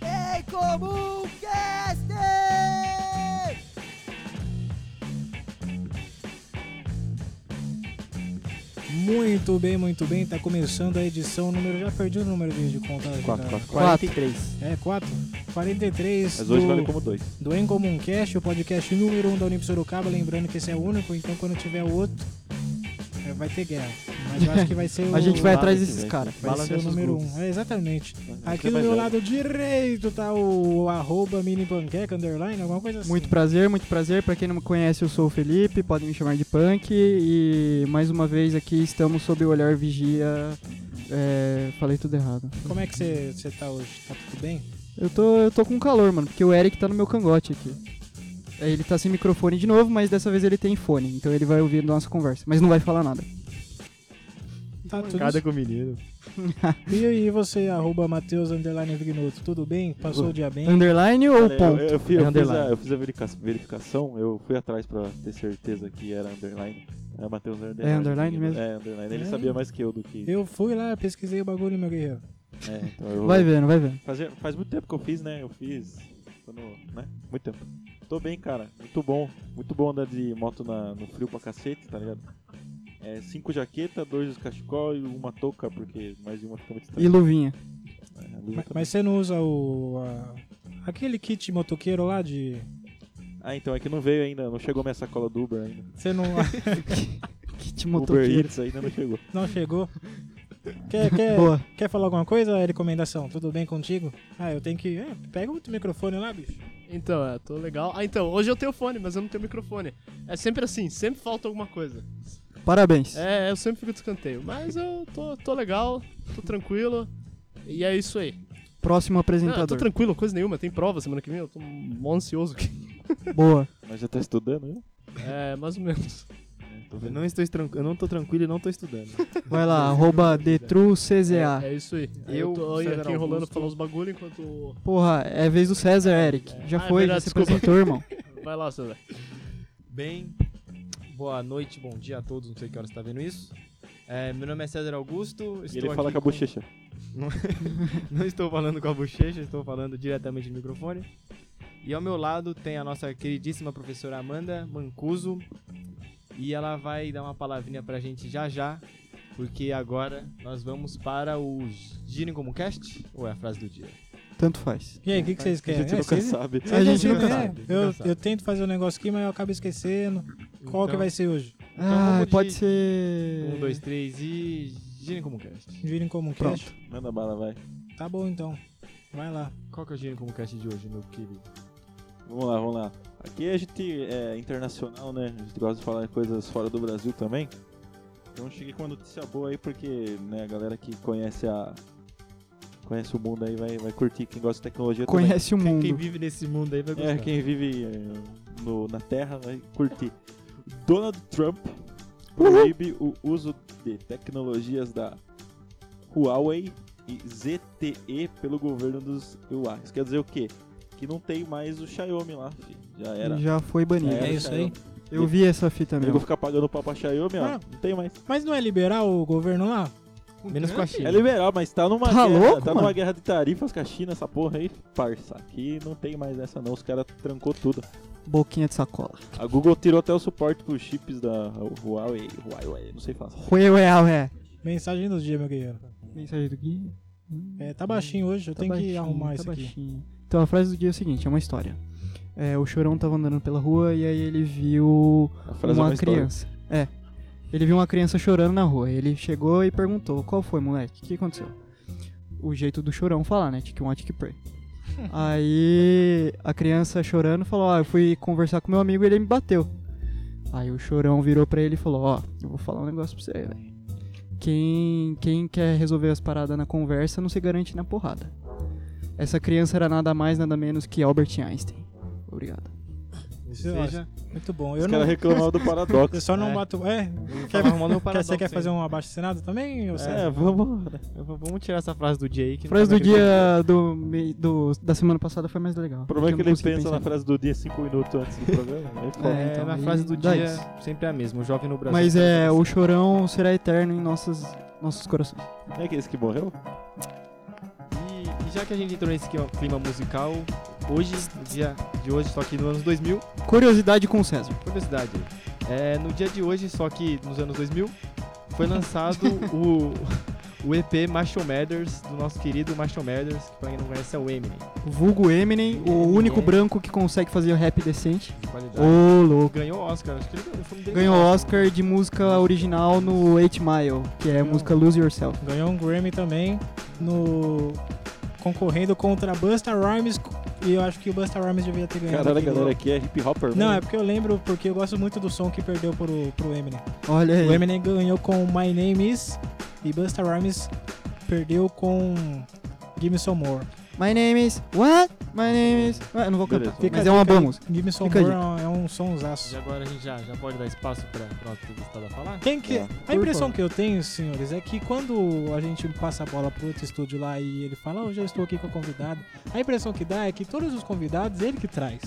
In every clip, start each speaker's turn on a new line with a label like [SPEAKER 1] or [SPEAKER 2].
[SPEAKER 1] Bem Comum é, Cast!
[SPEAKER 2] Muito bem, muito bem. Tá começando a edição número. Já perdi o número de, de contagem.
[SPEAKER 3] Quatro,
[SPEAKER 2] cara.
[SPEAKER 3] quatro, quatro.
[SPEAKER 4] 43.
[SPEAKER 2] É, 4. 43
[SPEAKER 3] Mas
[SPEAKER 2] do,
[SPEAKER 3] hoje vale como dois.
[SPEAKER 2] do Em Comum Cast, o podcast número 1 um da Unip Sorocaba. Lembrando que esse é o único, então quando tiver outro, é, vai ter guerra. Mas eu acho que vai ser o.
[SPEAKER 4] A gente vai
[SPEAKER 3] Lala
[SPEAKER 4] atrás
[SPEAKER 3] que
[SPEAKER 4] desses
[SPEAKER 3] vem.
[SPEAKER 4] caras.
[SPEAKER 2] vai
[SPEAKER 3] Bala
[SPEAKER 2] ser o
[SPEAKER 3] versus
[SPEAKER 2] número 1.
[SPEAKER 3] grupos.
[SPEAKER 2] Um. É, exatamente.
[SPEAKER 3] Você
[SPEAKER 2] Aqui do
[SPEAKER 3] vai um.
[SPEAKER 2] meu
[SPEAKER 3] ver.
[SPEAKER 2] lado direito tá o arroba mini panqueca underline, alguma coisa assim.
[SPEAKER 4] Muito prazer, muito prazer. Pra quem não me conhece, eu sou o Felipe, podem me chamar de Punk. E mais uma vez aqui estamos sob o olhar vigia. É, falei tudo errado.
[SPEAKER 2] Como é que você você tá hoje? Tá tudo bem?
[SPEAKER 4] Eu tô, eu tô com calor, mano, porque o Eric tá no meu cangote aqui. É, Ele tá sem microfone de novo, mas dessa vez ele tem fone, então ele vai ouvir nossa conversa, mas não vai falar nada.
[SPEAKER 2] Tá tudo
[SPEAKER 3] Cada com o menino.
[SPEAKER 2] E aí você, arroba Matheus Underline Vignoto, tudo bem? Passou o dia bem?
[SPEAKER 4] Underline ou
[SPEAKER 3] Cara, eu,
[SPEAKER 4] ponto?
[SPEAKER 3] eu, eu fi- eu
[SPEAKER 4] É
[SPEAKER 3] fiz,
[SPEAKER 4] underline.
[SPEAKER 3] a, eu fiz a verica- verificação, eu fui atrás pra ter certeza que era underline. É Matheus Underline.
[SPEAKER 4] É underline mesmo?
[SPEAKER 3] É, underline. Ele
[SPEAKER 2] É.
[SPEAKER 3] sabia mais que eu do que.
[SPEAKER 2] Eu fui lá, pesquisei o bagulho, meu guerreiro.
[SPEAKER 3] É, então eu-
[SPEAKER 4] Vai vendo, vai vendo.
[SPEAKER 3] Fazia- Faz, muito tempo que eu fiz, né? Eu fiz. quando- né? Muito tempo. Tô bem, cara. Muito bom. Muito bom andar de moto na- no frio pra cacete, tá ligado? É, cinco jaquetas, dois cachecol e uma touca, porque mais de uma fica muito
[SPEAKER 4] E
[SPEAKER 3] estranha.
[SPEAKER 4] luvinha.
[SPEAKER 3] É, a
[SPEAKER 2] Ma-
[SPEAKER 3] luva
[SPEAKER 2] Mas,
[SPEAKER 3] também.
[SPEAKER 2] você não usa o. a- aquele kit motoqueiro lá de.
[SPEAKER 3] Ah, então é que não veio ainda, não chegou minha sacola do Uber ainda.
[SPEAKER 2] Você não.
[SPEAKER 4] Que te
[SPEAKER 3] Uber
[SPEAKER 4] motoqueiro.
[SPEAKER 3] Eats ainda não chegou.
[SPEAKER 2] não chegou? Quer, quer,
[SPEAKER 4] Boa.
[SPEAKER 2] quer falar alguma coisa? Recomendação? Tudo bem contigo? Ah, eu tenho que. É, pega outro microfone lá, bicho.
[SPEAKER 5] Então, é, tô legal. Ah, então, hoje eu tenho fone, mas eu não tenho microfone. É sempre assim, sempre falta alguma coisa.
[SPEAKER 4] Parabéns.
[SPEAKER 5] É, eu sempre fico de escanteio. Mas eu tô, tô legal, tô tranquilo. E é isso aí.
[SPEAKER 4] Próximo
[SPEAKER 5] Ah, tô
[SPEAKER 4] apresentador.
[SPEAKER 5] tranquilo, coisa nenhuma. Tem prova semana que vem, eu tô mó ansioso aqui.
[SPEAKER 4] Boa.
[SPEAKER 3] Mas já tá estudando, né?
[SPEAKER 5] É, mais ou menos.
[SPEAKER 3] Tô
[SPEAKER 6] Eu
[SPEAKER 3] vendo.
[SPEAKER 6] não, estou estran- eu não tô tranquilo e não tô estudando.
[SPEAKER 4] Vai lá, arroba DetruCZA.
[SPEAKER 5] É, é isso aí. Aí
[SPEAKER 6] Eu,
[SPEAKER 5] eu tô aí,
[SPEAKER 6] César
[SPEAKER 5] aqui enrolando
[SPEAKER 6] Augusto.
[SPEAKER 5] pra falar os bagulho enquanto. o-
[SPEAKER 4] Porra, é vez do César, Eric. Já
[SPEAKER 5] Ah, é
[SPEAKER 4] foi,
[SPEAKER 5] verdade,
[SPEAKER 4] já se
[SPEAKER 5] desculpa.
[SPEAKER 4] apresentou, irmão.
[SPEAKER 5] Vai lá, César.
[SPEAKER 6] Bem, boa noite, bom dia a todos, não sei que hora você tá vendo isso. É, meu nome é César Augusto.
[SPEAKER 3] E
[SPEAKER 6] Estou
[SPEAKER 3] ele fala
[SPEAKER 6] aqui
[SPEAKER 3] com a bochecha.
[SPEAKER 6] Não estou falando com a bochecha, estou falando diretamente no microfone. E ao meu lado tem a nossa queridíssima professora Amanda Mancuso. E ela vai dar uma palavrinha pra gente já já, porque agora nós vamos para o Girem Como Cast, ou é a frase do dia?
[SPEAKER 4] Tanto faz.
[SPEAKER 2] E aí, o que, que vocês
[SPEAKER 3] A
[SPEAKER 2] querem?
[SPEAKER 3] gente
[SPEAKER 2] É,
[SPEAKER 3] nunca
[SPEAKER 2] vocês-
[SPEAKER 3] sabe.
[SPEAKER 2] vocês
[SPEAKER 4] A
[SPEAKER 2] não né?
[SPEAKER 4] gente
[SPEAKER 2] têm
[SPEAKER 4] nunca
[SPEAKER 2] ideia.
[SPEAKER 6] sabe, nunca
[SPEAKER 2] Eu,
[SPEAKER 6] sabe.
[SPEAKER 2] eu tento fazer um negócio aqui, mas eu acabo esquecendo. Qual que
[SPEAKER 6] Então,
[SPEAKER 2] vai ser hoje?
[SPEAKER 4] ah,
[SPEAKER 6] vamos de-
[SPEAKER 4] pode ser.
[SPEAKER 6] Um, dois, três e Girem Como Cast.
[SPEAKER 2] Virem como um
[SPEAKER 4] Pronto.
[SPEAKER 2] cast?
[SPEAKER 3] Manda bala, vai.
[SPEAKER 2] Tá bom então. Vai lá.
[SPEAKER 6] Qual que é o Girem Como Cast de hoje, meu querido?
[SPEAKER 3] Vamos lá, vamos lá. Aqui a gente é internacional, né? A gente gosta de falar coisas fora do Brasil também. Então cheguei com uma notícia boa aí, porque né, a galera que conhece a. Conhece o mundo aí vai, vai curtir. Quem gosta de tecnologia
[SPEAKER 4] Conhece o
[SPEAKER 6] Quem,
[SPEAKER 4] mundo.
[SPEAKER 6] quem vive nesse mundo aí vai
[SPEAKER 3] também.
[SPEAKER 6] gostar.
[SPEAKER 3] É, quem vive é, no- na Terra vai curtir. Donald Trump proíbe o uso de tecnologias da Huawei e ZTE pelo governo dos UA. Isso quer dizer o quê? Que não tem mais o Xiaomi lá, filho. Já era.
[SPEAKER 4] Já foi banido.
[SPEAKER 3] Já era
[SPEAKER 2] É
[SPEAKER 3] o
[SPEAKER 2] isso aí.
[SPEAKER 3] Xiaomi.
[SPEAKER 4] Eu vi essa fita
[SPEAKER 3] Eu vou
[SPEAKER 4] mesmo.
[SPEAKER 3] ficar pagando pau pra Xiaomi, ó.
[SPEAKER 2] Ah.
[SPEAKER 3] Não tem mais.
[SPEAKER 2] Mas não é liberar o governo lá?
[SPEAKER 6] Menos com a China.
[SPEAKER 3] É liberal, mas tá numa
[SPEAKER 4] Tá
[SPEAKER 3] guerra.
[SPEAKER 4] louco,
[SPEAKER 3] tá numa
[SPEAKER 4] mano?
[SPEAKER 3] guerra de tarifas com a China, essa porra aí, parça. Aqui não tem mais essa não. Os caras trancou tudo.
[SPEAKER 4] Boquinha de sacola.
[SPEAKER 3] A Google tirou até o suporte pros chips da Huawei. Huawei, não sei falar.
[SPEAKER 4] Ué, ué, ué.
[SPEAKER 2] Mensagem do dia, meu guerreiro.
[SPEAKER 4] Mensagem do Gui. Hum,
[SPEAKER 2] É, tá baixinho hoje, eu
[SPEAKER 4] tá
[SPEAKER 2] tenho que
[SPEAKER 4] baixinho,
[SPEAKER 2] arrumar
[SPEAKER 4] tá
[SPEAKER 2] isso aqui.
[SPEAKER 4] baixinho. Então a frase do Gui é o seguinte: é uma história. É, o chorão tava andando pela rua e aí ele viu
[SPEAKER 3] A frase é
[SPEAKER 4] uma
[SPEAKER 3] uma história.
[SPEAKER 4] criança. É. Ele viu uma criança chorando na rua. Ele chegou e perguntou: Qual foi, moleque? O que aconteceu? O jeito do chorão falar, né? Tique one, tique pray. Aí a criança chorando falou: Ah, eu fui conversar com meu amigo e ele me bateu. Aí o chorão virou pra ele e falou: Ó, eu vou falar um negócio pra você, velho. Quem, quem quer resolver as paradas na conversa não se garante na porrada. Essa criança era nada mais, nada menos que Albert Einstein. Obrigado.
[SPEAKER 6] Ou
[SPEAKER 2] Sei lá,
[SPEAKER 6] seja,
[SPEAKER 2] Muito bom. Eu
[SPEAKER 3] Os
[SPEAKER 2] não.
[SPEAKER 3] caras reclamaram do
[SPEAKER 2] Eu
[SPEAKER 3] paradoxo.
[SPEAKER 2] só não
[SPEAKER 6] É.
[SPEAKER 2] bato. É? Quer,
[SPEAKER 6] tava arrumando um
[SPEAKER 2] quer, você quer
[SPEAKER 6] paradoxo
[SPEAKER 2] fazer um abaixo assinado também? Ou
[SPEAKER 3] É, vamos.
[SPEAKER 6] Vamos tirar essa frase do dia aí. Que
[SPEAKER 4] A frase
[SPEAKER 6] não tá
[SPEAKER 4] do
[SPEAKER 6] vai acreditar.
[SPEAKER 4] dia do, mei- do- da semana passada foi mais legal.
[SPEAKER 3] O problema é que
[SPEAKER 4] Eu não
[SPEAKER 3] ele
[SPEAKER 4] consegui
[SPEAKER 3] pensa na
[SPEAKER 4] pensar.
[SPEAKER 3] frase do dia cinco minutos antes do programa. Aí foda.
[SPEAKER 4] É,
[SPEAKER 6] É,
[SPEAKER 4] então,
[SPEAKER 6] na
[SPEAKER 4] aí
[SPEAKER 6] frase do
[SPEAKER 4] dá
[SPEAKER 6] dia
[SPEAKER 4] isso.
[SPEAKER 6] sempre é a mesma. O jovem no Brasil.
[SPEAKER 4] Mas é, o chorão
[SPEAKER 3] é
[SPEAKER 4] será eterno em nossas, nossos corações.
[SPEAKER 3] Não é aquele que morreu?
[SPEAKER 6] Ih, já que a gente entrou nesse clima, clima musical, hoje, no dia de hoje, só que nos anos 2000,
[SPEAKER 4] Curiosidade com o César.
[SPEAKER 6] curiosidade, é, no dia de hoje, só que nos anos 2000, foi lançado o, o EP Macho Matters, do nosso querido Macho Matters, que pra quem não conhece é o Eminem.
[SPEAKER 4] Vulgo Eminem, o
[SPEAKER 6] Eminem.
[SPEAKER 4] único branco que consegue fazer rap decente. Ô,
[SPEAKER 6] Qualidade.
[SPEAKER 4] louco.
[SPEAKER 6] Ganhou Oscar, acho que ele ganhou, o filme dele
[SPEAKER 4] Ganhou Oscar de música original no 8 Mile, que é a
[SPEAKER 2] Não.
[SPEAKER 4] música Lose Yourself.
[SPEAKER 2] Ganhou um Grammy também no concorrendo contra Busta Rhymes e eu acho que o Busta Rhymes devia ter ganhado.
[SPEAKER 3] Caralho, a
[SPEAKER 2] aquele-
[SPEAKER 3] galera aqui é hip hopper,
[SPEAKER 2] Não, é
[SPEAKER 3] mano.
[SPEAKER 2] porque eu lembro, porque eu gosto muito do som que perdeu pro, pro Eminem.
[SPEAKER 4] Olha
[SPEAKER 2] O
[SPEAKER 4] aí.
[SPEAKER 2] Eminem ganhou com My Name Is e Busta Rhymes perdeu com Give Me Some More.
[SPEAKER 4] My name is. What? My name is. Ah, eu não vou cantar.
[SPEAKER 3] Beleza.
[SPEAKER 2] Fica
[SPEAKER 4] mas
[SPEAKER 2] a
[SPEAKER 4] é uma
[SPEAKER 2] dica
[SPEAKER 4] boa
[SPEAKER 2] aí.
[SPEAKER 4] música.
[SPEAKER 2] Give Me Some
[SPEAKER 4] Fica a
[SPEAKER 2] More é um- é um somzaço.
[SPEAKER 6] E agora a gente já, já pode dar espaço pra, pra nossa entrevistada falar?
[SPEAKER 2] Quem que...
[SPEAKER 3] É.
[SPEAKER 2] A impressão que eu tenho, senhores, é que quando a gente passa a bola pro outro estúdio lá e ele fala, hoje eu estou aqui com o convidado, a impressão que dá é que todos os convidados ele que traz.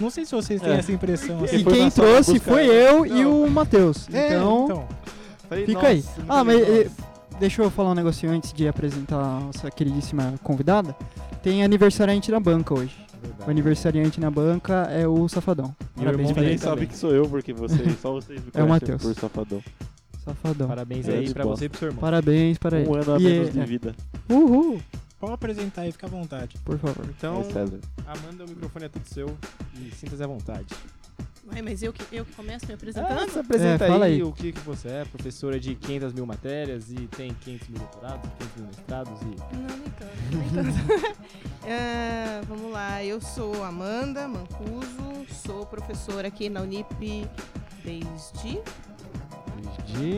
[SPEAKER 2] Não sei se vocês têm
[SPEAKER 3] É.
[SPEAKER 2] essa impressão.
[SPEAKER 4] E
[SPEAKER 2] Assim.
[SPEAKER 3] foi
[SPEAKER 4] quem
[SPEAKER 3] na sala
[SPEAKER 4] trouxe
[SPEAKER 3] buscar-
[SPEAKER 4] foi eu e o Matheus.
[SPEAKER 2] É,
[SPEAKER 4] então,
[SPEAKER 6] Falei,
[SPEAKER 4] Fica
[SPEAKER 6] "Nossa,
[SPEAKER 4] aí."
[SPEAKER 6] nunca
[SPEAKER 4] Ah,
[SPEAKER 6] vi
[SPEAKER 4] mas,
[SPEAKER 6] isso."
[SPEAKER 4] eh, deixa eu falar um negocinho antes de apresentar a nossa queridíssima convidada. Tem aniversariante na banca hoje.
[SPEAKER 6] Verdade.
[SPEAKER 4] O aniversariante na banca é o Safadão.
[SPEAKER 6] E o
[SPEAKER 4] Parabéns pra
[SPEAKER 6] irmão dele
[SPEAKER 4] ele.
[SPEAKER 3] Ninguém sabe
[SPEAKER 6] também.
[SPEAKER 3] que sou eu, porque vocês, só vocês me
[SPEAKER 4] É o
[SPEAKER 3] conhecem
[SPEAKER 4] Matheus.
[SPEAKER 3] por safadão.
[SPEAKER 4] Safadão.
[SPEAKER 6] Parabéns
[SPEAKER 3] É,
[SPEAKER 6] aí
[SPEAKER 3] de
[SPEAKER 6] pra
[SPEAKER 3] bola.
[SPEAKER 6] você e pro seu irmão.
[SPEAKER 4] Parabéns para ele.
[SPEAKER 3] Um ano a
[SPEAKER 4] E
[SPEAKER 3] menos
[SPEAKER 4] é-
[SPEAKER 3] de vida.
[SPEAKER 4] Uhul,
[SPEAKER 2] Pode apresentar aí, fica à vontade.
[SPEAKER 4] por favor.
[SPEAKER 6] Então,
[SPEAKER 3] É, César.
[SPEAKER 6] Amanda, o microfone é tudo seu e sinta-se à vontade.
[SPEAKER 1] Ué, mas eu que, eu que começo me
[SPEAKER 6] Ah,
[SPEAKER 1] apresentando?
[SPEAKER 6] se apresenta
[SPEAKER 4] É, fala
[SPEAKER 6] aí,
[SPEAKER 4] aí.
[SPEAKER 6] o que, que você é, professora de 500 mil matérias e tem 500 mil doutorados, 500 mil mestrados e...
[SPEAKER 1] Não, nem tanto. Nem tanto. Ah, vamos lá, eu sou Amanda Mancuso, sou professora aqui na Unip desde
[SPEAKER 6] de...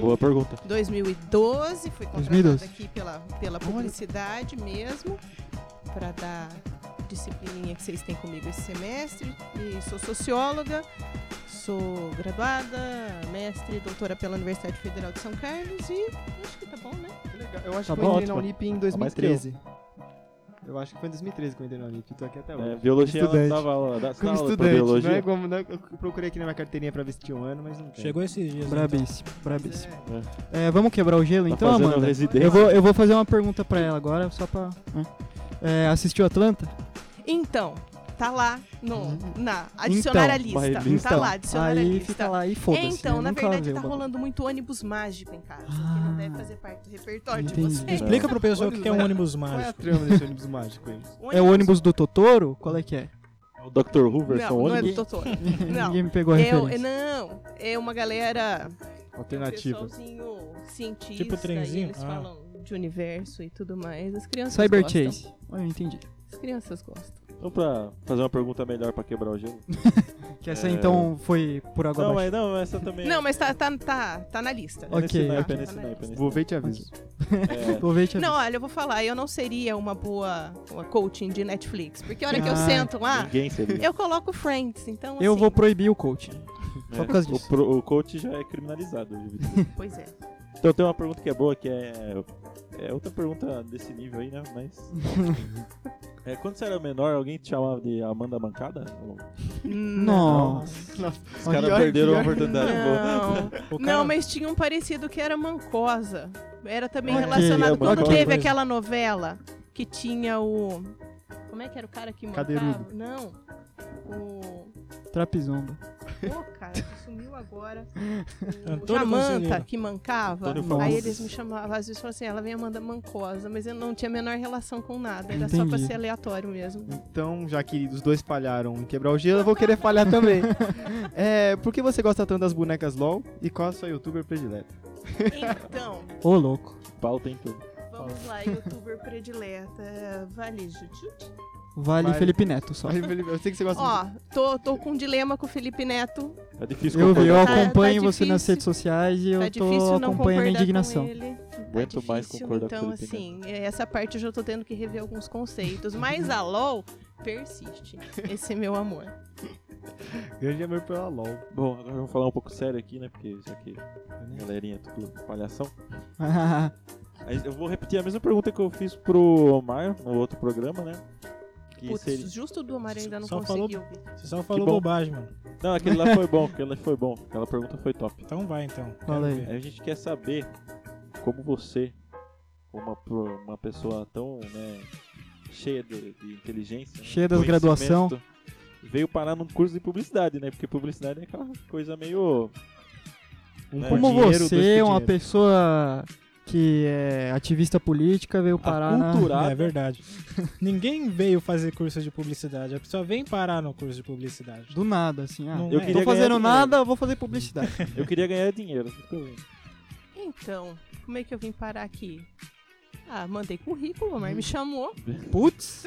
[SPEAKER 3] Boa pergunta.
[SPEAKER 1] 2012. Fui contratada
[SPEAKER 4] 2012.
[SPEAKER 1] aqui pela, pela publicidade mesmo, para dar disciplininha que vocês têm comigo esse semestre. E sou socióloga, sou graduada, mestre e doutora pela Universidade Federal de São Carlos e acho que tá bom, né?
[SPEAKER 6] Eu acho
[SPEAKER 4] Tá
[SPEAKER 6] que
[SPEAKER 4] bom,
[SPEAKER 6] eu entrei na
[SPEAKER 1] um
[SPEAKER 3] ótimo.
[SPEAKER 6] Unip em
[SPEAKER 3] Tá mais que eu.
[SPEAKER 6] 2013. Eu acho que foi em 2013 que eu entrei na Unip, tô aqui até hoje.
[SPEAKER 3] É, biologia ela
[SPEAKER 4] Estudante. né,
[SPEAKER 3] dava aula, dá- dá
[SPEAKER 6] Como
[SPEAKER 3] aula pra
[SPEAKER 6] estudante,
[SPEAKER 3] biologia. Tá
[SPEAKER 6] não é como, não, eu procurei aqui na minha carteirinha pra ver se tinha um ano, mas não tem.
[SPEAKER 2] Chegou esses dias. então.
[SPEAKER 4] Brabíssimo, brabíssimo.
[SPEAKER 6] É,
[SPEAKER 4] É, vamos quebrar o gelo
[SPEAKER 3] Tá
[SPEAKER 4] então,
[SPEAKER 3] fazendo
[SPEAKER 4] Amanda?
[SPEAKER 3] residência.
[SPEAKER 4] Eu vou, eu vou fazer uma pergunta pra ela agora, só pra. né? É, assistiu Atlanta?
[SPEAKER 1] Então, tá lá no, na
[SPEAKER 4] Então,
[SPEAKER 1] adicionar a lista.
[SPEAKER 3] mas
[SPEAKER 1] Tá
[SPEAKER 4] Então,
[SPEAKER 1] lá, adicionar a
[SPEAKER 4] aí
[SPEAKER 1] lista.
[SPEAKER 4] fica lá e
[SPEAKER 1] É,
[SPEAKER 4] foda-se.
[SPEAKER 1] então,
[SPEAKER 4] né?
[SPEAKER 1] na
[SPEAKER 4] Nunca
[SPEAKER 1] verdade, tá
[SPEAKER 4] vê o bagulho.
[SPEAKER 1] rolando muito ônibus mágico em casa, que
[SPEAKER 4] Ah.
[SPEAKER 1] não deve fazer parte do repertório
[SPEAKER 4] Entendi.
[SPEAKER 1] de vocês.
[SPEAKER 2] Explica pro pessoal o que que é um ônibus
[SPEAKER 6] Qual é a
[SPEAKER 2] mágico.
[SPEAKER 6] trama desse ônibus mágico aí?
[SPEAKER 4] É
[SPEAKER 1] um
[SPEAKER 4] o ônibus do Totoro? Qual é que é?
[SPEAKER 3] O Dr. Hoover
[SPEAKER 1] Não,
[SPEAKER 3] são
[SPEAKER 1] não é
[SPEAKER 3] ônibus?
[SPEAKER 1] do doutor.
[SPEAKER 4] Ninguém
[SPEAKER 1] Não.
[SPEAKER 4] me pegou a
[SPEAKER 1] É, o-
[SPEAKER 4] referência.
[SPEAKER 1] não, é uma galera, um
[SPEAKER 6] Alternativa.
[SPEAKER 1] pessoalzinho cientista,
[SPEAKER 2] Tipo trenzinho?
[SPEAKER 1] e eles
[SPEAKER 2] Ah.
[SPEAKER 1] falam de universo e tudo mais. As crianças
[SPEAKER 4] Cyber
[SPEAKER 1] gostam.
[SPEAKER 4] Chase. Ah, eu entendi.
[SPEAKER 1] As crianças gostam.
[SPEAKER 3] Então, pra fazer uma pergunta melhor pra quebrar o gelo.
[SPEAKER 4] Que essa
[SPEAKER 3] É.
[SPEAKER 4] então foi por água
[SPEAKER 3] Não,
[SPEAKER 4] abaixo.
[SPEAKER 3] mas não, essa
[SPEAKER 2] É.
[SPEAKER 3] também.
[SPEAKER 1] Não, mas tá, tá, tá, tá na lista.
[SPEAKER 3] É nesse
[SPEAKER 4] Ok,
[SPEAKER 3] naipe, é
[SPEAKER 1] ok.
[SPEAKER 3] nesse naipe, é nesse
[SPEAKER 6] Vou ver e te aviso.
[SPEAKER 1] Tá
[SPEAKER 3] naipe. É.
[SPEAKER 4] Aproveite a
[SPEAKER 1] Não,
[SPEAKER 4] vida.
[SPEAKER 1] olha, eu vou falar, eu não seria uma boa uma coaching de Netflix, porque a hora que eu
[SPEAKER 4] Ah,
[SPEAKER 1] sento lá,
[SPEAKER 3] Ninguém seria.
[SPEAKER 1] eu coloco Friends, então
[SPEAKER 4] Eu
[SPEAKER 1] assim,
[SPEAKER 4] vou proibir o coaching.
[SPEAKER 3] né?
[SPEAKER 4] só por causa
[SPEAKER 3] O
[SPEAKER 4] disso.
[SPEAKER 3] pro- O, coach já é criminalizado. eu diria.
[SPEAKER 1] Pois é.
[SPEAKER 3] Então tem uma pergunta que é boa, que é. É outra pergunta desse nível aí, né? Mas. É, quando você era menor, alguém te chamava de Amanda Mancada?
[SPEAKER 4] Nossa.
[SPEAKER 3] Os
[SPEAKER 4] Olha,
[SPEAKER 3] caras
[SPEAKER 6] pior-
[SPEAKER 3] perderam a
[SPEAKER 6] pior que
[SPEAKER 3] oportunidade boa.
[SPEAKER 1] Não.
[SPEAKER 2] O cara-
[SPEAKER 1] não, mas tinha um parecido que era Mancosa. Era também
[SPEAKER 4] Ok,
[SPEAKER 1] relacionado
[SPEAKER 3] é,
[SPEAKER 1] quando
[SPEAKER 3] Mancosa.
[SPEAKER 1] teve aquela novela que tinha o Como é que era o cara que montava?
[SPEAKER 6] Cadeirudo.
[SPEAKER 1] Não. O
[SPEAKER 4] Trapizomba.
[SPEAKER 1] Pô, cara, que sumiu agora. O
[SPEAKER 2] Antônio
[SPEAKER 1] Jamanta,
[SPEAKER 2] Conselheiro.
[SPEAKER 1] que mancava.
[SPEAKER 3] Antônio
[SPEAKER 1] Aí
[SPEAKER 3] Fagundes.
[SPEAKER 1] eles me chamavam, às vezes falavam assim, ela vem Amanda Mancosa, mas eu não tinha a menor relação com nada, era só pra
[SPEAKER 4] Entendi.
[SPEAKER 1] ser aleatório mesmo.
[SPEAKER 6] Então, já que os dois falharam em quebrar o gelo, eu vou querer falhar também. É, por que você gosta tanto das bonecas LOL e qual a sua youtuber predileta?
[SPEAKER 1] Então,
[SPEAKER 4] Ô, louco.
[SPEAKER 3] Pau tem tudo.
[SPEAKER 1] vamos lá, youtuber predileta, vale Jujutsu?
[SPEAKER 4] Vale
[SPEAKER 6] Vale.
[SPEAKER 4] Felipe Neto só.
[SPEAKER 6] Aí, Felipe, Eu sei que você gosta
[SPEAKER 1] Ó, tô, tô com um dilema com o Felipe Neto.
[SPEAKER 3] É difícil
[SPEAKER 4] Eu vi, eu
[SPEAKER 1] Tá- tá
[SPEAKER 4] acompanho você
[SPEAKER 1] difícil.
[SPEAKER 4] nas redes sociais e eu
[SPEAKER 1] tá
[SPEAKER 4] tô
[SPEAKER 1] difícil não
[SPEAKER 4] acompanhando a
[SPEAKER 1] concordar
[SPEAKER 4] minha indignação.
[SPEAKER 1] com ele.
[SPEAKER 3] Aguento
[SPEAKER 1] tá
[SPEAKER 3] mais
[SPEAKER 1] difícil,
[SPEAKER 3] concordar com o
[SPEAKER 1] Então,
[SPEAKER 3] Felipe
[SPEAKER 1] assim, essa parte eu já tô tendo que rever alguns conceitos. Mas a LOL persiste. Esse é meu amor.
[SPEAKER 6] de grande amor pela LOL.
[SPEAKER 1] assim.
[SPEAKER 3] Bom, agora vamos falar um pouco sério aqui, né? Porque já que a galerinha é tudo palhação. Aí Eu vou repetir a mesma pergunta que eu fiz pro Omar no outro programa, né? Que
[SPEAKER 1] Putz,
[SPEAKER 3] seria-
[SPEAKER 1] justo do Amaro ainda não
[SPEAKER 2] Só falou-
[SPEAKER 1] conseguiu. Vitor.
[SPEAKER 2] Você só falou
[SPEAKER 3] Que bom.
[SPEAKER 2] bobagem, mano.
[SPEAKER 3] Não, aquele lá foi bom, aquele lá foi bom. Aquela pergunta foi top.
[SPEAKER 2] Então vai, então. Quero
[SPEAKER 4] Fala aí.
[SPEAKER 2] ver.
[SPEAKER 3] Aí A gente quer saber como você, uma, pro- uma pessoa tão né, cheia de, de inteligência. né?
[SPEAKER 4] Cheia das
[SPEAKER 3] Conhecimento.
[SPEAKER 4] graduação.
[SPEAKER 3] Veio parar num curso de publicidade, né? Porque publicidade é aquela coisa meio.
[SPEAKER 6] Um
[SPEAKER 3] É.
[SPEAKER 6] por
[SPEAKER 4] Como
[SPEAKER 6] dinheiro, dois
[SPEAKER 4] você,
[SPEAKER 6] por
[SPEAKER 4] uma
[SPEAKER 6] dinheiro.
[SPEAKER 4] pessoa que é ativista política, veio parar na...
[SPEAKER 3] aculturada.
[SPEAKER 2] É verdade. Ninguém veio fazer curso de publicidade. A pessoa vem parar no curso de publicidade.
[SPEAKER 4] do nada, assim. Ah,
[SPEAKER 2] Não
[SPEAKER 4] eu
[SPEAKER 2] é.
[SPEAKER 4] tô
[SPEAKER 3] queria
[SPEAKER 4] fazendo
[SPEAKER 3] ganhar dinheiro.
[SPEAKER 4] nada, vou fazer publicidade.
[SPEAKER 3] Eu queria ganhar dinheiro. isso que eu vi.
[SPEAKER 1] Então, como é que eu vim parar aqui? Ah, mandei currículo, a Mar me chamou.
[SPEAKER 4] Putz!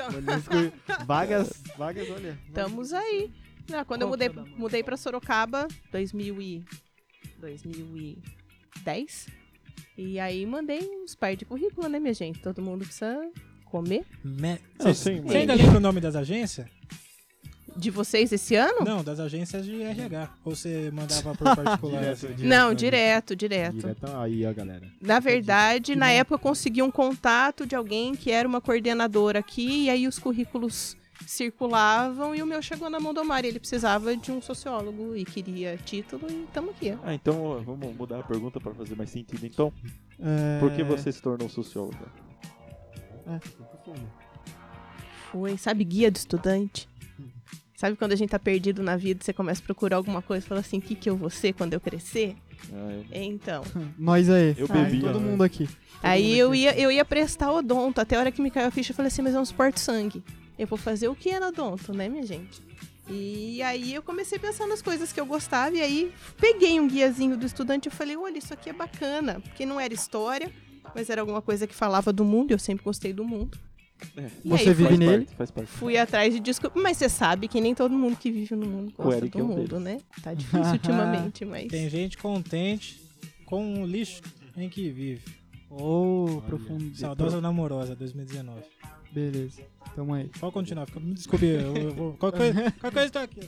[SPEAKER 6] Vagas, vagas, olha.
[SPEAKER 1] Estamos aí. Não, quando eu
[SPEAKER 4] é
[SPEAKER 1] mudei, mudei pra Sorocaba, 2000 e- 2010. E aí mandei uns par de currículo, né, minha gente? Todo mundo precisa comer.
[SPEAKER 2] Me-
[SPEAKER 3] Não,
[SPEAKER 2] Você
[SPEAKER 3] sim,
[SPEAKER 2] você
[SPEAKER 3] mas...
[SPEAKER 2] ainda lembra o nome das agências?
[SPEAKER 1] De vocês esse ano?
[SPEAKER 2] Não, das agências de RH. Ou você mandava por particular?
[SPEAKER 6] Direto,
[SPEAKER 2] assim?
[SPEAKER 6] direto.
[SPEAKER 1] Não, direto, direto.
[SPEAKER 6] Diretão aí, ó, galera.
[SPEAKER 1] Na verdade, na época eu consegui um contato de alguém que era uma coordenadora aqui, e aí os currículos circulavam e o meu chegou na mão do Omar. Ele precisava de um sociólogo e queria título, e estamos aqui. ó.
[SPEAKER 3] Ah, então ó, vamos mudar a pergunta pra fazer mais sentido. Então,
[SPEAKER 4] É,
[SPEAKER 3] por que você se tornou socióloga?
[SPEAKER 1] Foi, sabe, guia do estudante? Sabe quando a gente tá perdido na vida, você começa a procurar alguma coisa e fala assim, o que, que eu vou ser quando eu crescer?
[SPEAKER 3] Ah, eu-
[SPEAKER 1] Então.
[SPEAKER 4] Nós aí.
[SPEAKER 3] Eu
[SPEAKER 4] Ah,
[SPEAKER 3] bebi,
[SPEAKER 4] Todo
[SPEAKER 3] ó.
[SPEAKER 4] mundo aqui.
[SPEAKER 1] Aí eu ia, eu ia prestar odonto, até a hora que me caiu a ficha, eu falei assim, mas é um suporte sangue. Eu vou fazer o que é no odonto, né, minha gente? E aí eu comecei a pensar nas coisas que eu gostava, e aí peguei um guiazinho do estudante e falei, olha, isso aqui é bacana, porque não era história, mas era alguma coisa que falava do mundo, e eu sempre gostei do mundo.
[SPEAKER 3] É.
[SPEAKER 1] E
[SPEAKER 4] Você
[SPEAKER 1] aí fui,
[SPEAKER 4] vive
[SPEAKER 3] Faz
[SPEAKER 4] nele.
[SPEAKER 3] parte, faz parte.
[SPEAKER 1] fui atrás de desculpa, mas você sabe que nem todo mundo que vive no mundo
[SPEAKER 3] O
[SPEAKER 1] gosta
[SPEAKER 3] Eric
[SPEAKER 1] do
[SPEAKER 3] é um
[SPEAKER 1] mundo,
[SPEAKER 3] deles.
[SPEAKER 1] né? Tá difícil ultimamente, mas...
[SPEAKER 2] Tem gente contente com o lixo em que vive.
[SPEAKER 4] Ô, profundo.
[SPEAKER 2] Saudosa namorosa, 2019.
[SPEAKER 4] Beleza, tamo aí.
[SPEAKER 2] Pode continuar. fica- Me desculpe, eu, eu vou... Qual coisa, qual coisa tá aqui?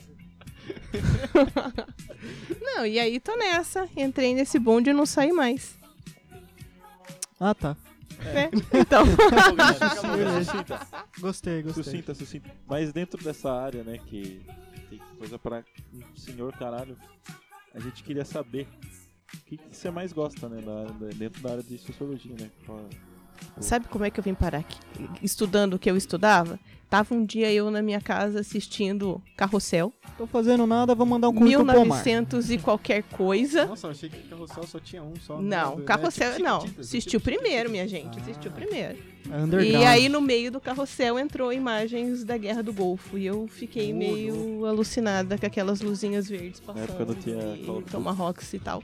[SPEAKER 1] Não, e aí tô nessa, entrei nesse bonde e não saí mais.
[SPEAKER 4] Ah, tá.
[SPEAKER 1] É, então.
[SPEAKER 3] Sucinta,
[SPEAKER 4] Gostei, gostei.
[SPEAKER 3] sucinta, sucinta. Mas dentro dessa área, né, que tem coisa pra um senhor caralho, a gente queria saber o que, que você mais gosta, né, da- da- dentro da área de sociologia, né? Qual-
[SPEAKER 1] Sabe como é que eu vim parar aqui? Estudando o que eu estudava? Tava um dia eu na minha casa assistindo Carrossel,
[SPEAKER 4] Tô fazendo nada, vou mandar um currículo pro Omar.
[SPEAKER 1] 1900 e qualquer coisa.
[SPEAKER 6] Nossa, eu achei que carrossel só tinha um só.
[SPEAKER 3] né? Tipo,
[SPEAKER 6] Tipo,
[SPEAKER 1] Não, Carrossel não. Assistiu primeiro, minha gente,
[SPEAKER 3] Ah.
[SPEAKER 1] assistiu primeiro.
[SPEAKER 4] É underground.
[SPEAKER 1] E aí no meio do Carrossel entrou imagens da Guerra do Golfo e eu fiquei
[SPEAKER 6] Mudou.
[SPEAKER 1] meio alucinada com aquelas luzinhas verdes
[SPEAKER 3] Na época
[SPEAKER 1] passando
[SPEAKER 3] não tinha Call of
[SPEAKER 1] e
[SPEAKER 3] Duty.
[SPEAKER 1] tomahawks e tal.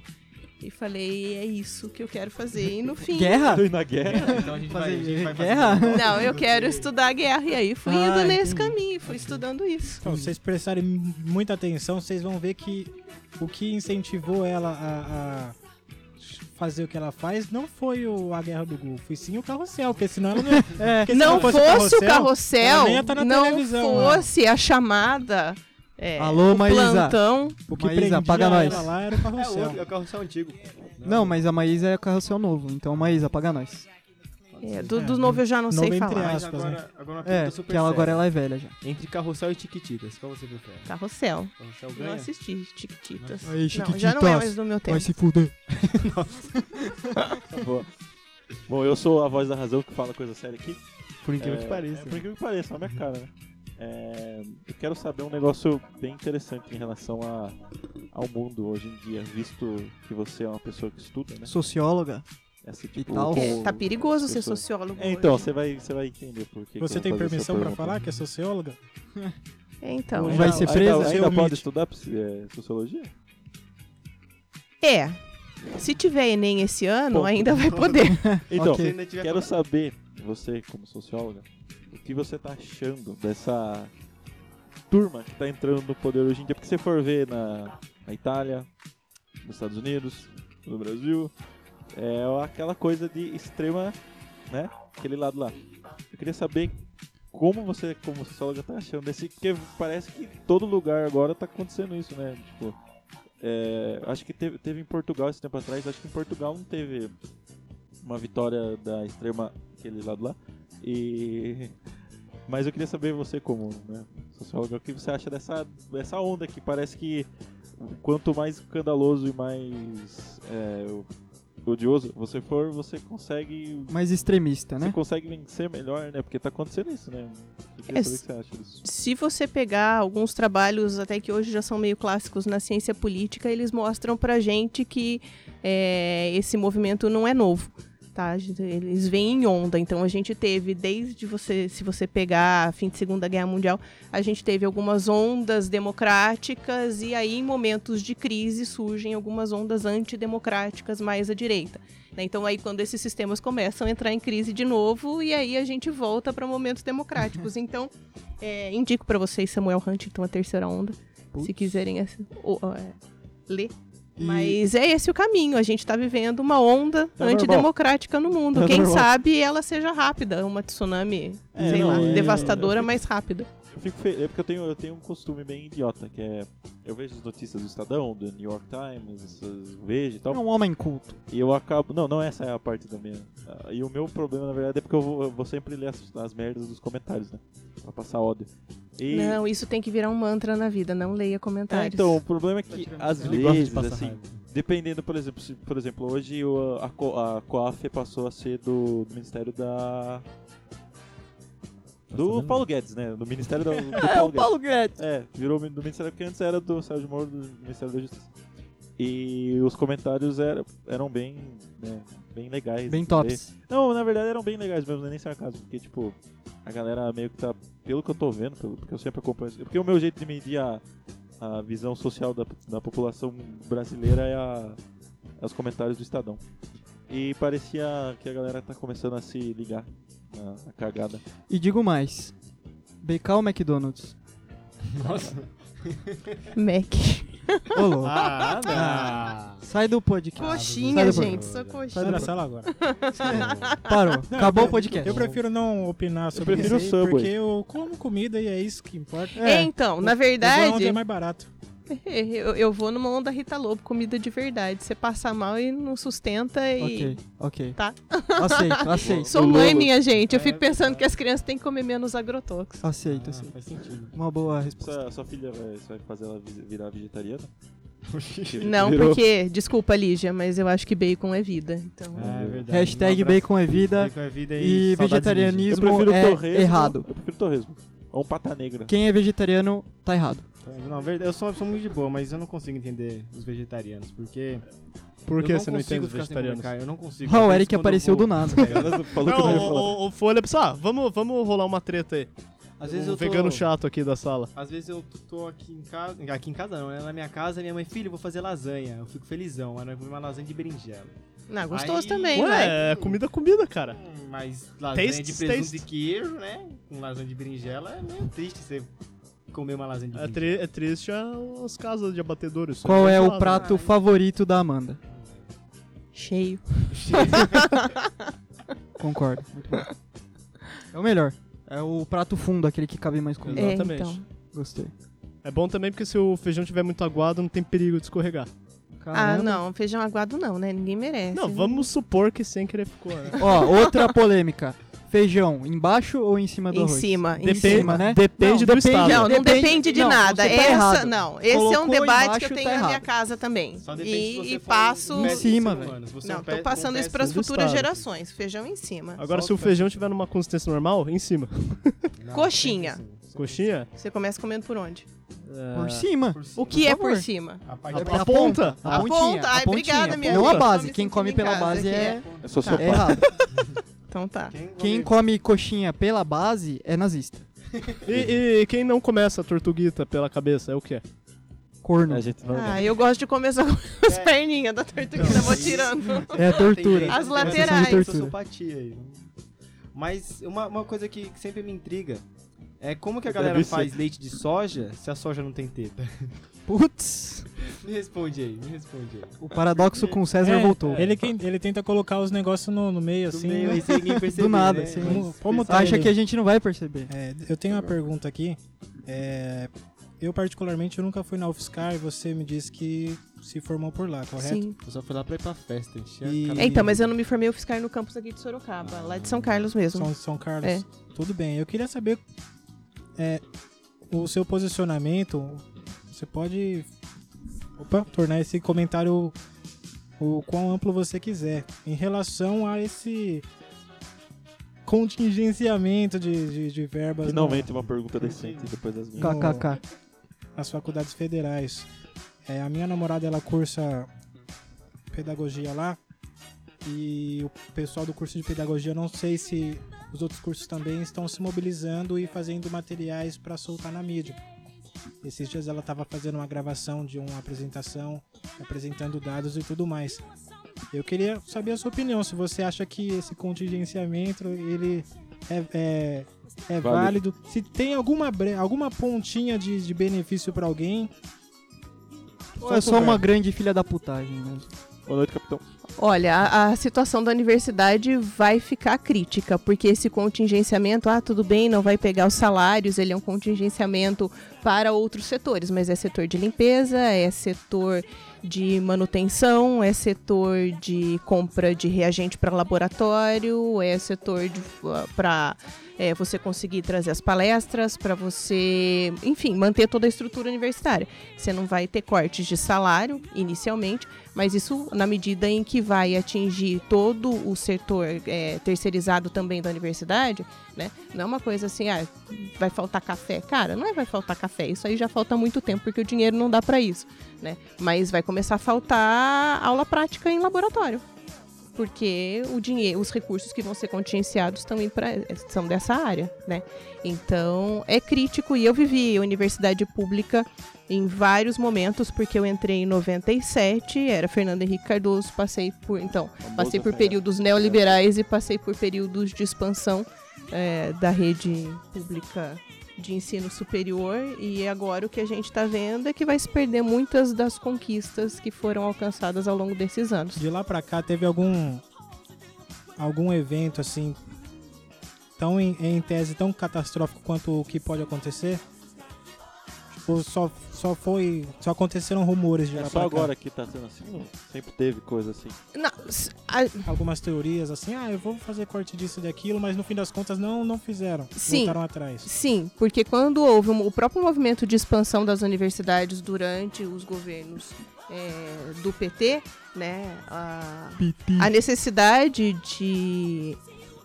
[SPEAKER 1] E falei, é isso que eu quero fazer. E no fim,
[SPEAKER 4] Guerra?
[SPEAKER 3] Tô indo na guerra.
[SPEAKER 1] um.
[SPEAKER 6] Então a gente vai, a gente vai fazer-
[SPEAKER 4] Guerra?
[SPEAKER 1] Não, eu quero estudar a guerra. E aí fui
[SPEAKER 4] Ah,
[SPEAKER 1] indo nesse
[SPEAKER 4] entendi.
[SPEAKER 1] caminho, fui estudando isso.
[SPEAKER 2] Então, se vocês prestarem muita atenção, vocês vão ver que o que incentivou ela a, a fazer o que ela faz não foi o, a Guerra do Golfo, e sim o carrossel, porque senão ela não ia,
[SPEAKER 4] É.
[SPEAKER 2] porque se
[SPEAKER 1] não fosse, o
[SPEAKER 2] ela
[SPEAKER 1] carrossel,
[SPEAKER 2] nem ia tá na
[SPEAKER 1] não
[SPEAKER 2] televisão, né?
[SPEAKER 1] fosse a chamada. é,
[SPEAKER 4] Alô,
[SPEAKER 1] o
[SPEAKER 4] Maísa.
[SPEAKER 1] plantão.
[SPEAKER 2] o que
[SPEAKER 4] Maísa,
[SPEAKER 2] prendia
[SPEAKER 4] apaga
[SPEAKER 2] ela
[SPEAKER 4] nós.
[SPEAKER 2] lá era o
[SPEAKER 6] É o
[SPEAKER 2] carrossel.
[SPEAKER 6] outro, é o carrossel antigo.
[SPEAKER 4] Não, mas a Maísa é carrossel novo, então Maísa, paga nós.
[SPEAKER 1] é, do,
[SPEAKER 2] É,
[SPEAKER 1] do novo eu já não
[SPEAKER 2] novo
[SPEAKER 1] sei
[SPEAKER 2] entre
[SPEAKER 1] falar.
[SPEAKER 2] aspas.
[SPEAKER 6] Mas assim, agora, agora uma
[SPEAKER 2] Ah,
[SPEAKER 6] pergunta
[SPEAKER 4] É,
[SPEAKER 6] super
[SPEAKER 4] que ela agora
[SPEAKER 6] séria.
[SPEAKER 4] ela é velha já.
[SPEAKER 6] Entre carrossel e tiquititas, qual você prefere?
[SPEAKER 1] Carrossel.
[SPEAKER 6] Carrossel
[SPEAKER 1] Não
[SPEAKER 6] ganha?
[SPEAKER 1] assisti Tiquititas.
[SPEAKER 4] Aí,
[SPEAKER 1] Não, já não é
[SPEAKER 4] Chiquititas.
[SPEAKER 1] mais do meu tempo.
[SPEAKER 4] Vai se fuder.
[SPEAKER 3] Boa. Tá Bom, eu sou a voz da razão que fala coisa séria aqui.
[SPEAKER 6] Por incrível
[SPEAKER 3] É,
[SPEAKER 6] que pareça.
[SPEAKER 3] É, por incrível que pareça, olha a minha cara, né? É, eu quero saber um negócio bem interessante em relação a, ao mundo hoje em dia, visto que você é uma pessoa que estuda, né?
[SPEAKER 4] Socióloga.
[SPEAKER 3] Essa, tipo,
[SPEAKER 4] tal.
[SPEAKER 1] É,
[SPEAKER 3] como-
[SPEAKER 1] tá perigoso
[SPEAKER 3] as
[SPEAKER 1] ser
[SPEAKER 3] pessoas-
[SPEAKER 1] sociólogo.
[SPEAKER 3] É, então,
[SPEAKER 1] hoje.
[SPEAKER 3] você vai, você vai entender por que.
[SPEAKER 2] Você
[SPEAKER 3] que eu
[SPEAKER 2] tem
[SPEAKER 3] vou fazer
[SPEAKER 2] permissão
[SPEAKER 3] essa
[SPEAKER 2] pra
[SPEAKER 3] pergunta.
[SPEAKER 2] falar que é socióloga?
[SPEAKER 1] É, então.
[SPEAKER 4] Vai
[SPEAKER 3] Ainda-
[SPEAKER 4] ser
[SPEAKER 3] ainda-
[SPEAKER 4] presa?
[SPEAKER 3] Ainda,
[SPEAKER 2] Seu
[SPEAKER 3] pode
[SPEAKER 2] mito.
[SPEAKER 3] estudar psi- é, sociologia?
[SPEAKER 1] É. Se tiver Enem esse ano,
[SPEAKER 3] Pô.
[SPEAKER 1] ainda vai poder.
[SPEAKER 3] Então,
[SPEAKER 6] Se ainda tiver
[SPEAKER 3] quero saber, você como socióloga, o que você tá achando dessa turma que tá entrando no poder hoje em dia? Porque se você for ver na, na Itália, nos Estados Unidos, no Brasil, é aquela coisa de extrema, né? Aquele lado lá. Eu queria saber como você, como socióloga, tá achando desse. Porque parece que todo lugar agora tá acontecendo isso, né? Tipo. é, acho que teve, teve em Portugal esse tempo atrás, acho que em Portugal não teve uma vitória da extrema aquele lado lá. E mas eu queria saber você como né, socióloga, o que você acha dessa dessa onda que parece que quanto mais escandaloso e mais é, o- odioso você for, você consegue.
[SPEAKER 4] Mais extremista,
[SPEAKER 3] Você
[SPEAKER 4] né?
[SPEAKER 3] consegue vencer melhor, né? Porque tá acontecendo isso, né? Eu queria
[SPEAKER 1] É,
[SPEAKER 3] saber o que você acha disso.
[SPEAKER 1] Se você pegar alguns trabalhos, até que hoje já são meio clássicos na ciência política, eles mostram pra gente que é, esse movimento não é novo. Tá? A gente- Eles vêm em onda. Então a gente teve, desde você, se você pegar fim de Segunda Guerra Mundial, a gente teve algumas ondas democráticas e aí em momentos de crise surgem algumas ondas antidemocráticas mais à direita. né? Então aí quando esses sistemas começam a entrar em crise de novo e aí a gente volta para momentos
[SPEAKER 3] Uhum.
[SPEAKER 1] democráticos. Então é, indico pra vocês Samuel Huntington, a terceira onda, se quiserem assim, o- ó, é, ler.
[SPEAKER 2] E-
[SPEAKER 1] Mas é esse o caminho. A gente tá vivendo uma onda
[SPEAKER 3] Tá normal.
[SPEAKER 1] antidemocrática no mundo.
[SPEAKER 3] Tá
[SPEAKER 1] Quem
[SPEAKER 3] normal.
[SPEAKER 1] sabe ela seja rápida, uma tsunami,
[SPEAKER 3] É,
[SPEAKER 1] sei
[SPEAKER 3] não,
[SPEAKER 1] lá,
[SPEAKER 3] é-
[SPEAKER 1] devastadora, mas rápida.
[SPEAKER 3] Eu fico feliz, é porque eu tenho, eu tenho um costume bem idiota, que é. Eu vejo as notícias do Estadão, do New York Times, essas, vejo e
[SPEAKER 4] É
[SPEAKER 3] tal.
[SPEAKER 4] um homem culto.
[SPEAKER 3] E eu acabo. Não, não essa é a parte da minha. ah, E o meu problema, na verdade, é porque eu vou, eu vou sempre ler as, as merdas dos comentários, né? Pra passar ódio. E-
[SPEAKER 1] Não, isso tem que virar um mantra na vida. Não leia
[SPEAKER 3] É,
[SPEAKER 1] comentários.
[SPEAKER 3] então, o problema é que às
[SPEAKER 6] Ele gosta de
[SPEAKER 3] vezes,
[SPEAKER 6] passar
[SPEAKER 3] assim,
[SPEAKER 6] raiva.
[SPEAKER 3] dependendo, por exemplo, se- por exemplo, hoje o- a, Co- a COAF passou a ser do, do Ministério da.
[SPEAKER 4] Tá
[SPEAKER 3] Do
[SPEAKER 6] sabendo?
[SPEAKER 3] Paulo Guedes, né? Do Ministério da- do,
[SPEAKER 4] É, o
[SPEAKER 3] Paulo Guedes.
[SPEAKER 4] Paulo Guedes.
[SPEAKER 3] É, virou do Ministério, porque antes era do Sérgio Moro, do Ministério da Justiça. E os comentários eram, eram bem, né, bem legais.
[SPEAKER 4] Bem
[SPEAKER 3] de ler.
[SPEAKER 4] tops.
[SPEAKER 3] Não, na verdade eram bem legais mesmo, não é nem sarcasmo, porque tipo, a galera meio que tá, pelo que eu tô vendo, pelo, porque eu sempre acompanho isso, porque o meu jeito de medir a, a visão social da, da população brasileira é, a, é os comentários do Estadão. E parecia que a galera tá começando a se ligar na, na cagada.
[SPEAKER 4] E digo mais. BK ou McDonald's?
[SPEAKER 1] Mac.
[SPEAKER 4] Ô, louco.
[SPEAKER 6] Ah, não.
[SPEAKER 4] Sai do podcast.
[SPEAKER 1] Coxinha,
[SPEAKER 4] Sai do
[SPEAKER 1] gente.
[SPEAKER 6] programa.
[SPEAKER 1] Só
[SPEAKER 2] Sai da
[SPEAKER 1] coxinha.
[SPEAKER 2] sala agora.
[SPEAKER 4] Ah, Parou.
[SPEAKER 2] Não,
[SPEAKER 4] Acabou
[SPEAKER 2] eu-
[SPEAKER 4] o podcast.
[SPEAKER 2] Eu prefiro não opinar sobre
[SPEAKER 3] prefiro
[SPEAKER 2] isso
[SPEAKER 3] o
[SPEAKER 2] aí,
[SPEAKER 3] Subway.
[SPEAKER 2] porque eu como comida e é isso que importa.
[SPEAKER 1] É, então, na
[SPEAKER 2] Eu vou onde
[SPEAKER 1] verdade,
[SPEAKER 2] é mais barato.
[SPEAKER 1] eu, eu vou numa onda Rita Lobo, comida de verdade. Você passa mal e não sustenta e.
[SPEAKER 4] Ok, ok.
[SPEAKER 1] Tá.
[SPEAKER 4] Aceito, aceito.
[SPEAKER 1] Sou mãe,
[SPEAKER 3] Lobo.
[SPEAKER 1] minha gente. Eu
[SPEAKER 6] É
[SPEAKER 1] fico pensando
[SPEAKER 6] verdade.
[SPEAKER 1] que as crianças têm que comer menos agrotóxicos.
[SPEAKER 4] Aceito,
[SPEAKER 6] Ah,
[SPEAKER 4] aceito.
[SPEAKER 6] faz sentido.
[SPEAKER 4] Uma boa resposta.
[SPEAKER 3] Sua, sua filha vai, você vai fazer ela vi- virar vegetariana?
[SPEAKER 1] Não,
[SPEAKER 3] Virou.
[SPEAKER 1] porque, desculpa, Lígia, mas eu acho que bacon é vida. Então,
[SPEAKER 6] Ah, é verdade.
[SPEAKER 4] Hashtag
[SPEAKER 6] Um abraço.
[SPEAKER 4] bacon é vida
[SPEAKER 6] Bacon é vida
[SPEAKER 4] e,
[SPEAKER 6] saudades de
[SPEAKER 3] Eu
[SPEAKER 4] vegetarianismo
[SPEAKER 3] prefiro
[SPEAKER 4] é
[SPEAKER 3] torresmo.
[SPEAKER 4] errado.
[SPEAKER 3] Eu prefiro torresmo. Ou um pata negra.
[SPEAKER 4] Quem é vegetariano tá errado.
[SPEAKER 6] gente. Não, verdade, eu sou uma pessoa muito de boa, mas eu não consigo entender os vegetarianos, porque...
[SPEAKER 5] Por
[SPEAKER 6] eu
[SPEAKER 5] que você não
[SPEAKER 6] consigo
[SPEAKER 5] entende os
[SPEAKER 6] ficar sem comer
[SPEAKER 5] vegetarianos?
[SPEAKER 6] carne, Eu não consigo.
[SPEAKER 4] Ah,
[SPEAKER 6] Às
[SPEAKER 4] o
[SPEAKER 6] vezes
[SPEAKER 4] Eric
[SPEAKER 6] quando eu
[SPEAKER 4] apareceu
[SPEAKER 6] vou-
[SPEAKER 4] do nada.
[SPEAKER 3] Ela falou que não ia falar.
[SPEAKER 5] Não, o, o, o Folha pensou, ah, vamos, vamos rolar uma treta aí.
[SPEAKER 6] Às vezes
[SPEAKER 5] um
[SPEAKER 6] eu tô...
[SPEAKER 5] vegano chato aqui da sala.
[SPEAKER 6] Às vezes eu tô aqui em casa. Aqui em casa não, né? Na minha casa, minha mãe, filho, eu vou fazer lasanha. Eu fico felizão. Aí nós vamos uma lasanha de berinjela.
[SPEAKER 1] não, Ah, gostoso
[SPEAKER 6] Aí-
[SPEAKER 1] também, né?
[SPEAKER 5] Ué, é comida, comida, cara.
[SPEAKER 6] Hum, Mas lasanha
[SPEAKER 5] Taste,
[SPEAKER 6] de presunto
[SPEAKER 5] taste.
[SPEAKER 6] e queijo, né? Com lasanha de berinjela é meio triste você comer uma lasanha de
[SPEAKER 5] É,
[SPEAKER 6] berinjela.
[SPEAKER 5] tri- é triste as casas de abatedores. isso
[SPEAKER 4] Qual
[SPEAKER 5] aí
[SPEAKER 4] é o
[SPEAKER 5] errado,
[SPEAKER 4] prato favorito da Amanda?
[SPEAKER 1] Cheio.
[SPEAKER 4] Concordo. Muito bom. É o melhor. É o prato fundo, aquele que cabe mais comida.
[SPEAKER 1] É,
[SPEAKER 5] Exatamente.
[SPEAKER 1] então.
[SPEAKER 4] Gostei.
[SPEAKER 5] né? É bom também porque se o feijão tiver muito aguado, não tem perigo de escorregar.
[SPEAKER 1] Ah,
[SPEAKER 4] Caramba.
[SPEAKER 1] não, feijão aguado não, né? Ninguém merece.
[SPEAKER 5] Não, vamos supor que sem querer ficou, né?
[SPEAKER 4] Ó, outra polêmica. Feijão, embaixo ou em cima do
[SPEAKER 1] Em
[SPEAKER 4] arroz?
[SPEAKER 1] cima, em
[SPEAKER 5] Depende-
[SPEAKER 1] cima.
[SPEAKER 4] né?
[SPEAKER 5] Depende
[SPEAKER 4] Não,
[SPEAKER 5] do
[SPEAKER 4] depende-
[SPEAKER 5] estado.
[SPEAKER 1] Não, não
[SPEAKER 4] Depende-
[SPEAKER 1] depende de
[SPEAKER 4] não,
[SPEAKER 1] nada.
[SPEAKER 4] você tá
[SPEAKER 1] Essa,
[SPEAKER 4] errado.
[SPEAKER 1] não, esse é um
[SPEAKER 4] Colocou
[SPEAKER 1] debate
[SPEAKER 4] embaixo,
[SPEAKER 1] que eu tenho
[SPEAKER 4] tá
[SPEAKER 1] na minha
[SPEAKER 4] errado.
[SPEAKER 1] casa também.
[SPEAKER 6] Só depende se
[SPEAKER 1] E,
[SPEAKER 6] você
[SPEAKER 1] e
[SPEAKER 6] for um
[SPEAKER 1] passo.
[SPEAKER 6] péssimo
[SPEAKER 4] Em cima,
[SPEAKER 6] ser
[SPEAKER 4] velho.
[SPEAKER 6] humano. Se você é
[SPEAKER 1] Não,
[SPEAKER 6] um
[SPEAKER 1] tô
[SPEAKER 6] péssimo-
[SPEAKER 1] passando
[SPEAKER 6] um
[SPEAKER 1] isso pras
[SPEAKER 5] do
[SPEAKER 6] péssimo-
[SPEAKER 1] futuras
[SPEAKER 5] estado.
[SPEAKER 1] gerações. Feijão em cima.
[SPEAKER 5] Agora,
[SPEAKER 6] Só
[SPEAKER 5] se o
[SPEAKER 6] os
[SPEAKER 5] feijão tiver numa consistência normal, em cima.
[SPEAKER 6] Não,
[SPEAKER 1] Coxinha.
[SPEAKER 6] sempre assim.
[SPEAKER 5] Coxinha?
[SPEAKER 1] Você começa comendo por onde?
[SPEAKER 5] é,
[SPEAKER 4] Por cima.
[SPEAKER 6] Por cima.
[SPEAKER 1] O que é por
[SPEAKER 4] favor.
[SPEAKER 1] cima?
[SPEAKER 6] A
[SPEAKER 5] A,
[SPEAKER 6] parte
[SPEAKER 5] a
[SPEAKER 4] a
[SPEAKER 5] ponta.
[SPEAKER 4] ponta. A
[SPEAKER 1] A
[SPEAKER 4] pontinha,
[SPEAKER 1] ponta.
[SPEAKER 4] a
[SPEAKER 1] Ai,
[SPEAKER 4] pontinha.
[SPEAKER 1] obrigada, minha
[SPEAKER 4] Não
[SPEAKER 1] gente.
[SPEAKER 4] a
[SPEAKER 1] Tô
[SPEAKER 4] base.
[SPEAKER 1] me
[SPEAKER 4] Quem
[SPEAKER 1] sentindo
[SPEAKER 4] come
[SPEAKER 1] em
[SPEAKER 4] pela
[SPEAKER 1] casa
[SPEAKER 4] base
[SPEAKER 1] aqui,
[SPEAKER 4] é...
[SPEAKER 3] É só
[SPEAKER 4] é
[SPEAKER 3] sopa.
[SPEAKER 4] errado.
[SPEAKER 1] Então tá.
[SPEAKER 4] Quem come coxinha pela base é nazista.
[SPEAKER 5] E, e quem não começa a tortuguita pela cabeça é o quê?
[SPEAKER 4] Corno.
[SPEAKER 3] É, A gente não.
[SPEAKER 1] Ah, eu gosto de comer só com as perninhas da tortuguita, vou tirando.
[SPEAKER 4] É tortura.
[SPEAKER 1] As
[SPEAKER 6] Tem essa
[SPEAKER 1] laterais.
[SPEAKER 6] sensação de Sociopatia aí. Mas uma, uma coisa que, que sempre me intriga é como que a galera
[SPEAKER 3] Deve ser.
[SPEAKER 6] faz leite de soja se a soja não tem teta?
[SPEAKER 4] Putz.
[SPEAKER 6] Me responde aí, me responde aí.
[SPEAKER 4] O paradoxo com o César
[SPEAKER 2] É,
[SPEAKER 4] voltou.
[SPEAKER 2] Ele, quem- ele tenta colocar os negócios no, no meio, assim.
[SPEAKER 6] meio
[SPEAKER 2] né?
[SPEAKER 6] aí, sem ninguém perceber,
[SPEAKER 4] nada,
[SPEAKER 6] né?
[SPEAKER 4] sem-
[SPEAKER 6] Mas
[SPEAKER 2] como
[SPEAKER 6] pessoal-
[SPEAKER 2] tá
[SPEAKER 4] Acha
[SPEAKER 2] ele.
[SPEAKER 4] que a gente não vai perceber.
[SPEAKER 2] É, eu tenho uma pergunta aqui. É, eu, particularmente, eu nunca fui na UFSCar e você me disse que se formou por lá, correto?
[SPEAKER 1] Sim.
[SPEAKER 6] Eu só fui lá pra ir pra festa, encher
[SPEAKER 2] E-
[SPEAKER 6] a cara.
[SPEAKER 2] É,
[SPEAKER 1] Então, mas eu não me formei, eu fiz cair no campus aqui de Sorocaba, lá de São Carlos mesmo.
[SPEAKER 2] São, São Carlos.
[SPEAKER 1] É.
[SPEAKER 2] Tudo bem. Eu queria saber é, o seu posicionamento. Você pode opa, tornar esse comentário o quão amplo você quiser. Em relação a esse contingenciamento de, de, de verbas na-
[SPEAKER 3] Finalmente uma pergunta decente depois das minhas.
[SPEAKER 2] Calma.
[SPEAKER 4] KKK.
[SPEAKER 2] nas faculdades federais. É, a minha namorada ela cursa pedagogia lá e o pessoal do curso de pedagogia eu não sei se os outros cursos também estão se mobilizando e fazendo materiais para soltar na mídia. Esses dias ela estava fazendo uma gravação de uma apresentação, apresentando dados e tudo mais. Eu queria saber a sua opinião, se você acha que esse contingenciamento ele é, é, é
[SPEAKER 3] Válido.
[SPEAKER 2] válido. se tem alguma, bre- alguma pontinha de, de benefício para alguém.
[SPEAKER 4] Ou é só uma grande filha da putagem, né?
[SPEAKER 3] Boa noite, capitão.
[SPEAKER 1] Olha, a, a situação da universidade vai ficar crítica, porque esse contingenciamento, ah, tudo bem, não vai pegar os salários, ele é um contingenciamento para outros setores, mas é setor de limpeza, é setor de manutenção, é setor de compra de reagente para laboratório, é setor para é, você conseguir trazer as palestras, para você, enfim, manter toda a estrutura universitária. Você não vai ter cortes de salário inicialmente mas isso na medida em que vai atingir todo o setor é, terceirizado também da universidade, né? Não é uma coisa assim, ah, vai faltar café. Cara, não é vai faltar café, isso aí já falta há muito tempo, porque o dinheiro não dá para isso, né? Mas vai começar a faltar aula prática em laboratório. Porque o dinheiro, os recursos que vão ser contingenciados estão indo pra, são dessa área, né? Então, é crítico. E eu vivi universidade pública em vários momentos, porque eu entrei em 97, era Fernando Henrique Cardoso, passei por. Então, passei
[SPEAKER 3] assim, né?
[SPEAKER 1] por períodos neoliberais e passei por períodos de expansão é, da rede pública de ensino superior. E agora o que a gente está vendo é que vai se perder muitas das conquistas que foram alcançadas ao longo desses anos.
[SPEAKER 2] De lá pra cá teve algum algum evento assim tão em, em tese tão catastrófico quanto o que pode acontecer? Tipo, só só foi só aconteceram rumores de
[SPEAKER 3] É
[SPEAKER 2] lá pra
[SPEAKER 3] só
[SPEAKER 2] cá.
[SPEAKER 3] agora que tá sendo assim, não? sempre teve coisa assim.
[SPEAKER 1] Não, s- a-
[SPEAKER 2] algumas teorias assim, ah, eu vou fazer corte disso e daquilo, mas no fim das contas não não fizeram,
[SPEAKER 1] Sim.
[SPEAKER 2] voltaram atrás.
[SPEAKER 1] Sim, porque quando houve um- o próprio movimento de expansão das universidades durante os governos é, do PT, né, a, a necessidade de,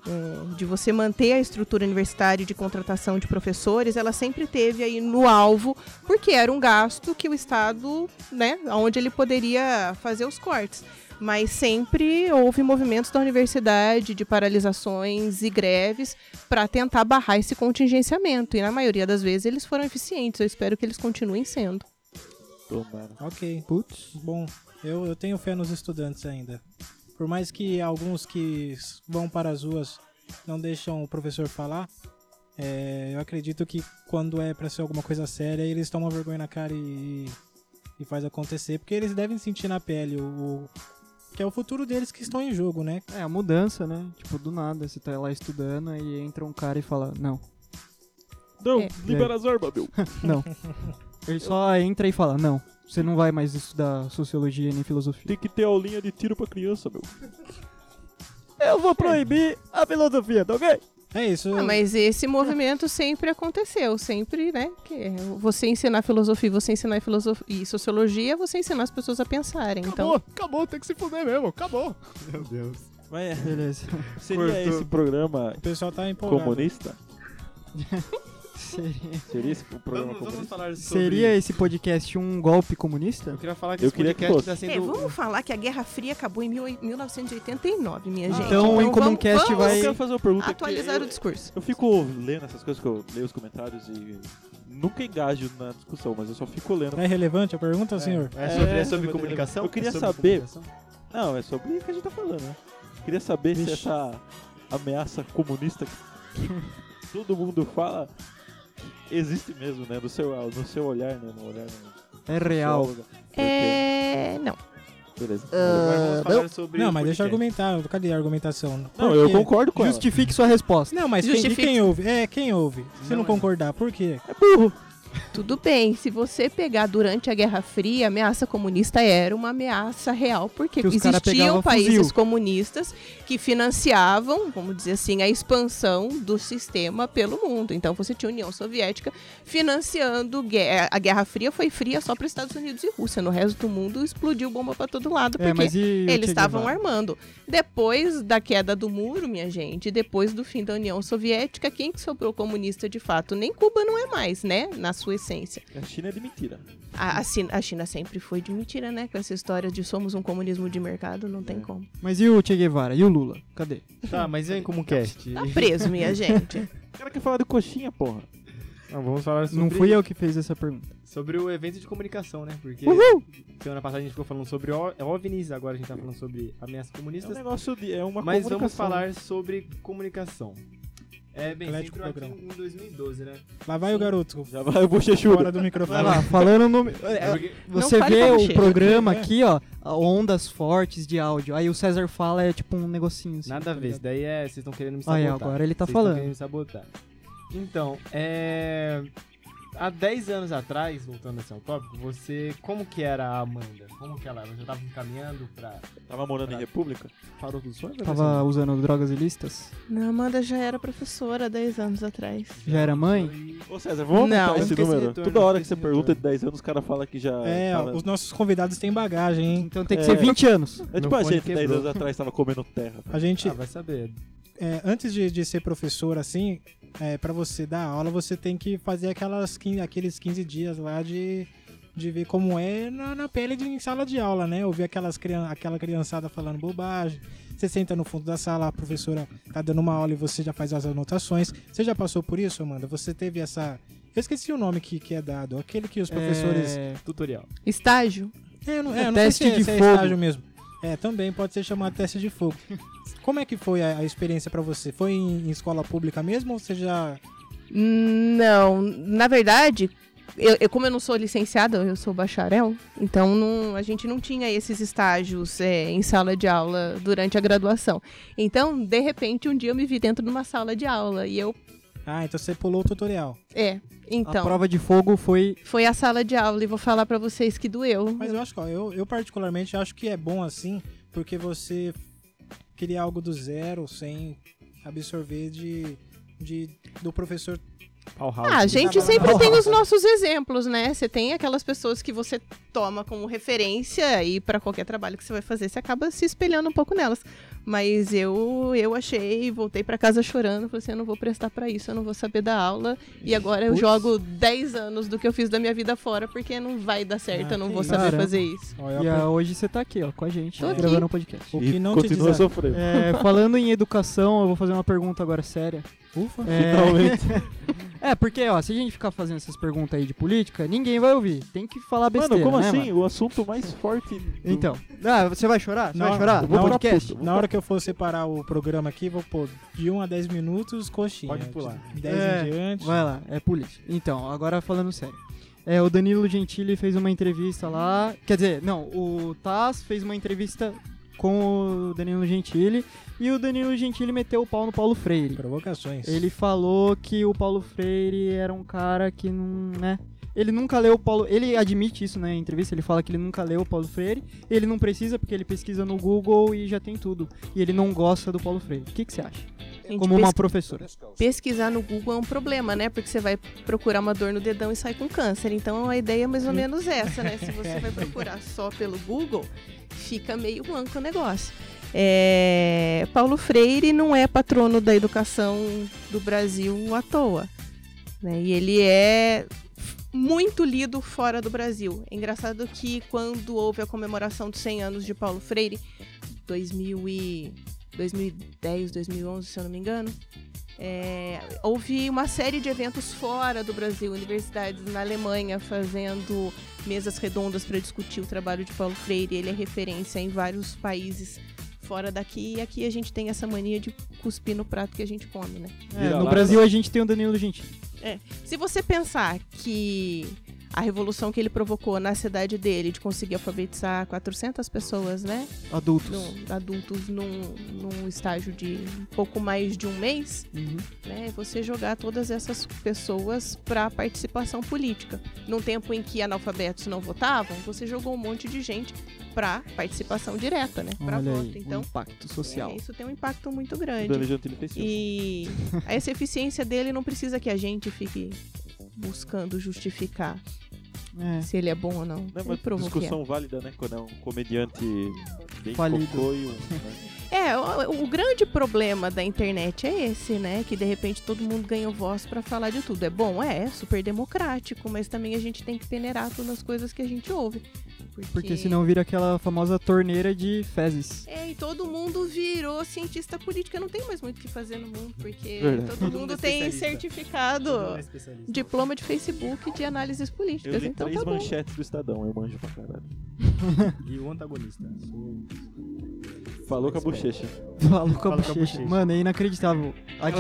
[SPEAKER 1] é, de você manter a estrutura universitária e de contratação de professores, ela sempre teve aí no alvo, porque era um gasto que o Estado, né, onde ele poderia fazer os cortes. Mas sempre houve movimentos da universidade de paralisações e greves para tentar barrar esse contingenciamento. E na maioria das vezes eles foram eficientes. Eu espero que eles continuem sendo.
[SPEAKER 3] Tomara.
[SPEAKER 2] OK.
[SPEAKER 4] Putz.
[SPEAKER 2] Bom, eu, eu tenho fé nos estudantes ainda. Por mais que alguns que s- vão para as ruas não deixam o professor falar, é, eu acredito que quando é para ser alguma coisa séria, eles tomam vergonha na cara e, e faz acontecer, porque eles devem sentir na pele o, o- que é o futuro deles que estão em jogo, né?
[SPEAKER 4] É, a mudança, né? Tipo, do nada, você tá lá estudando e entra um cara e fala, não,
[SPEAKER 3] Não,
[SPEAKER 1] É.
[SPEAKER 3] libera as armas, meu.
[SPEAKER 4] não. Ele só entra e fala, não, você não vai mais estudar sociologia nem filosofia.
[SPEAKER 3] Tem que ter aulinha de tiro pra criança, meu.
[SPEAKER 4] Eu vou proibir a filosofia, tá ok?
[SPEAKER 2] É isso.
[SPEAKER 1] Ah, mas esse movimento sempre aconteceu, sempre, né? Que é você ensinar filosofia, você ensinar filosofia e sociologia, você ensinar as pessoas a pensarem.
[SPEAKER 5] Acabou,
[SPEAKER 1] Então,
[SPEAKER 5] acabou, tem que se fuder mesmo, acabou.
[SPEAKER 6] Meu Deus.
[SPEAKER 3] Mas é,
[SPEAKER 4] Beleza.
[SPEAKER 3] seria
[SPEAKER 6] Cortou.
[SPEAKER 3] esse programa
[SPEAKER 2] O pessoal tá empolgado.
[SPEAKER 3] comunista?
[SPEAKER 4] Seria,
[SPEAKER 3] Seria esse o programa comunista?
[SPEAKER 6] falar
[SPEAKER 4] seria esse podcast um golpe comunista?
[SPEAKER 6] Eu queria falar que
[SPEAKER 3] Eu
[SPEAKER 6] esse
[SPEAKER 3] queria que
[SPEAKER 6] podcast
[SPEAKER 3] fosse.
[SPEAKER 6] tá sendo...
[SPEAKER 1] É, falar que a Guerra Fria acabou em 1989, minha
[SPEAKER 4] gente. então o Então Incomuncast vamos- vai-
[SPEAKER 3] Eu quero fazer uma pergunta
[SPEAKER 1] atualizar
[SPEAKER 3] que
[SPEAKER 1] o discurso.
[SPEAKER 3] Eu fico lendo essas coisas que eu leio os comentários e nunca engajo na discussão, mas eu só fico lendo.
[SPEAKER 2] É relevante a pergunta, senhor?
[SPEAKER 6] É sobre, é sobre
[SPEAKER 3] eu-
[SPEAKER 6] comunicação?
[SPEAKER 3] eu queria
[SPEAKER 6] É sobre
[SPEAKER 3] saber-
[SPEAKER 6] comunicação?
[SPEAKER 3] Não, é sobre o que a gente tá falando, né? Queria saber se essa ameaça comunista que todo mundo fala existe mesmo, né? No seu, no seu olhar, né? No olhar no
[SPEAKER 4] É real.
[SPEAKER 3] sociólogo. Porque-
[SPEAKER 1] É. Não.
[SPEAKER 3] Beleza.
[SPEAKER 6] Agora vamos falar sobre
[SPEAKER 2] Não,
[SPEAKER 6] o
[SPEAKER 2] mas deixa eu
[SPEAKER 6] podcast.
[SPEAKER 2] argumentar. Cadê a argumentação?
[SPEAKER 3] Não,
[SPEAKER 2] Por
[SPEAKER 3] eu
[SPEAKER 2] quê?
[SPEAKER 3] concordo com ela.
[SPEAKER 4] Justifique sua resposta.
[SPEAKER 2] Não, mas quem, e
[SPEAKER 1] Justifique.
[SPEAKER 2] quem ouve? É, quem ouve? Se não,
[SPEAKER 6] Não é.
[SPEAKER 2] concordar, por quê?
[SPEAKER 3] É burro.
[SPEAKER 1] Tudo bem, se você pegar durante a Guerra Fria, a ameaça comunista era uma ameaça real, porque
[SPEAKER 4] Que os cara
[SPEAKER 1] existiam
[SPEAKER 4] pegava
[SPEAKER 1] países
[SPEAKER 4] fuzil.
[SPEAKER 1] comunistas que financiavam, vamos dizer assim, a expansão do sistema pelo mundo. Então você tinha a União Soviética financiando guerra. A Guerra Fria foi fria só para os Estados Unidos e Rússia. No resto do mundo explodiu bomba para todo lado, porque
[SPEAKER 4] É, mas e o Che
[SPEAKER 1] eles estavam
[SPEAKER 4] Guevara?
[SPEAKER 1] armando. Depois da queda do muro, minha gente, depois do fim da União Soviética, quem que sobrou comunista de fato? Nem Cuba não é mais, né? Na sua essência.
[SPEAKER 3] A China é de mentira.
[SPEAKER 1] A, a China, a China sempre foi de mentira, né? Com essa história de somos um comunismo de mercado, não tem como.
[SPEAKER 4] Mas e o Che Guevara? E o Lula? Cadê?
[SPEAKER 6] Tá, mas vem como cast.
[SPEAKER 1] Tá preso, minha gente.
[SPEAKER 3] O cara quer falar de coxinha, porra.
[SPEAKER 6] Não, vamos falar sobre,
[SPEAKER 4] Não fui eu que fez essa pergunta.
[SPEAKER 6] sobre o evento de comunicação, né? Porque semana passada a gente ficou falando sobre ó- OVNIs, agora a gente tá falando sobre ameaças
[SPEAKER 3] É um
[SPEAKER 6] comunistas.
[SPEAKER 3] negócio de. É uma
[SPEAKER 6] mas vamos
[SPEAKER 3] comunicação.
[SPEAKER 6] falar sobre comunicação. É, bem, você
[SPEAKER 2] Atlético
[SPEAKER 6] entrou aqui
[SPEAKER 2] programa.
[SPEAKER 6] em 2012, né?
[SPEAKER 2] Lá vai o garoto.
[SPEAKER 3] Já vai o bochechudo.
[SPEAKER 2] Fora do microfone.
[SPEAKER 4] Vai lá, falando no.
[SPEAKER 6] É porque-
[SPEAKER 4] Você
[SPEAKER 1] fale
[SPEAKER 4] vê
[SPEAKER 1] pra
[SPEAKER 4] o
[SPEAKER 1] bochecha.
[SPEAKER 4] programa aqui, ó, ondas fortes de áudio. Aí o César fala, é tipo um negocinho assim.
[SPEAKER 6] Nada a ver, isso daí é. Vocês estão querendo me
[SPEAKER 4] Aí,
[SPEAKER 6] sabotar.
[SPEAKER 4] agora ele tá
[SPEAKER 6] Vocês tão
[SPEAKER 4] falando.
[SPEAKER 6] querendo me sabotar. Então, é. Há 10 anos atrás, voltando assim ao tópico, você. Como que era a Amanda? Como que ela. Você tava encaminhando pra.
[SPEAKER 3] Tava morando em República?
[SPEAKER 6] Parou dos sonhos?
[SPEAKER 4] Tava usando drogas ilícitas?
[SPEAKER 1] Não, Amanda já era professora há 10 anos atrás.
[SPEAKER 4] Já era mãe?
[SPEAKER 3] Ô César, vamos
[SPEAKER 1] Não,
[SPEAKER 3] aumentar esse
[SPEAKER 6] esqueci
[SPEAKER 3] número.
[SPEAKER 6] de retorno,
[SPEAKER 3] Toda hora que
[SPEAKER 6] esqueci
[SPEAKER 3] você
[SPEAKER 6] de
[SPEAKER 3] pergunta de 10 anos, o cara fala que já. tá
[SPEAKER 2] É,
[SPEAKER 3] tava-
[SPEAKER 2] os nossos convidados têm bagagem, hein?
[SPEAKER 4] Então tem que
[SPEAKER 3] É.
[SPEAKER 4] ser 20 anos.
[SPEAKER 3] É
[SPEAKER 6] meu
[SPEAKER 3] tipo a
[SPEAKER 6] fone
[SPEAKER 3] gente, 10
[SPEAKER 6] quebrou.
[SPEAKER 3] anos atrás, tava comendo terra.
[SPEAKER 2] A gente,
[SPEAKER 6] Ah, vai saber.
[SPEAKER 2] é, antes de, de ser professor, assim, é, para você dar aula, você tem que fazer aquelas, quin- aqueles 15 dias lá de, de ver como é na, na pele de em sala de aula, né? Ouvir aquelas, crian- aquela criançada falando bobagem. Você senta no fundo da sala, a professora tá dando uma aula e você já faz as anotações. Você já passou por isso, Amanda? Você teve essa. Eu esqueci o nome que, que é dado. Aquele que os professores.
[SPEAKER 4] É,
[SPEAKER 6] Tutorial.
[SPEAKER 1] Estágio?
[SPEAKER 2] É, eu não, é, eu não
[SPEAKER 4] Teste
[SPEAKER 2] sei se, é-
[SPEAKER 4] de
[SPEAKER 2] se
[SPEAKER 4] fogo.
[SPEAKER 2] é estágio mesmo. É, também pode ser chamado teste de fogo. Como é que foi a, a experiência pra você? Foi em, em escola pública mesmo ou você já...
[SPEAKER 1] Não, na verdade, eu, eu- como eu não sou licenciada, eu sou bacharel, então não- a gente não tinha esses estágios é, em sala de aula durante a graduação. Então, de repente, um dia eu me vi dentro de uma sala de aula e eu.
[SPEAKER 2] Ah, então você pulou o tutorial.
[SPEAKER 1] É,
[SPEAKER 4] A
[SPEAKER 1] então.
[SPEAKER 4] prova de fogo foi.
[SPEAKER 1] Foi a sala de aula e vou falar pra vocês que doeu.
[SPEAKER 2] Mas eu acho que, ó, eu, eu particularmente acho que é bom assim, porque você cria algo do zero, sem absorver de... de do professor...
[SPEAKER 6] Powerhouse.
[SPEAKER 1] Ah, a gente
[SPEAKER 2] Tá bom.
[SPEAKER 1] sempre tem os nossos exemplos, né? Você tem aquelas pessoas que você toma como referência e para qualquer trabalho que você vai fazer, você acaba se espelhando um pouco nelas. Mas eu eu achei, voltei para casa chorando, falei assim, eu não vou prestar para isso, eu não vou saber dar aula. E agora eu
[SPEAKER 4] Putz.
[SPEAKER 1] jogo 10 anos do que eu fiz da minha vida fora, porque não vai dar certo,
[SPEAKER 2] Ah,
[SPEAKER 1] eu não
[SPEAKER 2] que
[SPEAKER 1] vou
[SPEAKER 2] isso.
[SPEAKER 1] saber
[SPEAKER 4] Caramba.
[SPEAKER 1] fazer isso.
[SPEAKER 2] Ó,
[SPEAKER 4] E
[SPEAKER 2] eu
[SPEAKER 4] ah, hoje você tá aqui, ó, com a gente,
[SPEAKER 1] Tô
[SPEAKER 4] né,
[SPEAKER 1] aqui.
[SPEAKER 4] gravando um podcast.
[SPEAKER 2] O que
[SPEAKER 3] E
[SPEAKER 2] não te
[SPEAKER 3] continua
[SPEAKER 2] desaf-
[SPEAKER 3] sofrendo.
[SPEAKER 4] É, falando em educação, eu vou fazer uma pergunta agora séria.
[SPEAKER 2] aprendi- Ufa.
[SPEAKER 4] É... é, porque, ó, se a gente ficar fazendo essas perguntas aí de política, ninguém vai ouvir. Tem que falar besteira,
[SPEAKER 3] mano, como
[SPEAKER 4] né,
[SPEAKER 3] assim?
[SPEAKER 4] mano?
[SPEAKER 3] O assunto mais forte. do-
[SPEAKER 4] Então. Ah, você vai chorar? Você
[SPEAKER 2] Não,
[SPEAKER 4] vai chorar?
[SPEAKER 2] eu
[SPEAKER 4] No
[SPEAKER 2] vou ficar
[SPEAKER 4] podcast?
[SPEAKER 3] puto.
[SPEAKER 2] Na hora que eu for separar o programa aqui, vou pôr de 1 a 10 minutos, coxinha.
[SPEAKER 6] Pode pular.
[SPEAKER 2] De 10
[SPEAKER 4] É,
[SPEAKER 2] em diante.
[SPEAKER 4] Vai lá, é política. Então, agora falando sério. É, o Danilo Gentili fez uma entrevista lá. Quer dizer, não, o Taz fez uma entrevista com o Danilo Gentili e o Danilo Gentili meteu o pau no Paulo Freire.
[SPEAKER 2] Provocações.
[SPEAKER 4] Ele falou que o Paulo Freire era um cara que não, né? Ele nunca leu o Paulo. Ele admite isso na entrevista. Ele fala que ele nunca leu o Paulo Freire. Ele não precisa porque ele pesquisa no Google e já tem tudo. E ele não gosta do Paulo Freire. O que, que você acha?
[SPEAKER 1] Gente,
[SPEAKER 4] Como uma
[SPEAKER 1] pesqui-
[SPEAKER 4] professora.
[SPEAKER 1] pesquisar no Google é um problema, né? Porque você vai procurar uma dor no dedão e sai com câncer. Então a ideia é mais ou menos essa, né? Se você vai procurar só pelo Google, fica meio manco o negócio. É, Paulo Freire não é patrono da educação do Brasil à toa. né? E ele é f- muito lido fora do Brasil. É engraçado que quando houve a comemoração dos 100 anos de Paulo Freire, 2000 e 2010, 2011, se eu não me engano, é, houve uma série de eventos fora do Brasil, universidades na Alemanha fazendo mesas redondas para discutir o trabalho de Paulo Freire. Ele é referência em vários países fora daqui e aqui a gente tem essa mania de cuspir no prato que a gente come, né?
[SPEAKER 4] É,
[SPEAKER 3] Vira
[SPEAKER 4] no
[SPEAKER 3] lá,
[SPEAKER 4] Brasil a gente tem o Danilo Gentili.
[SPEAKER 1] Se você pensar que a revolução que ele provocou na cidade dele de conseguir alfabetizar 400 pessoas, né?
[SPEAKER 4] Adultos.
[SPEAKER 1] num- adultos num, num estágio de um pouco mais de um mês,
[SPEAKER 4] Uhum.
[SPEAKER 1] né? Você jogar todas essas pessoas para participação política. Num tempo em que analfabetos não votavam, você jogou um monte de gente para participação direta, né? Para
[SPEAKER 4] Olha
[SPEAKER 1] voto.
[SPEAKER 4] aí,
[SPEAKER 1] Então,
[SPEAKER 4] um impacto
[SPEAKER 1] é,
[SPEAKER 4] social.
[SPEAKER 1] isso tem um impacto muito
[SPEAKER 3] O
[SPEAKER 1] grande.
[SPEAKER 3] Dani Gentili fez isso.
[SPEAKER 1] E essa eficiência dele não precisa que a gente fique buscando justificar
[SPEAKER 4] É.
[SPEAKER 1] se ele é bom ou não.
[SPEAKER 3] Não,
[SPEAKER 1] ele
[SPEAKER 3] mas
[SPEAKER 1] provou que é.
[SPEAKER 3] Né, discussão válida, né? Quando é um comediante bem
[SPEAKER 4] Falido.
[SPEAKER 3] cocô e um... né?
[SPEAKER 1] É, o, o grande problema da internet é esse, né? Que de repente todo mundo ganhou voz pra falar de tudo. É bom, é, é super democrático, mas também a gente tem que peneirar todas as coisas que a gente ouve. Porque,
[SPEAKER 4] Porque senão vira aquela famosa torneira de fezes.
[SPEAKER 1] É, e todo mundo virou cientista política. Não tem mais muito o que fazer no mundo, porque
[SPEAKER 3] Verdade.
[SPEAKER 1] todo,
[SPEAKER 6] Todo mundo
[SPEAKER 1] mundo
[SPEAKER 6] é
[SPEAKER 1] tem
[SPEAKER 6] especialista.
[SPEAKER 1] certificado,
[SPEAKER 6] Todo mundo é especialista.
[SPEAKER 1] diploma de Facebook de análises
[SPEAKER 3] Eu
[SPEAKER 1] políticas.
[SPEAKER 3] li
[SPEAKER 1] Então
[SPEAKER 3] três
[SPEAKER 1] tá bom.
[SPEAKER 3] manchetes do Estadão, eu manjo pra caralho.
[SPEAKER 6] E o antagonista. Sou-
[SPEAKER 4] É
[SPEAKER 3] Falou com a bochecha.
[SPEAKER 4] Falo com a
[SPEAKER 6] Fala com a
[SPEAKER 4] bochecha.
[SPEAKER 6] bochecha.
[SPEAKER 4] Mano, é inacreditável. A
[SPEAKER 3] Ela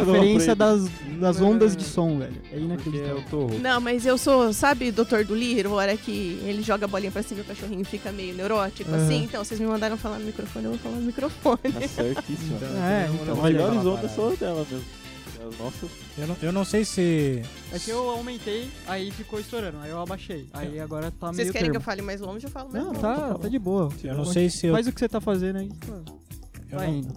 [SPEAKER 3] fala
[SPEAKER 4] diferença das, das ondas de som, velho. É
[SPEAKER 6] Porque
[SPEAKER 4] inacreditável.
[SPEAKER 6] eu tô rouco.
[SPEAKER 1] Não, mas eu sou, sabe, doutor do Liro, a hora que ele joga a bolinha pra cima e o cachorrinho fica meio neurótico,
[SPEAKER 4] Aham.
[SPEAKER 1] assim. Então, vocês me mandaram falar no microfone, eu vou falar no microfone.
[SPEAKER 3] Tá certíssimo.
[SPEAKER 6] Então,
[SPEAKER 4] É,
[SPEAKER 6] eu tô
[SPEAKER 4] então,
[SPEAKER 6] rouco.
[SPEAKER 3] As
[SPEAKER 4] olha,
[SPEAKER 3] melhores
[SPEAKER 6] Fala
[SPEAKER 3] ondas são as dela mesmo. As nossas
[SPEAKER 2] Eu não, eu não sei se.
[SPEAKER 4] É que eu aumentei, aí ficou estourando. Aí eu abaixei. Aí agora tá meio
[SPEAKER 1] Vocês querem que eu
[SPEAKER 4] termo.
[SPEAKER 1] fale mais longe? Eu falo mais
[SPEAKER 4] Não,
[SPEAKER 1] longe.
[SPEAKER 4] tá, tá de boa.
[SPEAKER 2] Eu não sei se eu.
[SPEAKER 4] Faz o que você tá fazendo aí.
[SPEAKER 2] Eu
[SPEAKER 4] Tá
[SPEAKER 2] não,
[SPEAKER 4] indo.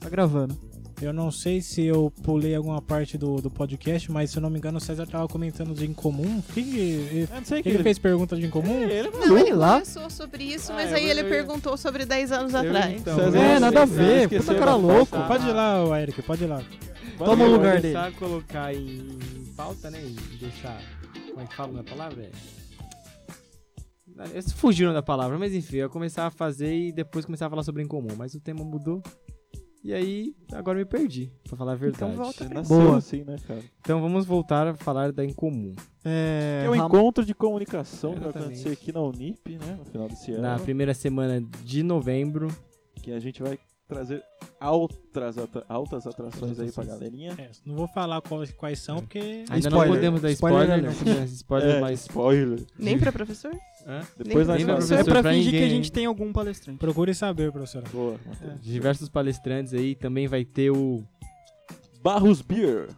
[SPEAKER 4] Tá gravando.
[SPEAKER 2] eu não sei se eu pulei alguma parte do, do podcast, mas se eu não me engano, o César tava comentando de incomum. Quem que- É, ele,
[SPEAKER 3] Eu não sei o que
[SPEAKER 2] ele fez pergunta de incomum?
[SPEAKER 3] Ele, mano.
[SPEAKER 1] Não,
[SPEAKER 4] Sei
[SPEAKER 1] ele
[SPEAKER 4] lá.
[SPEAKER 1] conversou sobre isso,
[SPEAKER 6] Ah,
[SPEAKER 1] mas
[SPEAKER 6] eu-
[SPEAKER 1] aí ele
[SPEAKER 6] eu-
[SPEAKER 1] perguntou sobre 10 anos
[SPEAKER 6] Eu-
[SPEAKER 1] atrás.
[SPEAKER 6] então,
[SPEAKER 3] César,
[SPEAKER 4] É,
[SPEAKER 6] eu-
[SPEAKER 4] nada a
[SPEAKER 6] eu
[SPEAKER 4] ver,
[SPEAKER 6] esqueci
[SPEAKER 4] puta
[SPEAKER 6] de
[SPEAKER 4] cara
[SPEAKER 6] apontar.
[SPEAKER 4] louco.
[SPEAKER 2] Ah, Pode ir lá, ô, Eric, pode ir lá.
[SPEAKER 4] Toma o
[SPEAKER 6] Eu vou
[SPEAKER 4] lugar dele.
[SPEAKER 6] deixar colocar em em pauta, né? E deixar. Como é que fala a palavra? É- Eles fugiram da palavra, mas enfim, eu ia começar a fazer e depois começar a falar sobre incomum. Mas o tema mudou. E aí, agora eu me perdi, pra falar a
[SPEAKER 4] Então
[SPEAKER 1] Então
[SPEAKER 6] verdade.
[SPEAKER 4] tá,
[SPEAKER 1] volta.
[SPEAKER 3] Você nasceu
[SPEAKER 4] Boa.
[SPEAKER 3] assim, né, cara?
[SPEAKER 6] Então vamos voltar a falar da incomum.
[SPEAKER 4] É.
[SPEAKER 3] É um
[SPEAKER 4] Ram-
[SPEAKER 3] encontro de comunicação que vai
[SPEAKER 6] Exatamente.
[SPEAKER 3] acontecer aqui na Unip, né? No final desse ano.
[SPEAKER 6] Na primeira semana de novembro.
[SPEAKER 3] Que a gente vai trazer altas, atra- altas atrações aí pra galerinha.
[SPEAKER 2] É, não vou falar quais, quais são, porque.
[SPEAKER 6] Ainda
[SPEAKER 4] Spoiler.
[SPEAKER 6] não podemos dar
[SPEAKER 4] Spoiler
[SPEAKER 6] spoiler,
[SPEAKER 4] alert. É.
[SPEAKER 6] né? spoiler mas.
[SPEAKER 3] É, spoiler.
[SPEAKER 1] Nem pra professor?
[SPEAKER 6] Hã?
[SPEAKER 3] Depois
[SPEAKER 1] Nem
[SPEAKER 3] nós
[SPEAKER 1] pra
[SPEAKER 3] falamos.
[SPEAKER 4] Isso é pra
[SPEAKER 6] pra
[SPEAKER 4] fingir que a
[SPEAKER 6] ninguém,
[SPEAKER 4] gente
[SPEAKER 6] hein?
[SPEAKER 4] tem algum palestrante.
[SPEAKER 2] Procure saber, professora.
[SPEAKER 3] Boa, Matheus.
[SPEAKER 6] Diversos palestrantes aí. Também vai ter o.
[SPEAKER 3] Barros Beer,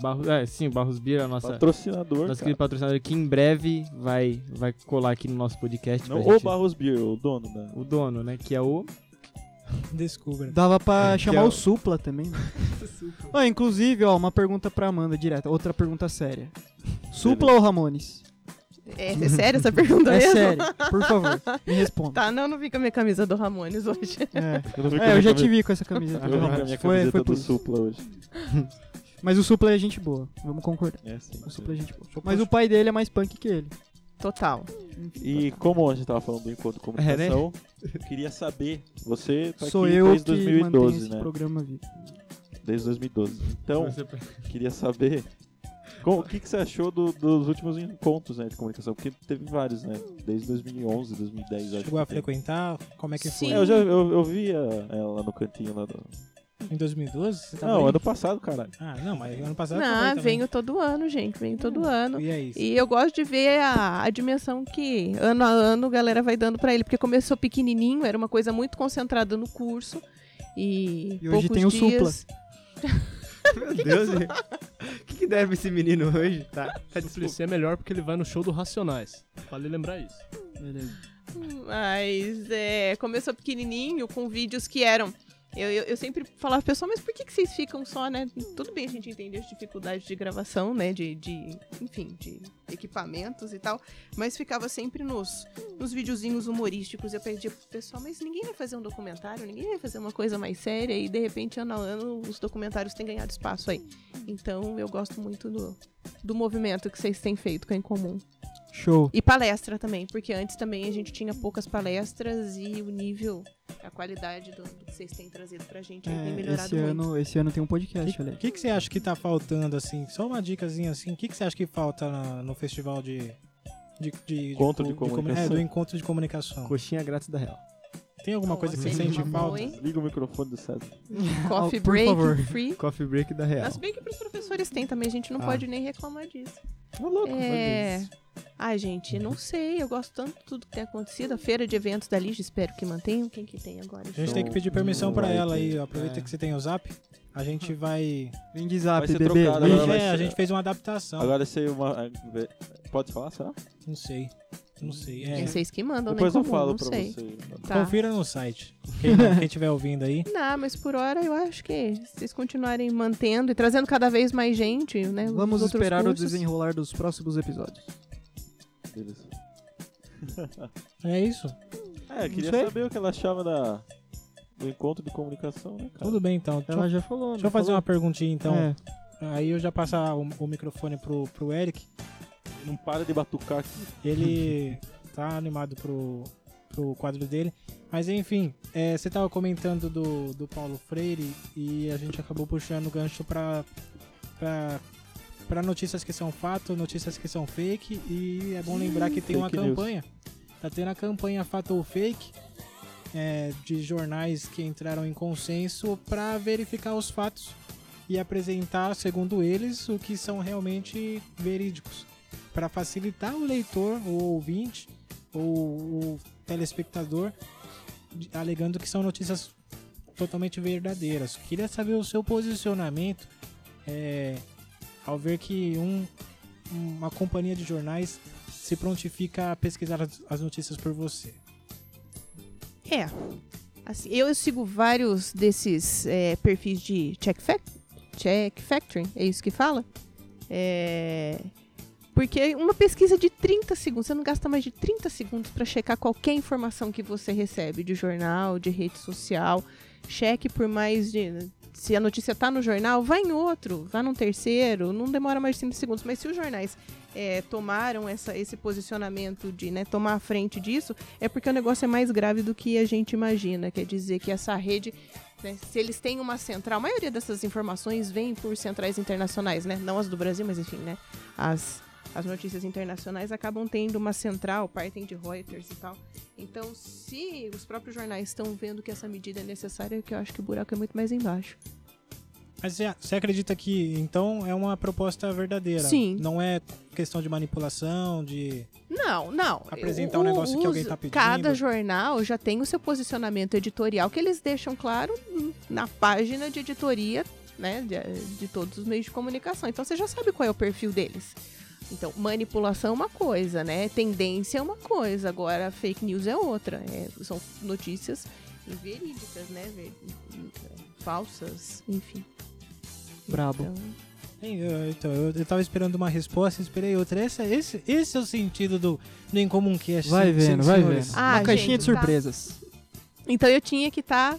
[SPEAKER 6] Barros, é, sim, o Barros Bira, a nossa.
[SPEAKER 3] patrocinador.
[SPEAKER 6] Nosso
[SPEAKER 3] cara.
[SPEAKER 6] querido patrocinador que em breve vai, vai colar aqui no nosso podcast.
[SPEAKER 3] Não,
[SPEAKER 6] pra
[SPEAKER 3] o
[SPEAKER 6] gente-
[SPEAKER 3] Barros Beer, o dono da.
[SPEAKER 6] O dono, né? Que é o.
[SPEAKER 2] Descubra.
[SPEAKER 4] Dava pra chamar
[SPEAKER 6] é
[SPEAKER 4] o
[SPEAKER 6] o-
[SPEAKER 4] Supla também. né? Ah, inclusive, ó, uma pergunta pra Amanda direta. Outra pergunta séria. Supla ou Ramones?
[SPEAKER 1] É, é sério essa pergunta
[SPEAKER 4] É
[SPEAKER 1] mesmo?
[SPEAKER 4] sério, por favor, me responda.
[SPEAKER 1] Tá, não, não vi com a minha camisa do Ramones hoje.
[SPEAKER 4] É.
[SPEAKER 3] Eu, não vi com a
[SPEAKER 4] É, eu
[SPEAKER 3] minha
[SPEAKER 4] já
[SPEAKER 3] camiseta-
[SPEAKER 4] te vi com essa camisa.
[SPEAKER 3] Eu vim com a minha
[SPEAKER 4] Ah, foi,
[SPEAKER 3] camiseta
[SPEAKER 4] foi
[SPEAKER 3] do
[SPEAKER 4] por isso.
[SPEAKER 3] Supla hoje.
[SPEAKER 4] Mas o Supla é gente boa, vamos concordar.
[SPEAKER 3] É, sim.
[SPEAKER 4] O Supla é gente boa. Mas o pai dele é mais punk que ele.
[SPEAKER 1] Total.
[SPEAKER 3] E como a gente tava falando do encontro de comunicação, eu queria saber, você tá
[SPEAKER 4] Sou
[SPEAKER 3] aqui
[SPEAKER 4] eu
[SPEAKER 3] desde
[SPEAKER 4] que mantenho
[SPEAKER 3] 2012,
[SPEAKER 4] esse
[SPEAKER 3] né?
[SPEAKER 4] programa vivo.
[SPEAKER 3] Desde 2012. Então, queria saber como- o que, que você achou do- dos últimos encontros né, de comunicação, porque teve vários, né? Desde 2011, 2010, acho.
[SPEAKER 2] Chegou a
[SPEAKER 3] que teve.
[SPEAKER 2] frequentar? Como é que
[SPEAKER 1] Sim.
[SPEAKER 3] É, eu já eu, eu via ela no cantinho lá do...
[SPEAKER 2] foi? Em 2012? Você tava
[SPEAKER 3] Não,
[SPEAKER 2] aí?
[SPEAKER 3] ano passado, caralho.
[SPEAKER 2] Ah, não, mas ano passado eu tava aí
[SPEAKER 1] Não,
[SPEAKER 2] também.
[SPEAKER 1] venho todo ano, gente. Venho todo ano.
[SPEAKER 2] E é isso.
[SPEAKER 1] E eu gosto de ver a, a dimensão que ano a ano a galera vai dando pra ele, porque começou pequenininho, era uma coisa muito concentrada no curso. E,
[SPEAKER 4] E hoje
[SPEAKER 1] poucos
[SPEAKER 4] tem o
[SPEAKER 1] dias...
[SPEAKER 6] Meu Deus, o que, que deve esse menino hoje? Tá.
[SPEAKER 5] A displicência é melhor porque ele vai no show do Racionais. Vale lembrar isso.
[SPEAKER 1] Mas é, começou pequenininho, com vídeos que eram. Eu, eu, eu sempre falava, pessoal, mas por que, que vocês ficam só, né? Tudo bem, a gente entende as dificuldades de gravação, né? De, de enfim, de equipamentos e tal. Mas ficava sempre nos, nos videozinhos humorísticos. Eu perdia pro pessoal, mas ninguém vai fazer um documentário, ninguém vai fazer uma coisa mais séria. E de repente, ano a ano, os documentários têm ganhado espaço aí. Então, eu gosto muito do, do movimento que é vocês têm feito com a Incomum.
[SPEAKER 4] Show.
[SPEAKER 1] E palestra também, porque antes também a gente tinha poucas palestras e o nível, a qualidade do, do que vocês têm trazido pra gente aí tem
[SPEAKER 4] É,
[SPEAKER 1] melhorado
[SPEAKER 4] esse,
[SPEAKER 1] muito.
[SPEAKER 4] ano, esse ano tem um podcast, olha
[SPEAKER 2] O
[SPEAKER 4] aí.
[SPEAKER 2] que, que você acha que tá faltando, assim? Só uma dicasinha, assim. O que, que você acha que falta na- no festival de... De, de,
[SPEAKER 3] Encontro de
[SPEAKER 2] co- comu-
[SPEAKER 3] comunicação.
[SPEAKER 2] É, do encontro de comunicação.
[SPEAKER 6] Coxinha grátis da real.
[SPEAKER 2] Tem alguma
[SPEAKER 1] Bom,
[SPEAKER 2] coisa que
[SPEAKER 1] vocês
[SPEAKER 2] você sente
[SPEAKER 1] mamam,
[SPEAKER 2] falta?
[SPEAKER 1] hein?
[SPEAKER 3] Liga o microfone do César.
[SPEAKER 1] Então, assim, Coffee
[SPEAKER 4] Ah, por
[SPEAKER 1] break
[SPEAKER 4] favor.
[SPEAKER 1] free.
[SPEAKER 6] Coffee break da real.
[SPEAKER 1] Mas bem que pros professores tem também, a gente não
[SPEAKER 6] É. Ah.
[SPEAKER 1] pode nem reclamar disso.
[SPEAKER 3] Ô, louco,
[SPEAKER 1] É.
[SPEAKER 3] mas-
[SPEAKER 1] Ai, gente, eu não sei. Eu gosto tanto de tudo que tem acontecido. A feira de eventos da Lige, espero que mantenham. Quem que tem agora?
[SPEAKER 2] A gente tem que pedir permissão pra ela aí. ó.
[SPEAKER 1] É.
[SPEAKER 2] Aproveita que você tem o zap. A gente vai.
[SPEAKER 4] Vem de zap,
[SPEAKER 3] Vai ser
[SPEAKER 4] bebê.
[SPEAKER 3] trocado
[SPEAKER 4] vem.
[SPEAKER 3] agora, vai
[SPEAKER 2] É, a
[SPEAKER 3] ser-
[SPEAKER 2] gente fez uma adaptação.
[SPEAKER 3] Agora sei uma. é, Pode falar, será?
[SPEAKER 2] Não sei. Não sei. É,
[SPEAKER 1] É vocês que mandam,
[SPEAKER 3] Depois
[SPEAKER 1] nem
[SPEAKER 3] eu
[SPEAKER 1] comum,
[SPEAKER 3] falo
[SPEAKER 1] não
[SPEAKER 3] pra
[SPEAKER 1] sei.
[SPEAKER 3] você.
[SPEAKER 1] Tá.
[SPEAKER 2] Confira no site. Quem, quem estiver ouvindo aí.
[SPEAKER 1] Não, mas por hora eu acho que se vocês continuarem mantendo e trazendo cada vez mais gente, né? os
[SPEAKER 4] Vamos
[SPEAKER 1] outros
[SPEAKER 4] esperar o
[SPEAKER 1] cursos.
[SPEAKER 4] desenrolar dos próximos episódios.
[SPEAKER 3] Beleza.
[SPEAKER 2] É isso.
[SPEAKER 3] É, eu queria
[SPEAKER 4] sei.
[SPEAKER 3] saber o que ela achava da... do encontro de comunicação, né, cara?
[SPEAKER 2] Tudo bem então. Deixa, eu-
[SPEAKER 4] Ela já falou. né?
[SPEAKER 2] deixa eu fazer uma perguntinha então.
[SPEAKER 4] É,
[SPEAKER 2] Aí eu já passar o, o microfone pro, pro Eric.
[SPEAKER 3] Não para de batucar aqui.
[SPEAKER 2] Ele tá animado pro, pro quadro dele. Mas enfim, é, você tava comentando do, do Paulo Freire e a gente acabou puxando o gancho pra, pra, pra notícias que são fato, notícias que são fake. E é bom lembrar que tem uma
[SPEAKER 3] fake news.
[SPEAKER 2] campanha. Tá tendo a campanha Fato ou Fake. é, de jornais que entraram em consenso pra verificar os fatos e apresentar, segundo eles, o que são realmente verídicos para facilitar o leitor, o ouvinte ou o telespectador, de- alegando que são notícias totalmente verdadeiras. Queria saber o seu posicionamento é, ao ver que um- uma companhia de jornais se prontifica a pesquisar as, as notícias por você.
[SPEAKER 1] É. Assim, eu sigo vários desses é, perfis de check, fac check factoring, é isso que fala? É, Porque uma pesquisa de 30 segundos, você não gasta mais de 30 segundos para checar qualquer informação que você recebe de jornal, de rede social. Cheque por mais de. Se a notícia tá no jornal, vai em outro, vá num terceiro, não demora mais de 30 segundos. Mas se os jornais é, tomaram essa- esse posicionamento de né, tomar a frente disso, é porque o negócio é mais grave do que a gente imagina. Quer dizer que essa rede, né, se eles têm uma central, a maioria dessas informações vem por centrais internacionais, né? Não as do Brasil, mas enfim, né? As, as notícias internacionais acabam tendo uma central, partem de Reuters e tal. Então, se os próprios jornais estão vendo que essa medida é necessária, que eu acho que o buraco é muito mais embaixo.
[SPEAKER 2] Mas você- você acredita que então é uma proposta verdadeira?
[SPEAKER 1] Sim.
[SPEAKER 2] Não é questão de manipulação, de
[SPEAKER 1] Não, não.
[SPEAKER 2] Apresentar um negócio que alguém tá pedindo.
[SPEAKER 1] Cada jornal já tem o seu posicionamento editorial que eles deixam claro hum, na página de editoria, né, de, de todos os meios de comunicação. Então você já sabe qual é o perfil deles. Então, manipulação é uma coisa, né? Tendência é uma coisa, agora fake news é outra. É, são notícias inverídicas, né? ver- Falsas, enfim.
[SPEAKER 4] brabo.
[SPEAKER 1] Então,
[SPEAKER 2] Sim, eu- Então, eu, eu tava esperando uma resposta, esperei outra. Esse, esse, esse é o sentido do Nem Comum Cast.
[SPEAKER 4] Vai
[SPEAKER 2] senhoras e
[SPEAKER 4] vendo, vai
[SPEAKER 2] senhores.
[SPEAKER 4] vendo.
[SPEAKER 1] Ah,
[SPEAKER 4] uma caixinha
[SPEAKER 1] gente,
[SPEAKER 4] de
[SPEAKER 1] tá.
[SPEAKER 4] surpresas.
[SPEAKER 1] então eu tinha que estar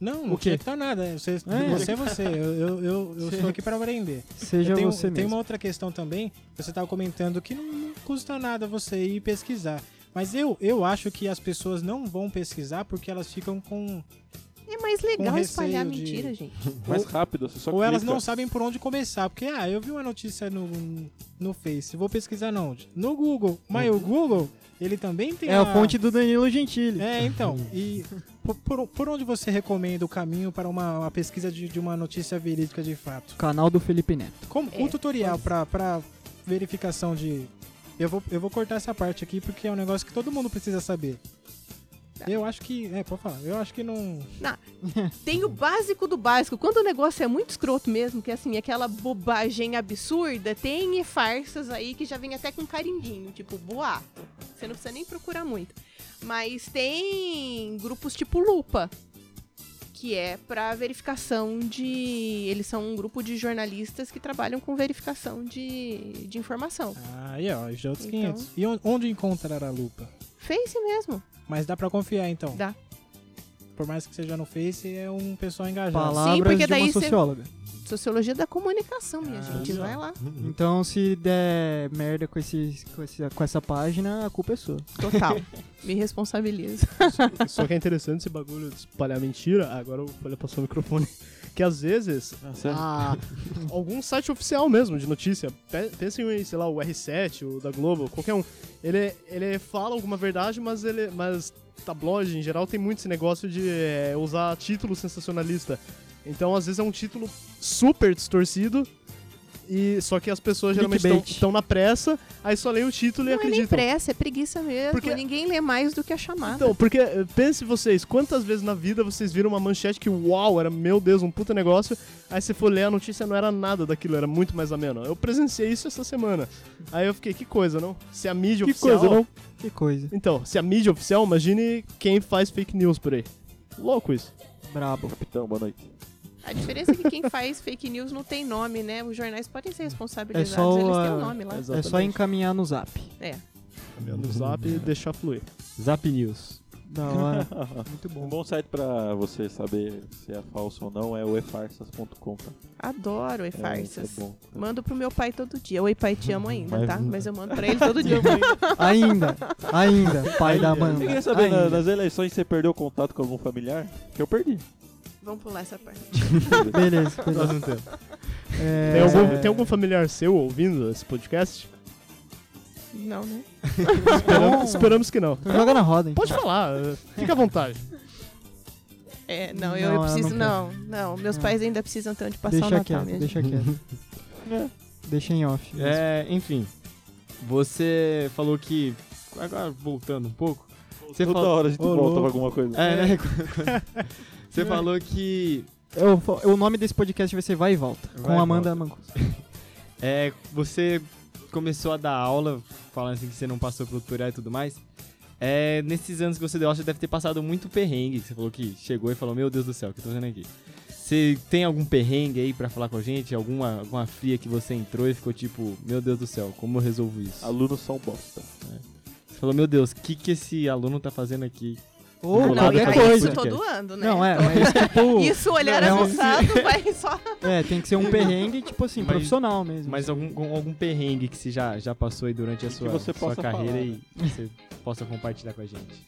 [SPEAKER 2] Não, não
[SPEAKER 4] O quê?
[SPEAKER 2] tinha que tá nada. é, Você
[SPEAKER 4] É.
[SPEAKER 2] você é você. Eu, eu, eu, eu estou aqui para aprender.
[SPEAKER 4] Seja
[SPEAKER 2] eu tenho,
[SPEAKER 4] você
[SPEAKER 2] eu tenho
[SPEAKER 4] mesmo.
[SPEAKER 2] uma outra questão também. Você tava comentando que não, não custa nada você ir pesquisar. Mas eu, eu acho que as pessoas não vão pesquisar porque elas ficam com.
[SPEAKER 1] É mais legal
[SPEAKER 2] Com
[SPEAKER 1] espalhar
[SPEAKER 2] receio de-
[SPEAKER 1] mentira, gente.
[SPEAKER 6] Uhum.
[SPEAKER 3] Mais rápido, você só
[SPEAKER 2] Ou elas não
[SPEAKER 3] clica.
[SPEAKER 2] sabem por onde começar. Porque, ah, eu vi uma notícia no, no Face. Vou pesquisar não onde? No Google. Mas o Google, ele também tem
[SPEAKER 4] É a
[SPEAKER 2] uma-
[SPEAKER 4] fonte do Danilo Gentili.
[SPEAKER 2] É, então. E por, por- por onde você recomenda o caminho para uma, uma pesquisa de, de uma notícia verídica de fato?
[SPEAKER 4] Canal do Felipe Neto.
[SPEAKER 2] Como,
[SPEAKER 1] É,
[SPEAKER 2] o tutorial para para verificação de. Eu vou, eu vou cortar essa parte aqui porque é um negócio que todo mundo precisa saber.
[SPEAKER 1] Tá.
[SPEAKER 2] Eu acho que. É, pode falar. Eu acho que não.
[SPEAKER 1] Tem o básico do básico. Quando o negócio é muito escroto mesmo, que assim, aquela bobagem absurda, tem farsas aí que já vem até com carimbinho, tipo boato. Você não precisa nem procurar muito. Mas tem grupos tipo Lupa, que é pra verificação de. Eles são um grupo de jornalistas que trabalham com verificação de, de informação.
[SPEAKER 2] Ah, e ó, já outros
[SPEAKER 1] Então.
[SPEAKER 2] 500. E on- onde encontrar a lupa?
[SPEAKER 1] Face mesmo.
[SPEAKER 2] Mas dá para confiar então.
[SPEAKER 1] Dá.
[SPEAKER 2] Por mais que seja no Face, é um pessoal engajado.
[SPEAKER 4] Palavras
[SPEAKER 1] porque
[SPEAKER 4] de uma
[SPEAKER 1] daí cê-
[SPEAKER 4] socióloga.
[SPEAKER 1] Sociologia da comunicação, minha
[SPEAKER 2] Ah,
[SPEAKER 1] gente.
[SPEAKER 2] isso.
[SPEAKER 1] Vai lá.
[SPEAKER 4] Então, se der merda com, esse, com, esse, com essa página, a culpa é sua.
[SPEAKER 1] Total. Me responsabilizo.
[SPEAKER 5] Só que é interessante esse bagulho de espalhar mentira. Ah, Agora o Folha passou o microfone. Que às vezes,
[SPEAKER 3] Ah, sério?
[SPEAKER 5] ah, algum site oficial mesmo de notícia, pe- pensem em, sei lá, o R7, o da Globo, qualquer um. Ele, ele fala alguma verdade, mas ele. Mas tabloide em geral tem muito esse negócio de é, usar título sensacionalista. Então, às vezes, é um título super distorcido. e só que as pessoas geralmente
[SPEAKER 4] Clickbait.
[SPEAKER 5] estão na pressa, aí só leem o título e
[SPEAKER 1] Não é nem
[SPEAKER 5] acreditam.
[SPEAKER 1] pressa, é preguiça mesmo.
[SPEAKER 5] Porque-
[SPEAKER 1] Ninguém lê mais do que a chamada.
[SPEAKER 5] Então, porque eh, pense vocês, quantas vezes na vida vocês viram uma manchete que, uau, era meu Deus, um puta negócio, aí você foi ler a notícia não era nada daquilo, era muito mais ameno. Eu presenciei isso essa semana. Aí eu fiquei, que coisa, não? Se é a mídia
[SPEAKER 3] Que
[SPEAKER 5] oficial.
[SPEAKER 3] coisa, não?
[SPEAKER 4] Que coisa.
[SPEAKER 5] Então, se a mídia oficial, imagine quem faz fake news por aí. Louco isso.
[SPEAKER 4] Brabo.
[SPEAKER 3] Capitão, Então, boa noite.
[SPEAKER 1] A diferença é que quem faz fake news não tem nome, né? Os jornais podem ser responsabilizados,
[SPEAKER 4] É só,
[SPEAKER 1] eles têm um
[SPEAKER 4] ah,
[SPEAKER 1] nome lá.
[SPEAKER 4] É só encaminhar no zap.
[SPEAKER 1] É.
[SPEAKER 5] No zap e deixar fluir.
[SPEAKER 6] Zap News.
[SPEAKER 4] Da hora.
[SPEAKER 3] Muito bom. Um bom site pra você saber se é falso ou não é o efarsas.com. tá?
[SPEAKER 1] Adoro
[SPEAKER 3] É,
[SPEAKER 1] e-farsas.
[SPEAKER 3] isso É, bom.
[SPEAKER 1] Mando pro meu pai todo dia. Oi, pai, te amo ainda,
[SPEAKER 3] Mas-
[SPEAKER 1] tá? Mas eu mando pra ele todo dia.
[SPEAKER 4] Ainda, ainda, pai da
[SPEAKER 3] Eu
[SPEAKER 4] Amanda.
[SPEAKER 3] queria saber, na-
[SPEAKER 4] ainda.
[SPEAKER 3] nas eleições você perdeu contato com algum familiar? Que eu perdi.
[SPEAKER 1] Vamos pular essa parte.
[SPEAKER 4] Beleza,
[SPEAKER 1] um
[SPEAKER 4] beleza. É,
[SPEAKER 5] Tem, algum, tem algum familiar seu ouvindo esse podcast?
[SPEAKER 1] Não, né?
[SPEAKER 5] Esperamos, esperamos que não.
[SPEAKER 4] então Joga na roda, hein?
[SPEAKER 5] Pode falar, eh, fica à vontade.
[SPEAKER 1] É, não,
[SPEAKER 4] Não,
[SPEAKER 1] eu, eu
[SPEAKER 4] ela
[SPEAKER 1] preciso.
[SPEAKER 4] não
[SPEAKER 1] Não, não, Meus
[SPEAKER 4] Não.
[SPEAKER 1] pais ainda precisam ter onde passar o
[SPEAKER 4] Deixa
[SPEAKER 1] Natal
[SPEAKER 4] quieto,
[SPEAKER 1] mesmo.
[SPEAKER 4] deixa quieto. Deixa em off.
[SPEAKER 6] É, enfim. Você falou que. Agora voltando um pouco. Você
[SPEAKER 3] Toda
[SPEAKER 6] falou.
[SPEAKER 3] hora a gente
[SPEAKER 6] Ô,
[SPEAKER 3] volta pra
[SPEAKER 6] louco.
[SPEAKER 3] alguma coisa.
[SPEAKER 6] É, né? Você falou que
[SPEAKER 4] Eu fa- o nome desse podcast vai ser Vai e Volta,
[SPEAKER 6] Vai
[SPEAKER 4] com
[SPEAKER 6] e
[SPEAKER 4] Amanda Mancuso.
[SPEAKER 6] é, você começou a dar aula, falando assim que você não passou pelo tutorial e tudo mais. É, nesses anos que você deu aula, você deve ter passado muito perrengue. que Você falou que chegou e falou: Meu Deus do céu, o que eu tô fazendo aqui? Você tem algum perrengue aí pra falar com a gente? Alguma, alguma fria que você entrou e ficou tipo: Meu Deus do céu, como eu resolvo isso?
[SPEAKER 3] Alunos são bosta.
[SPEAKER 6] Você falou: Meu Deus, o que, que esse aluno tá fazendo aqui?
[SPEAKER 1] não,
[SPEAKER 4] Ou
[SPEAKER 1] e
[SPEAKER 6] qualquer
[SPEAKER 1] aí tá
[SPEAKER 6] coisa.
[SPEAKER 1] isso todo ano, né?
[SPEAKER 4] é Não, é, mas tipo...
[SPEAKER 1] Isso, olhar
[SPEAKER 4] Não, é um-
[SPEAKER 1] assustado, vai só.
[SPEAKER 4] É, tem que ser um perrengue, tipo assim,
[SPEAKER 6] Mas-
[SPEAKER 4] profissional mesmo.
[SPEAKER 6] Mas algum, com algum perrengue que você já, já passou aí durante a
[SPEAKER 3] Que
[SPEAKER 6] sua,
[SPEAKER 3] você
[SPEAKER 6] sua
[SPEAKER 3] possa
[SPEAKER 6] carreira
[SPEAKER 3] falar, né?
[SPEAKER 6] e que você possa compartilhar com a gente.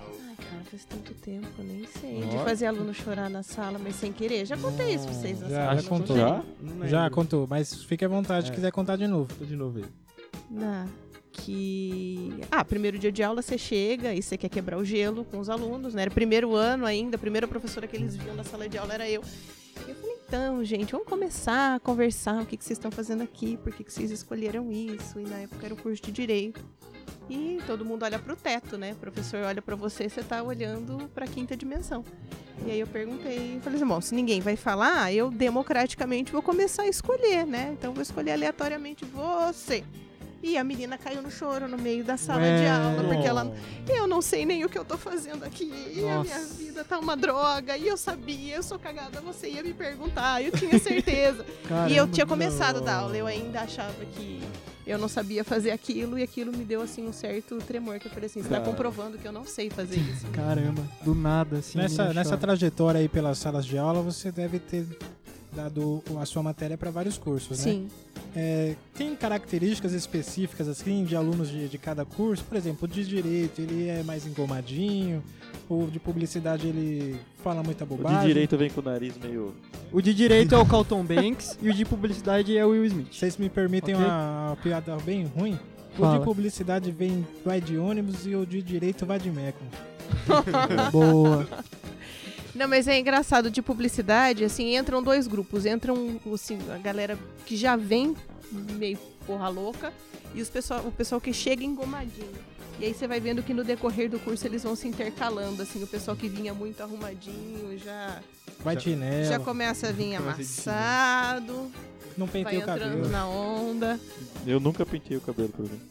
[SPEAKER 1] Ai, cara, faz tanto tempo, nem sei. De
[SPEAKER 6] Ó.
[SPEAKER 1] fazer aluno chorar na sala, mas sem querer. Já contei isso pra vocês
[SPEAKER 6] Hum,
[SPEAKER 1] assim. na
[SPEAKER 2] Já,
[SPEAKER 1] sala.
[SPEAKER 2] já
[SPEAKER 1] não
[SPEAKER 2] contou.
[SPEAKER 1] contei?
[SPEAKER 3] Já?
[SPEAKER 2] Já contou, mas fique à vontade se
[SPEAKER 6] É.
[SPEAKER 2] quiser contar de novo.
[SPEAKER 6] contou de novo aí.
[SPEAKER 1] Na- Né, que. Ah, primeiro dia de aula você chega e você quer quebrar o gelo com os alunos, né? Era primeiro ano ainda, a primeira professora que eles viam na sala de aula era eu. E eu falei, então, gente, vamos começar a conversar o que, que vocês estão fazendo aqui, por que, que vocês escolheram isso, e na época era o curso de Direito. E todo mundo olha pro teto, né? O professor olha pra você, você tá olhando pra quinta dimensão. E aí eu perguntei, falei assim, bom, se ninguém vai falar, eu democraticamente vou começar a escolher, né? Então eu vou escolher aleatoriamente você. E a menina caiu no choro no meio da sala de
[SPEAKER 4] Ué.
[SPEAKER 1] aula, É porque ela eu não sei nem o que eu tô fazendo aqui. A minha
[SPEAKER 4] Nossa.
[SPEAKER 1] vida tá uma droga. E eu sabia, eu sou cagada, você ia me perguntar. Eu tinha certeza. e eu
[SPEAKER 4] Caramba.
[SPEAKER 1] tinha começado tá? a dar aula. Eu ainda achava que eu não sabia fazer aquilo. E aquilo me deu, assim, um certo tremor. Que eu falei assim, você tá
[SPEAKER 3] Cara.
[SPEAKER 1] comprovando que eu não sei fazer
[SPEAKER 4] Tipo,
[SPEAKER 1] isso.
[SPEAKER 4] né? Caramba, do nada, assim.
[SPEAKER 2] nessa
[SPEAKER 4] menina
[SPEAKER 2] nessa
[SPEAKER 4] chora.
[SPEAKER 2] trajetória aí pelas salas de aula, você deve ter dado a sua matéria para vários cursos, né?
[SPEAKER 1] Sim.
[SPEAKER 2] É, tem características específicas assim de alunos de, de cada curso? Por exemplo, o de direito ele é mais engomadinho, o de publicidade ele fala muita
[SPEAKER 3] O
[SPEAKER 2] bobagem.
[SPEAKER 3] de direito vem com o nariz meio.
[SPEAKER 4] O de direito é o Carlton Banks e o de publicidade é o Will Smith.
[SPEAKER 2] Vocês me permitem
[SPEAKER 4] Ok.
[SPEAKER 2] uma, uma piada bem ruim? O
[SPEAKER 4] Fala.
[SPEAKER 2] de publicidade vem, vai de ônibus e o de direito vai de meco.
[SPEAKER 4] Boa.
[SPEAKER 1] Não, mas é engraçado, de publicidade, assim, entram dois grupos. Entram, assim, a galera que já vem meio porra louca e os pessoal, o pessoal que chega engomadinho. E aí você vai vendo que no decorrer do curso eles vão se intercalando, assim, o pessoal que vinha muito arrumadinho já,
[SPEAKER 2] Vai de chinelo,
[SPEAKER 1] já começa a vir
[SPEAKER 6] Começa de chinelo.
[SPEAKER 1] amassado,
[SPEAKER 2] não
[SPEAKER 1] vai
[SPEAKER 2] pentei o cabelo.
[SPEAKER 1] entrando na onda.
[SPEAKER 3] Eu nunca pintei o cabelo, por exemplo.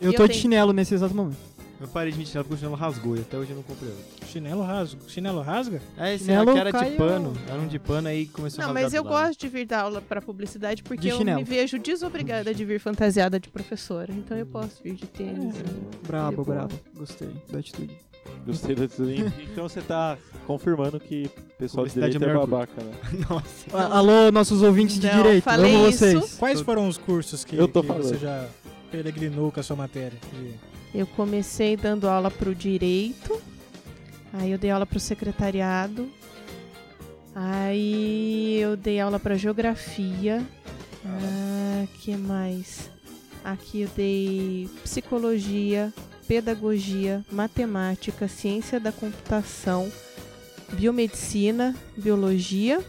[SPEAKER 4] Eu
[SPEAKER 1] Eu
[SPEAKER 4] tô de
[SPEAKER 1] tenho-
[SPEAKER 4] chinelo nesse exato momento.
[SPEAKER 6] Eu parei de me tirar porque o chinelo rasgou e até hoje eu não comprei outro.
[SPEAKER 2] Chinelo rasga. Chinelo rasga?
[SPEAKER 6] É, esse
[SPEAKER 4] Chinelo
[SPEAKER 6] era que era
[SPEAKER 4] caiu-
[SPEAKER 6] de pano. Era um de pano aí começou a
[SPEAKER 1] Não,
[SPEAKER 6] rasgar
[SPEAKER 1] mas
[SPEAKER 6] do
[SPEAKER 1] eu
[SPEAKER 6] lado.
[SPEAKER 1] gosto de vir dar aula pra publicidade porque
[SPEAKER 4] De
[SPEAKER 1] eu
[SPEAKER 4] chinelo.
[SPEAKER 1] me vejo desobrigada de vir fantasiada de professora. Então eu posso vir de tênis. assim,
[SPEAKER 4] Brabo,
[SPEAKER 1] Boa.
[SPEAKER 4] brabo. Gostei da atitude.
[SPEAKER 3] Gostei da Então você tá confirmando que o pessoal de
[SPEAKER 6] Publicidade
[SPEAKER 3] direito
[SPEAKER 6] é
[SPEAKER 3] é
[SPEAKER 6] melhor
[SPEAKER 3] babaca, né?
[SPEAKER 6] Nossa.
[SPEAKER 4] A- Ah, Alô, nossos ouvintes de
[SPEAKER 1] Não,
[SPEAKER 4] direito.
[SPEAKER 1] falei
[SPEAKER 4] Amo
[SPEAKER 1] isso.
[SPEAKER 4] vocês.
[SPEAKER 2] Quais foram os cursos que,
[SPEAKER 3] Eu tô
[SPEAKER 2] que
[SPEAKER 3] falando.
[SPEAKER 2] você já peregrinou com a sua matéria? de-
[SPEAKER 1] Eu comecei dando aula pro direito, aí eu dei aula pro secretariado, aí eu dei aula pra geografia, ah, que mais? Aqui eu dei psicologia, pedagogia, matemática, ciência da computação, biomedicina, biologia,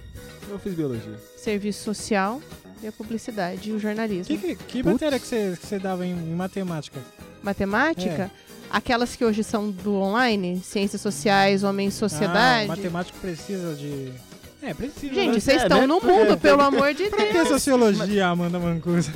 [SPEAKER 6] Eu fiz biologia.
[SPEAKER 1] serviço social, e a publicidade e o jornalismo.
[SPEAKER 2] Que, que, que matéria que você, que você dava em, em matemática?
[SPEAKER 4] É.
[SPEAKER 1] Matemática, aquelas que hoje são do online, ciências sociais, homens e sociedade.
[SPEAKER 2] Ah, matemática precisa de... É, precisa.
[SPEAKER 1] Gente, é
[SPEAKER 2] né?
[SPEAKER 1] vocês
[SPEAKER 6] É,
[SPEAKER 1] estão
[SPEAKER 6] né?
[SPEAKER 1] no
[SPEAKER 6] Porque-
[SPEAKER 1] mundo, pelo amor de
[SPEAKER 2] Por que
[SPEAKER 1] Deus.
[SPEAKER 2] sociologia, Amanda Mancuso?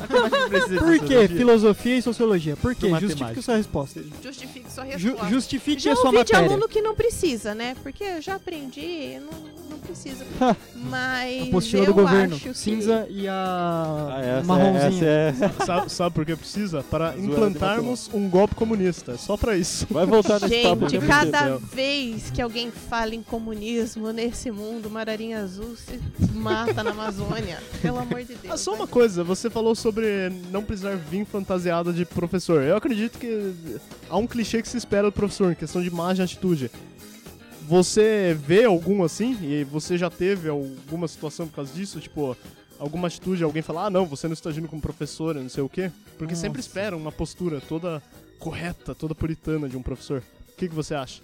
[SPEAKER 4] Por que filosofia e sociologia? Por quê?
[SPEAKER 6] Do matemática.
[SPEAKER 4] Justifique sua resposta.
[SPEAKER 1] Justifique sua
[SPEAKER 4] Ju-
[SPEAKER 1] resposta.
[SPEAKER 4] justifique
[SPEAKER 1] já
[SPEAKER 4] a sua
[SPEAKER 1] ouvi de
[SPEAKER 4] matéria.
[SPEAKER 1] aluno que não precisa, né? Porque eu já aprendi, não, não precisa.
[SPEAKER 4] Ha.
[SPEAKER 1] Mas
[SPEAKER 4] A postura
[SPEAKER 1] eu
[SPEAKER 4] do governo.
[SPEAKER 1] acho que-
[SPEAKER 4] Cinza e a
[SPEAKER 3] Ah, essa, é, essa
[SPEAKER 4] marronzinha.
[SPEAKER 3] é...
[SPEAKER 5] Sabe, sabe por que precisa? Para
[SPEAKER 3] Zoeira de
[SPEAKER 5] implantarmos um golpe comunista. Só pra isso.
[SPEAKER 3] Vai voltar nesse
[SPEAKER 4] tá
[SPEAKER 3] papo.
[SPEAKER 1] Gente,
[SPEAKER 3] né,
[SPEAKER 1] cada
[SPEAKER 3] Marcelo?
[SPEAKER 1] vez que alguém fala em comunismo nesse mundo, Mararinha Azul se mata na Amazônia. Pelo amor de Deus.
[SPEAKER 5] Ah, só uma coisa, você falou sobre não precisar vir fantasiada de professor. Eu acredito que há um clichê que se espera do professor em questão de imagem e atitude. Você vê algum assim e você já teve alguma situação por causa disso? Tipo, alguma atitude, alguém falar, ah não, você não está agindo como professor, não sei o quê? Porque sempre espera uma postura toda correta, toda puritana de um professor. O que, que você acha?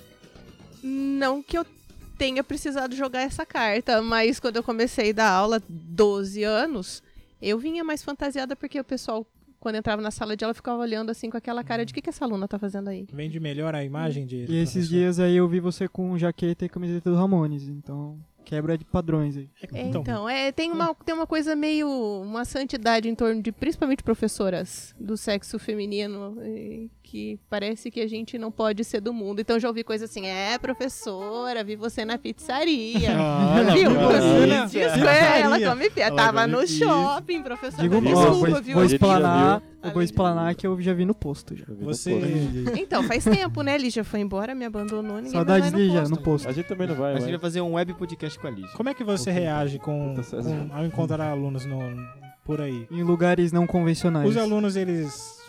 [SPEAKER 1] Não que eu tenha precisado jogar essa carta, mas quando eu comecei a dar aula, 12 anos, eu vinha mais fantasiada porque o pessoal, quando entrava na sala de aula, ficava olhando assim com aquela cara de o que, que essa aluna tá fazendo aí?
[SPEAKER 2] Vende melhor a imagem de.
[SPEAKER 4] E esses
[SPEAKER 2] professor.
[SPEAKER 4] dias aí eu vi você com jaqueta e camiseta do Ramones, então quebra de padrões aí.
[SPEAKER 1] É, então, é, tem, uma, tem uma coisa meio. uma santidade em torno de principalmente professoras do sexo feminino eh, que parece que a gente não pode ser do mundo. Então já ouvi coisa assim, é, professora, vi você na pizzaria.
[SPEAKER 4] Ah,
[SPEAKER 2] ela
[SPEAKER 1] viu?
[SPEAKER 2] viu
[SPEAKER 1] Você
[SPEAKER 2] você
[SPEAKER 1] na
[SPEAKER 2] na
[SPEAKER 1] Desculpa,
[SPEAKER 2] pizzaria.
[SPEAKER 1] ela come pizza.
[SPEAKER 5] Ela
[SPEAKER 1] Tava
[SPEAKER 5] come
[SPEAKER 1] no
[SPEAKER 5] pizza.
[SPEAKER 1] shopping, professora.
[SPEAKER 4] Digo,
[SPEAKER 3] Além
[SPEAKER 4] ó,
[SPEAKER 3] disso,
[SPEAKER 4] vou,
[SPEAKER 1] desculpa, viu?
[SPEAKER 4] vou
[SPEAKER 3] Ele já
[SPEAKER 4] explanar,
[SPEAKER 1] viu.
[SPEAKER 4] vou explanar que eu já vi no posto já.
[SPEAKER 2] Você.
[SPEAKER 1] Então, faz tempo, né? Lígia foi embora, me abandonou, ninguém mais
[SPEAKER 4] Saudades
[SPEAKER 1] vai no
[SPEAKER 4] Lígia,
[SPEAKER 1] posto.
[SPEAKER 4] no posto.
[SPEAKER 3] A gente também não vai,
[SPEAKER 6] A gente vai
[SPEAKER 3] vai.
[SPEAKER 6] fazer um web podcast com a Lígia.
[SPEAKER 2] Como é que você reage com,
[SPEAKER 3] Puta, César.
[SPEAKER 2] com- ao
[SPEAKER 4] Hum.
[SPEAKER 2] encontrar alunos no, por aí?
[SPEAKER 4] Em lugares não convencionais.
[SPEAKER 2] Os alunos, eles.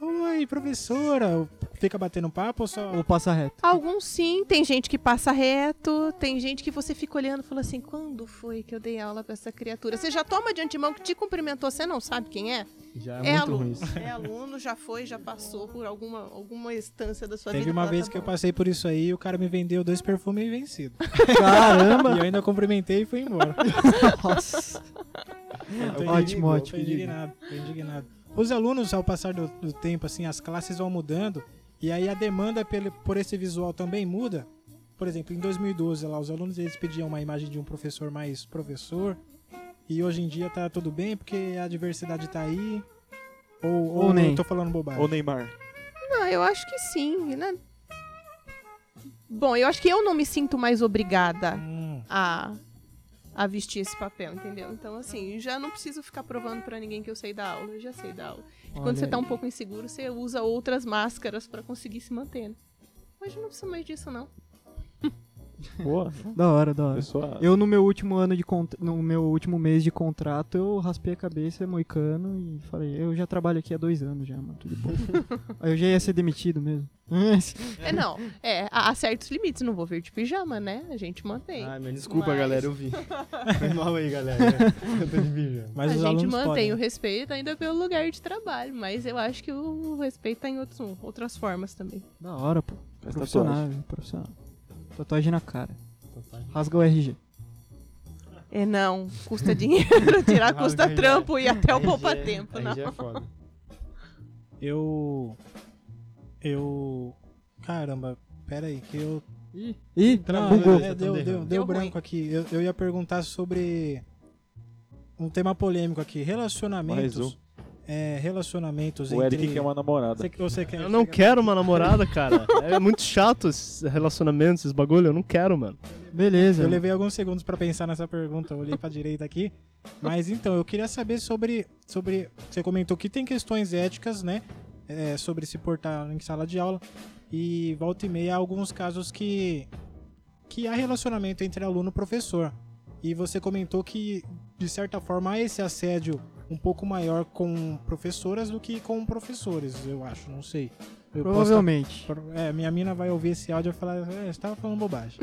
[SPEAKER 2] Oi, professora, fica batendo papo ou só.
[SPEAKER 4] Ou passa reto.
[SPEAKER 1] Alguns sim, tem gente que passa reto, tem gente que você fica olhando e fala assim: quando foi que eu dei aula pra essa criatura? Você já toma de antemão que te cumprimentou, você não sabe quem é?
[SPEAKER 6] Já
[SPEAKER 1] É,
[SPEAKER 6] muito ruim
[SPEAKER 1] aluno.
[SPEAKER 6] isso.
[SPEAKER 1] É aluno, já foi, já passou por alguma, alguma instância da sua
[SPEAKER 2] Teve
[SPEAKER 1] vida.
[SPEAKER 2] uma
[SPEAKER 1] fala,
[SPEAKER 2] vez
[SPEAKER 1] "Tá
[SPEAKER 2] que eu
[SPEAKER 1] bom."
[SPEAKER 2] passei por isso aí e o cara me vendeu dois perfumes vencidos.
[SPEAKER 4] Caramba!
[SPEAKER 2] E eu ainda cumprimentei e fui embora.
[SPEAKER 4] Nossa.
[SPEAKER 2] Tô
[SPEAKER 4] Ótimo,
[SPEAKER 2] indign-
[SPEAKER 4] ótimo.
[SPEAKER 2] Tô indignado, tô indignado. Os alunos, ao passar do, do tempo, assim, as classes vão mudando e aí a demanda pelo, por esse visual também muda. Por exemplo, em 2012, lá, os alunos eles pediam uma imagem de um professor mais professor e hoje em dia tá tudo bem porque a diversidade tá aí. Ou, ou,
[SPEAKER 4] Ou nem.
[SPEAKER 2] eu tô falando bobagem.
[SPEAKER 3] Ou Neymar.
[SPEAKER 1] Não, eu acho que sim, né? Bom, eu acho que eu não me sinto mais obrigada
[SPEAKER 2] Hum,
[SPEAKER 1] a, a vestir esse papel, entendeu? Então, assim, já não preciso ficar provando pra ninguém que eu sei dar aula, eu já sei dar aula. Quando você tá um pouco inseguro, você usa outras máscaras pra conseguir se manter. né? Mas eu não precisa mais disso, não.
[SPEAKER 3] Boa.
[SPEAKER 4] Da hora, da hora.
[SPEAKER 3] Pessoal.
[SPEAKER 4] Eu no meu último ano de cont... no meu último mês de contrato, eu raspei a cabeça moicano e falei, eu já trabalho aqui há dois anos já, mano, tudo bom. Aí eu já ia ser demitido mesmo.
[SPEAKER 1] É, não. É, há há certos limites. Não vou vir de pijama, né? A gente mantém.
[SPEAKER 2] Ah,
[SPEAKER 6] Ai, meu, desculpa,
[SPEAKER 1] Mas-
[SPEAKER 6] galera, eu vi. Foi mal aí, galera. Eu tô de pijama.
[SPEAKER 2] mas
[SPEAKER 1] a
[SPEAKER 2] os
[SPEAKER 1] gente
[SPEAKER 2] alunos
[SPEAKER 1] mantém
[SPEAKER 2] podem.
[SPEAKER 1] o respeito ainda pelo lugar de trabalho, mas eu acho que o respeito tá em outros- outras formas também.
[SPEAKER 4] da hora, pô.
[SPEAKER 3] Faz
[SPEAKER 4] profissional,
[SPEAKER 3] tatuagem.
[SPEAKER 4] velho, profissional. Tatuagem na cara. Rasga o RG.
[SPEAKER 1] É não, custa dinheiro, tirar
[SPEAKER 6] Não,
[SPEAKER 1] custa
[SPEAKER 6] já-
[SPEAKER 1] trampo e até o
[SPEAKER 6] Aí já-
[SPEAKER 1] poupa tempo,
[SPEAKER 6] aí
[SPEAKER 1] não.
[SPEAKER 6] já é foda.
[SPEAKER 2] Eu. Eu. Caramba, pera aí, que eu
[SPEAKER 4] Ih, Ih
[SPEAKER 2] Não,
[SPEAKER 4] bugou.
[SPEAKER 2] é, deu,
[SPEAKER 6] Tá
[SPEAKER 2] deu,
[SPEAKER 6] errado.
[SPEAKER 2] deu,
[SPEAKER 1] Deu
[SPEAKER 2] branco
[SPEAKER 1] ruim.
[SPEAKER 2] aqui. Eu, eu ia perguntar sobre um tema polêmico aqui.
[SPEAKER 3] Mais um.
[SPEAKER 2] Relacionamentos. É, relacionamentos
[SPEAKER 3] O
[SPEAKER 2] entre...
[SPEAKER 3] Eric quer uma namorada.
[SPEAKER 2] Você, você quer...
[SPEAKER 5] Eu não quero uma namorada, cara. É muito chato esses relacionamentos, esses bagulho. Eu não quero, mano.
[SPEAKER 4] Beleza.
[SPEAKER 2] Eu levei alguns segundos pra pensar nessa pergunta. Eu olhei pra direita aqui. Mas então, eu queria saber sobre... sobre você comentou que tem questões éticas, né? É, sobre se portar em sala de aula. E volta e meia, há alguns casos que... Que há relacionamento entre aluno e professor. E você comentou que, de certa forma, há esse assédio um pouco maior com professoras do que com professores, eu acho, não sei. Eu posso tá-
[SPEAKER 4] Provavelmente.
[SPEAKER 2] É, minha mina vai ouvir esse áudio e vai falar, é, você tava falando bobagem.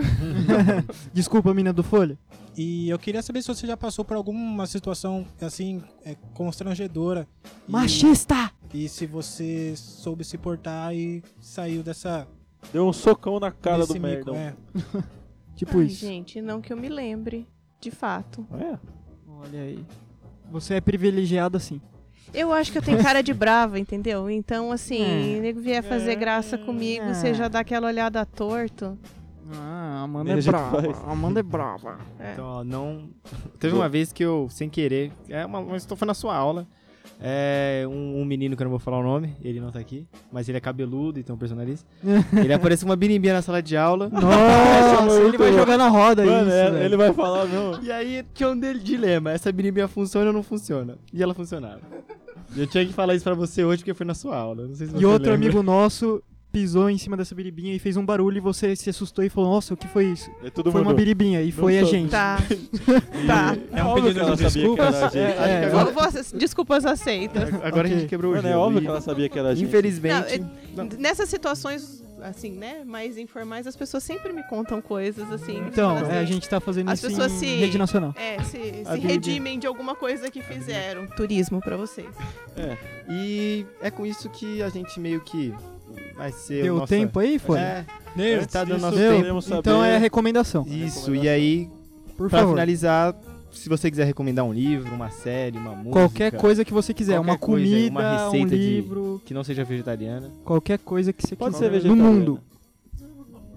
[SPEAKER 4] Desculpa, mina do Folha.
[SPEAKER 2] e eu queria saber se você já passou por alguma situação, assim, é, constrangedora. E-
[SPEAKER 4] Machista!
[SPEAKER 2] E se você soube se portar e saiu dessa...
[SPEAKER 3] Deu um socão na cara
[SPEAKER 2] desse
[SPEAKER 3] do
[SPEAKER 2] mico,
[SPEAKER 3] merdão.
[SPEAKER 2] é.
[SPEAKER 4] Tipo
[SPEAKER 1] Ai,
[SPEAKER 4] isso.
[SPEAKER 1] gente, não que eu me lembre, de fato.
[SPEAKER 3] É.
[SPEAKER 4] Olha aí. Você é privilegiado assim.
[SPEAKER 1] Eu acho que eu tenho cara de brava, entendeu? Então, assim,
[SPEAKER 4] É.
[SPEAKER 1] o nego vier fazer graça comigo, você já dá aquela olhada torto.
[SPEAKER 4] Ah, a Amanda
[SPEAKER 3] A
[SPEAKER 4] é
[SPEAKER 3] gente
[SPEAKER 4] brava.
[SPEAKER 3] faz.
[SPEAKER 4] A Amanda é brava.
[SPEAKER 6] Então, ó, não. Teve uma vez que eu, sem querer, é uma, mas tô- foi na sua aula. É um, um menino que eu não vou falar o nome, ele não tá aqui, mas ele é cabeludo, então personaliza. ele apareceu uma birimbinha na sala de aula.
[SPEAKER 4] Nossa, ele vai
[SPEAKER 3] muito
[SPEAKER 4] jogar na roda
[SPEAKER 3] Mano,
[SPEAKER 4] isso,
[SPEAKER 3] é-
[SPEAKER 4] velho.
[SPEAKER 3] ele vai falar, não.
[SPEAKER 6] E aí tinha um dele- dilema, essa birimbinha funciona ou não funciona? E ela funcionava. E Eu tinha que falar isso pra você hoje porque foi na sua aula.
[SPEAKER 3] é
[SPEAKER 6] Não sei se você
[SPEAKER 4] E outro
[SPEAKER 6] lembra.
[SPEAKER 4] amigo nosso pisou em cima dessa biribinha e fez um barulho e você se assustou e falou, nossa, o que foi isso?
[SPEAKER 3] É todo
[SPEAKER 4] foi uma
[SPEAKER 3] mundo.
[SPEAKER 4] biribinha e foi a
[SPEAKER 3] tô-
[SPEAKER 4] gente.
[SPEAKER 1] Tá.
[SPEAKER 3] Tá.
[SPEAKER 2] É um pedido de desculpas.
[SPEAKER 4] É,
[SPEAKER 1] Eu vou- vou- desculpas aceitas.
[SPEAKER 6] Agora a gente
[SPEAKER 4] Ok.
[SPEAKER 6] quebrou
[SPEAKER 3] Mano,
[SPEAKER 6] o
[SPEAKER 3] é
[SPEAKER 6] gelo.
[SPEAKER 3] óbvio
[SPEAKER 6] e-
[SPEAKER 3] que ela sabia que era a gente.
[SPEAKER 6] Infelizmente.
[SPEAKER 1] Não, é- nessas situações, assim, né, mais informais, as pessoas sempre me contam coisas, assim. que
[SPEAKER 4] Então,
[SPEAKER 1] falam
[SPEAKER 4] é, a
[SPEAKER 1] assim,
[SPEAKER 4] gente tá fazendo
[SPEAKER 1] As
[SPEAKER 4] isso
[SPEAKER 1] pessoas
[SPEAKER 4] em
[SPEAKER 1] se-
[SPEAKER 4] rede nacional.
[SPEAKER 1] É, se, se
[SPEAKER 6] A Bíblia.
[SPEAKER 1] redimem de alguma coisa que fizeram. Turismo pra vocês.
[SPEAKER 6] E é com isso que a gente meio que vai ser.
[SPEAKER 4] Deu
[SPEAKER 6] o nossa...
[SPEAKER 4] tempo aí, foi?
[SPEAKER 6] É,
[SPEAKER 2] Meu,
[SPEAKER 6] tá dando
[SPEAKER 3] disso,
[SPEAKER 6] nosso
[SPEAKER 4] Deu?
[SPEAKER 6] tempo.
[SPEAKER 3] Queremos
[SPEAKER 4] Então
[SPEAKER 3] saber- Tá,
[SPEAKER 4] é a recomendação.
[SPEAKER 6] Isso, e aí,
[SPEAKER 4] Por
[SPEAKER 6] pra
[SPEAKER 4] favor.
[SPEAKER 6] finalizar, se você quiser recomendar um livro, uma série, uma música.
[SPEAKER 4] Qualquer coisa que você quiser,
[SPEAKER 6] Qualquer
[SPEAKER 4] uma
[SPEAKER 6] coisa,
[SPEAKER 4] comida,
[SPEAKER 6] uma
[SPEAKER 4] um
[SPEAKER 6] receita de-
[SPEAKER 4] livro,
[SPEAKER 6] Que não seja vegetariana.
[SPEAKER 4] qualquer coisa que você
[SPEAKER 3] Pode né? ser
[SPEAKER 4] quiser no
[SPEAKER 3] vegetariana.
[SPEAKER 4] mundo.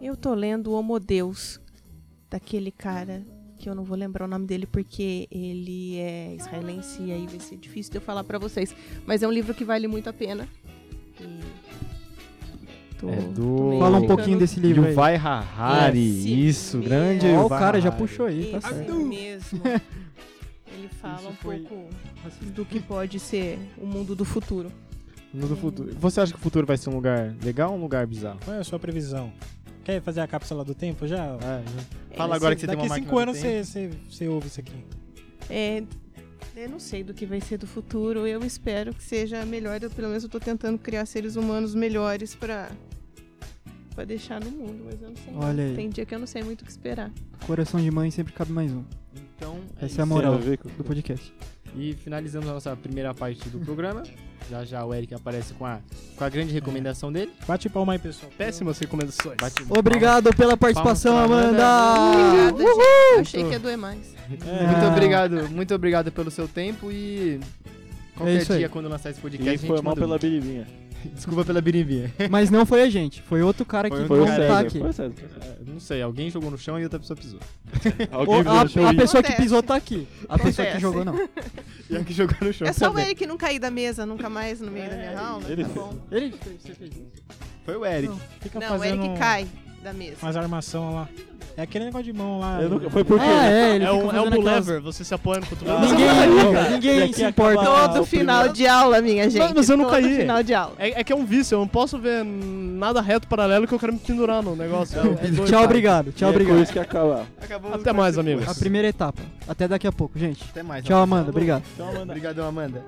[SPEAKER 1] Eu tô lendo O Homo Deus, daquele cara que eu não vou lembrar o nome dele porque ele é israelense e aí vai ser difícil de eu falar pra vocês. Mas é um livro que vale muito a pena. E... Tô,
[SPEAKER 6] É do-
[SPEAKER 1] tô meio
[SPEAKER 4] Fala um
[SPEAKER 1] ficando-
[SPEAKER 4] pouquinho desse livro aí.
[SPEAKER 6] Yuvai Harari,
[SPEAKER 1] Esse
[SPEAKER 6] isso,
[SPEAKER 1] mesmo.
[SPEAKER 6] grande
[SPEAKER 4] Ó, o
[SPEAKER 6] Yuval
[SPEAKER 4] cara já
[SPEAKER 6] Harari.
[SPEAKER 4] puxou aí, tá
[SPEAKER 1] Esse
[SPEAKER 4] certo.
[SPEAKER 1] mesmo. Ele fala
[SPEAKER 4] Isso
[SPEAKER 1] um
[SPEAKER 4] foi-
[SPEAKER 1] pouco do que pode ser o mundo do futuro.
[SPEAKER 6] No do futuro. Você acha que o futuro vai ser um lugar legal ou um lugar bizarro?
[SPEAKER 2] Qual é a sua previsão? Quer fazer a cápsula do tempo já?
[SPEAKER 6] É, já-
[SPEAKER 1] É,
[SPEAKER 6] Fala agora que você tem uma
[SPEAKER 2] Daqui
[SPEAKER 6] máquina
[SPEAKER 2] cinco
[SPEAKER 6] do
[SPEAKER 2] anos
[SPEAKER 6] tempo.
[SPEAKER 2] você, você, você ouve isso aqui.
[SPEAKER 1] É, eu não sei do que vai ser do futuro. Eu espero que seja melhor. Eu, pelo menos eu tô tentando criar seres humanos melhores pra, pra deixar no mundo, mas eu não sei.
[SPEAKER 4] Olha aí.
[SPEAKER 1] Tem dia que eu não sei muito o que esperar.
[SPEAKER 4] Coração de mãe sempre cabe mais um.
[SPEAKER 6] Então,
[SPEAKER 4] Essa é a
[SPEAKER 6] isso.
[SPEAKER 4] moral
[SPEAKER 3] Tem a ver com-
[SPEAKER 4] do podcast.
[SPEAKER 6] E finalizamos a nossa primeira parte do programa. Já já o Eric aparece com a, com a grande recomendação dele.
[SPEAKER 2] Bate palma aí, pessoal.
[SPEAKER 5] Péssimas recomendações.
[SPEAKER 6] Bate
[SPEAKER 4] Obrigado pela participação,
[SPEAKER 6] pra Amanda.
[SPEAKER 5] Ah,
[SPEAKER 4] Amanda!
[SPEAKER 1] Obrigada, gente. Eu achei que ia doer mais.
[SPEAKER 6] É. Muito
[SPEAKER 4] Ah.
[SPEAKER 6] obrigado, muito obrigado pelo seu tempo e qualquer
[SPEAKER 4] isso aí.
[SPEAKER 6] dia quando lançar esse
[SPEAKER 4] é
[SPEAKER 6] podcast a
[SPEAKER 3] E
[SPEAKER 6] gente
[SPEAKER 3] foi mal
[SPEAKER 6] manda um.
[SPEAKER 3] pela biribinha.
[SPEAKER 6] Desculpa pela birimbinha.
[SPEAKER 4] Mas não foi a gente, foi outro cara
[SPEAKER 6] Foi
[SPEAKER 4] que
[SPEAKER 6] outro
[SPEAKER 3] Foi o
[SPEAKER 4] não
[SPEAKER 6] cara.
[SPEAKER 4] tá
[SPEAKER 3] César.
[SPEAKER 4] aqui.
[SPEAKER 3] Foi o César.
[SPEAKER 6] É, Não sei, alguém jogou no chão e outra pessoa pisou.
[SPEAKER 3] Alguém
[SPEAKER 4] O-
[SPEAKER 3] viu no show
[SPEAKER 4] a, a
[SPEAKER 3] e-
[SPEAKER 4] pessoa que
[SPEAKER 1] Acontece.
[SPEAKER 4] pisou tá aqui. A pessoa que
[SPEAKER 1] Acontece.
[SPEAKER 4] jogou não.
[SPEAKER 6] E a que jogou no chão
[SPEAKER 1] É só o
[SPEAKER 6] também.
[SPEAKER 1] Eric não cair da mesa nunca mais no meio da
[SPEAKER 5] É,
[SPEAKER 1] minha aula.
[SPEAKER 3] ele
[SPEAKER 1] Tá
[SPEAKER 3] fez.
[SPEAKER 1] bom.
[SPEAKER 4] Ele
[SPEAKER 6] Foi o Eric.
[SPEAKER 2] Fica
[SPEAKER 1] Não, o
[SPEAKER 2] fazendo
[SPEAKER 5] um
[SPEAKER 1] Eric cai da mesa.
[SPEAKER 2] umas armação lá. É aquele negócio de mão lá.
[SPEAKER 3] Eu nunca- Foi por quê?
[SPEAKER 4] Ah, é, ele
[SPEAKER 5] É
[SPEAKER 4] fica
[SPEAKER 5] um, é
[SPEAKER 4] fazendo
[SPEAKER 5] um
[SPEAKER 4] aquelas-
[SPEAKER 5] lever, você se apoia no
[SPEAKER 3] Ah.
[SPEAKER 5] controle.
[SPEAKER 4] Ninguém liga,
[SPEAKER 3] Daqui
[SPEAKER 4] ninguém se importa.
[SPEAKER 3] acaba-
[SPEAKER 1] Todo
[SPEAKER 3] o
[SPEAKER 1] final
[SPEAKER 3] primeiro-
[SPEAKER 1] de aula, minha gente.
[SPEAKER 5] mas eu não
[SPEAKER 1] Todo
[SPEAKER 5] caí.
[SPEAKER 1] final de aula.
[SPEAKER 5] É, é que é um vício, eu não posso ver nada reto paralelo que eu quero me pendurar no negócio.
[SPEAKER 6] É um
[SPEAKER 5] É
[SPEAKER 4] Tchau, obrigado. Tchau,
[SPEAKER 3] E É por
[SPEAKER 4] obrigado.
[SPEAKER 3] isso que acaba.
[SPEAKER 6] Acabou
[SPEAKER 5] Até mais, amigos.
[SPEAKER 4] A primeira etapa. Até daqui a pouco, gente.
[SPEAKER 6] Até mais.
[SPEAKER 4] Tchau, Amanda. Obrigado.
[SPEAKER 3] Então, manda.
[SPEAKER 6] Obrigadão, Amanda.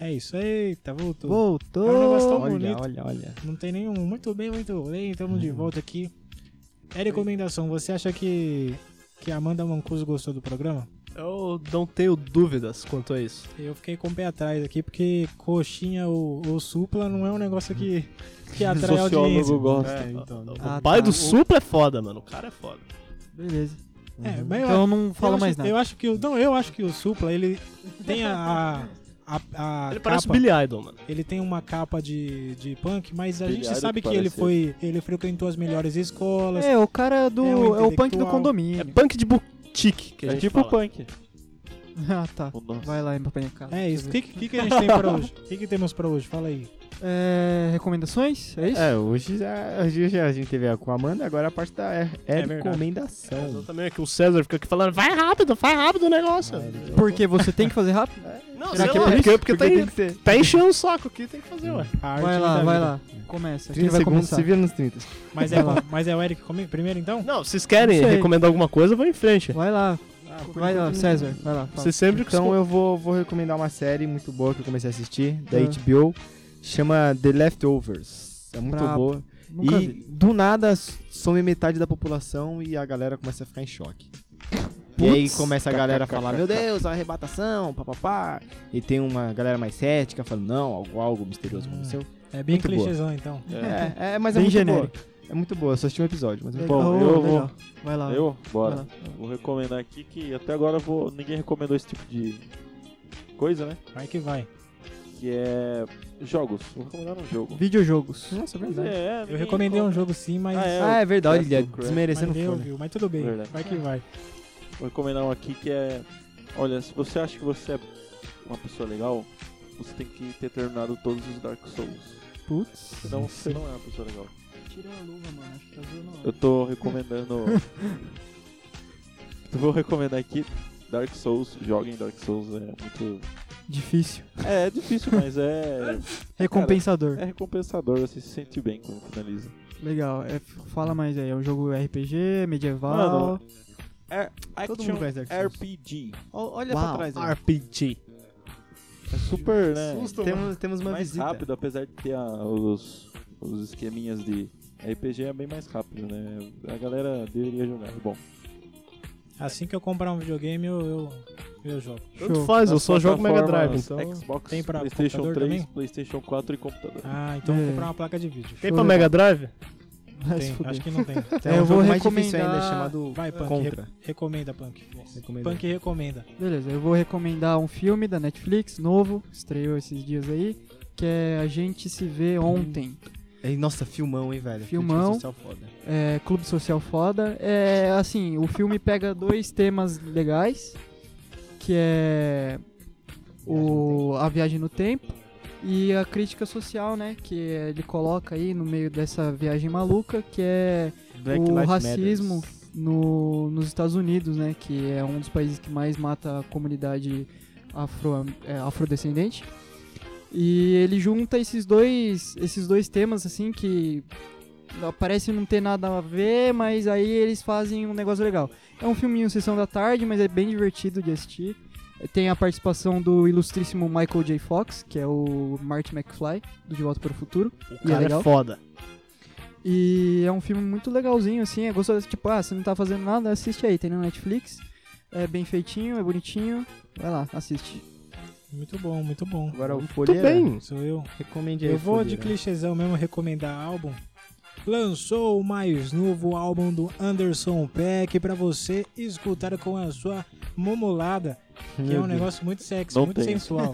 [SPEAKER 2] É isso. Eita, voltou.
[SPEAKER 4] Voltou.
[SPEAKER 2] É um negócio tão
[SPEAKER 6] Olha,
[SPEAKER 2] bonito.
[SPEAKER 6] olha, olha.
[SPEAKER 2] Não tem nenhum. Muito bem, muito bem. Estamos
[SPEAKER 3] Hum.
[SPEAKER 2] de volta aqui. É recomendação. Você acha que, que a Amanda Mancuso gostou do programa?
[SPEAKER 5] Eu não tenho dúvidas quanto a isso.
[SPEAKER 2] Eu fiquei com o pé atrás aqui, porque coxinha ou, ou supla não é um negócio que, que atrai a audiência.
[SPEAKER 3] Sociólogo
[SPEAKER 6] É,
[SPEAKER 3] gosta.
[SPEAKER 5] o
[SPEAKER 4] Ah,
[SPEAKER 5] pai
[SPEAKER 4] tá.
[SPEAKER 5] do
[SPEAKER 4] O-
[SPEAKER 5] Supla é foda, mano. O cara é foda.
[SPEAKER 4] Beleza.
[SPEAKER 2] É, mas eu,
[SPEAKER 4] Então não fala
[SPEAKER 2] eu
[SPEAKER 4] mais
[SPEAKER 2] acho,
[SPEAKER 4] nada.
[SPEAKER 2] Eu acho que o. Não, eu acho que o supla, ele tem a. a, a- a
[SPEAKER 5] Ele parece o
[SPEAKER 2] capa-
[SPEAKER 5] Billy Idol, mano.
[SPEAKER 2] Ele tem uma capa de, de punk, mas a
[SPEAKER 3] Billy
[SPEAKER 2] gente
[SPEAKER 3] Idol
[SPEAKER 2] sabe
[SPEAKER 3] que
[SPEAKER 2] que ele
[SPEAKER 3] parece
[SPEAKER 2] foi. Ele frequentou as melhores escolas.
[SPEAKER 4] É, o cara do.
[SPEAKER 2] É um
[SPEAKER 4] É, o punk do
[SPEAKER 2] intelectual.
[SPEAKER 5] É
[SPEAKER 4] condomínio.
[SPEAKER 5] punk de, bu- tique, que a
[SPEAKER 3] é
[SPEAKER 5] gente
[SPEAKER 3] tipo
[SPEAKER 5] fala.
[SPEAKER 3] punk.
[SPEAKER 4] Ah, tá.
[SPEAKER 3] O nosso.
[SPEAKER 4] Vai lá, Empapinhacada.
[SPEAKER 2] É isso. O que, que, que a gente tem pra hoje? O que, que temos pra hoje? Fala aí.
[SPEAKER 4] É, recomendações? É isso?
[SPEAKER 6] É, hoje, já, hoje já a gente teve a com a Amanda, agora a parte da é, é
[SPEAKER 2] verdade.
[SPEAKER 6] recomendação.
[SPEAKER 5] É, Exatamente, que o César fica aqui falando, vai rápido, vai rápido o negócio.
[SPEAKER 4] É, Porque você tem que fazer rápido?
[SPEAKER 5] não,
[SPEAKER 4] Será
[SPEAKER 5] sei
[SPEAKER 4] que é
[SPEAKER 5] lá,
[SPEAKER 4] por
[SPEAKER 5] porque,
[SPEAKER 4] isso?
[SPEAKER 5] porque
[SPEAKER 4] Porque
[SPEAKER 5] tá,
[SPEAKER 4] tem que ser.
[SPEAKER 5] tá enchendo o saco aqui, tem que fazer, ué.
[SPEAKER 2] A arte
[SPEAKER 4] Vai lá,
[SPEAKER 2] da
[SPEAKER 4] vai
[SPEAKER 2] vida.
[SPEAKER 4] lá. Começa. Quem
[SPEAKER 6] 30
[SPEAKER 4] vai
[SPEAKER 6] segundos,
[SPEAKER 4] começar?
[SPEAKER 6] se vira nos 30.
[SPEAKER 2] Mas é,
[SPEAKER 4] Vai lá.
[SPEAKER 2] mas é o Eric comigo primeiro, então?
[SPEAKER 5] Não, vocês querem
[SPEAKER 4] Não sei.
[SPEAKER 5] recomendar alguma coisa, vão em frente.
[SPEAKER 4] Vai lá.
[SPEAKER 2] Ah,
[SPEAKER 4] Vai lá, César. Vai lá. fala.
[SPEAKER 5] Você sempre
[SPEAKER 6] Então
[SPEAKER 5] esco-
[SPEAKER 6] eu vou, vou recomendar uma série muito boa que eu comecei a assistir, da
[SPEAKER 4] Ah.
[SPEAKER 6] HBO, chama The Leftovers. É muito
[SPEAKER 4] Brabo.
[SPEAKER 6] boa.
[SPEAKER 4] Nunca
[SPEAKER 6] e
[SPEAKER 4] vi.
[SPEAKER 6] do nada some metade da população e a galera começa a ficar em choque. e aí
[SPEAKER 3] Putz.
[SPEAKER 6] começa a galera a
[SPEAKER 3] Kkk.
[SPEAKER 6] falar, meu Deus, a arrebatação, papapá. E tem uma galera mais cética falando, não, algo, algo misterioso aconteceu.
[SPEAKER 2] É bem
[SPEAKER 6] Muito boa.
[SPEAKER 2] clichêzão, então.
[SPEAKER 6] É, é, mas é
[SPEAKER 4] Bem
[SPEAKER 6] muito
[SPEAKER 4] genérico.
[SPEAKER 6] boa. É muito boa, eu só assisti um episódio, mas é muito
[SPEAKER 4] Legal,
[SPEAKER 3] Bom, eu vou-
[SPEAKER 4] legal. Vai lá.
[SPEAKER 3] Eu?
[SPEAKER 4] vai
[SPEAKER 3] Bora.
[SPEAKER 4] lá.
[SPEAKER 3] Vou recomendar aqui que até agora eu vou, ninguém recomendou esse tipo de coisa, né?
[SPEAKER 2] Vai que vai.
[SPEAKER 3] Que é jogos. Vou recomendar um jogo.
[SPEAKER 4] Videojogos.
[SPEAKER 6] boa. Nossa, é
[SPEAKER 3] Mas
[SPEAKER 6] verdade.
[SPEAKER 3] é,
[SPEAKER 2] Eu recomendei um jogo sim, mas.
[SPEAKER 3] Ah, é,
[SPEAKER 6] Ah, é verdade,
[SPEAKER 3] Crash
[SPEAKER 6] ele é
[SPEAKER 3] do Crash.
[SPEAKER 2] mas
[SPEAKER 6] desmerecendo
[SPEAKER 2] ninguém
[SPEAKER 6] foda.
[SPEAKER 2] ouviu, mas tudo bem.
[SPEAKER 3] Verdade.
[SPEAKER 2] Vai que vai.
[SPEAKER 3] Vou recomendar um aqui que é. Olha, se você acha que você é uma pessoa legal, você tem que ter terminado todos os Dark Souls.
[SPEAKER 4] Putz.
[SPEAKER 3] Senão você não é uma pessoa legal.
[SPEAKER 4] Tira a luva, mano. Acho que tá zoando.
[SPEAKER 3] Eu tô recomendando. Eu vou recomendar aqui Dark Souls. Joguem Dark Souls, é muito.
[SPEAKER 4] Difícil.
[SPEAKER 3] É, é difícil, mas é.
[SPEAKER 4] Recompensador.
[SPEAKER 3] É recompensador, você se sente bem quando finaliza.
[SPEAKER 4] Legal. É, f- fala mais aí. É um jogo RPG, medieval.
[SPEAKER 6] Todo mundo
[SPEAKER 3] É, Action é
[SPEAKER 6] conhece Dark Souls.
[SPEAKER 3] RPG.
[SPEAKER 4] Olha pra trás.
[SPEAKER 5] RPG.
[SPEAKER 3] É super, né?
[SPEAKER 5] Susto, mano.
[SPEAKER 6] Temos, temos uma
[SPEAKER 3] mais
[SPEAKER 6] visita.
[SPEAKER 3] rápido, apesar de ter a- os, os esqueminhas de RPG, é bem mais rápido, né? A galera deveria jogar. é Bom,
[SPEAKER 2] Assim que eu comprar um videogame, eu, eu, eu jogo.
[SPEAKER 5] Tanto
[SPEAKER 4] Show.
[SPEAKER 5] faz, eu
[SPEAKER 3] nas
[SPEAKER 5] só jogo Mega Drive,
[SPEAKER 3] plataformas
[SPEAKER 5] então.
[SPEAKER 3] Xbox,
[SPEAKER 2] Tem pra
[SPEAKER 3] PlayStation
[SPEAKER 2] computador
[SPEAKER 3] 3,
[SPEAKER 2] também?
[SPEAKER 3] PlayStation 4 e computador.
[SPEAKER 2] Ah, então eu
[SPEAKER 4] É.
[SPEAKER 2] vou comprar uma placa de vídeo.
[SPEAKER 5] Tem
[SPEAKER 4] Show
[SPEAKER 5] pra
[SPEAKER 4] legal.
[SPEAKER 5] Mega Drive?
[SPEAKER 4] Vai se
[SPEAKER 2] Tem,
[SPEAKER 4] fuder.
[SPEAKER 2] acho que não tem.
[SPEAKER 6] Tem um
[SPEAKER 4] Eu vou
[SPEAKER 6] jogo mais difícil
[SPEAKER 4] recomendar-
[SPEAKER 6] ainda é chamado
[SPEAKER 2] Vai, Punk.
[SPEAKER 6] Contra.
[SPEAKER 2] re- recomenda, Punk.
[SPEAKER 6] Recomendo.
[SPEAKER 2] Punk recomenda.
[SPEAKER 4] Beleza, eu vou recomendar um filme da Netflix, novo, estreou esses dias aí, que é A Gente Se Vê Ontem.
[SPEAKER 6] Ei, É, Nossa, filmão, hein, velho.
[SPEAKER 4] Filmão.
[SPEAKER 6] Crítica social foda.
[SPEAKER 4] É, Clube Social Foda. É assim, o filme pega dois temas legais, que é o, a viagem no tempo e a crítica social, né? Que ele coloca aí no meio dessa viagem maluca, que é O
[SPEAKER 6] Lives
[SPEAKER 4] racismo
[SPEAKER 6] Matters.
[SPEAKER 4] no, nos Estados Unidos, né? Que é um dos países que mais mata a comunidade afro, é, afrodescendente. E ele junta esses dois, esses dois temas, assim, que parece não ter nada a ver, mas aí eles fazem um negócio legal. É um filminho Sessão da Tarde, mas é bem divertido de assistir. Tem a participação do ilustríssimo Michael J. Fox, que é o Marty McFly, do De Volta para o Futuro.
[SPEAKER 5] O
[SPEAKER 4] E é
[SPEAKER 5] cara é
[SPEAKER 4] legal?
[SPEAKER 5] foda.
[SPEAKER 4] E é um filme muito legalzinho, assim. É gostoso, tipo, ah, você não tá fazendo nada, assiste aí, tem no Netflix. É bem feitinho, é bonitinho. Vai lá, assiste.
[SPEAKER 2] Muito bom, muito bom.
[SPEAKER 6] Agora o
[SPEAKER 5] Muito
[SPEAKER 6] Folheira.
[SPEAKER 5] bem.
[SPEAKER 2] Sou eu.
[SPEAKER 6] Recomende aí,
[SPEAKER 2] Eu vou de
[SPEAKER 6] Folheira.
[SPEAKER 2] clichêzão mesmo recomendar álbum. Lançou o mais novo álbum do Anderson Peck pra você escutar com a sua momolada, que é
[SPEAKER 6] Meu
[SPEAKER 2] um
[SPEAKER 6] Deus.
[SPEAKER 2] negócio muito sexy,
[SPEAKER 3] Não
[SPEAKER 2] muito
[SPEAKER 3] tem.
[SPEAKER 2] sensual.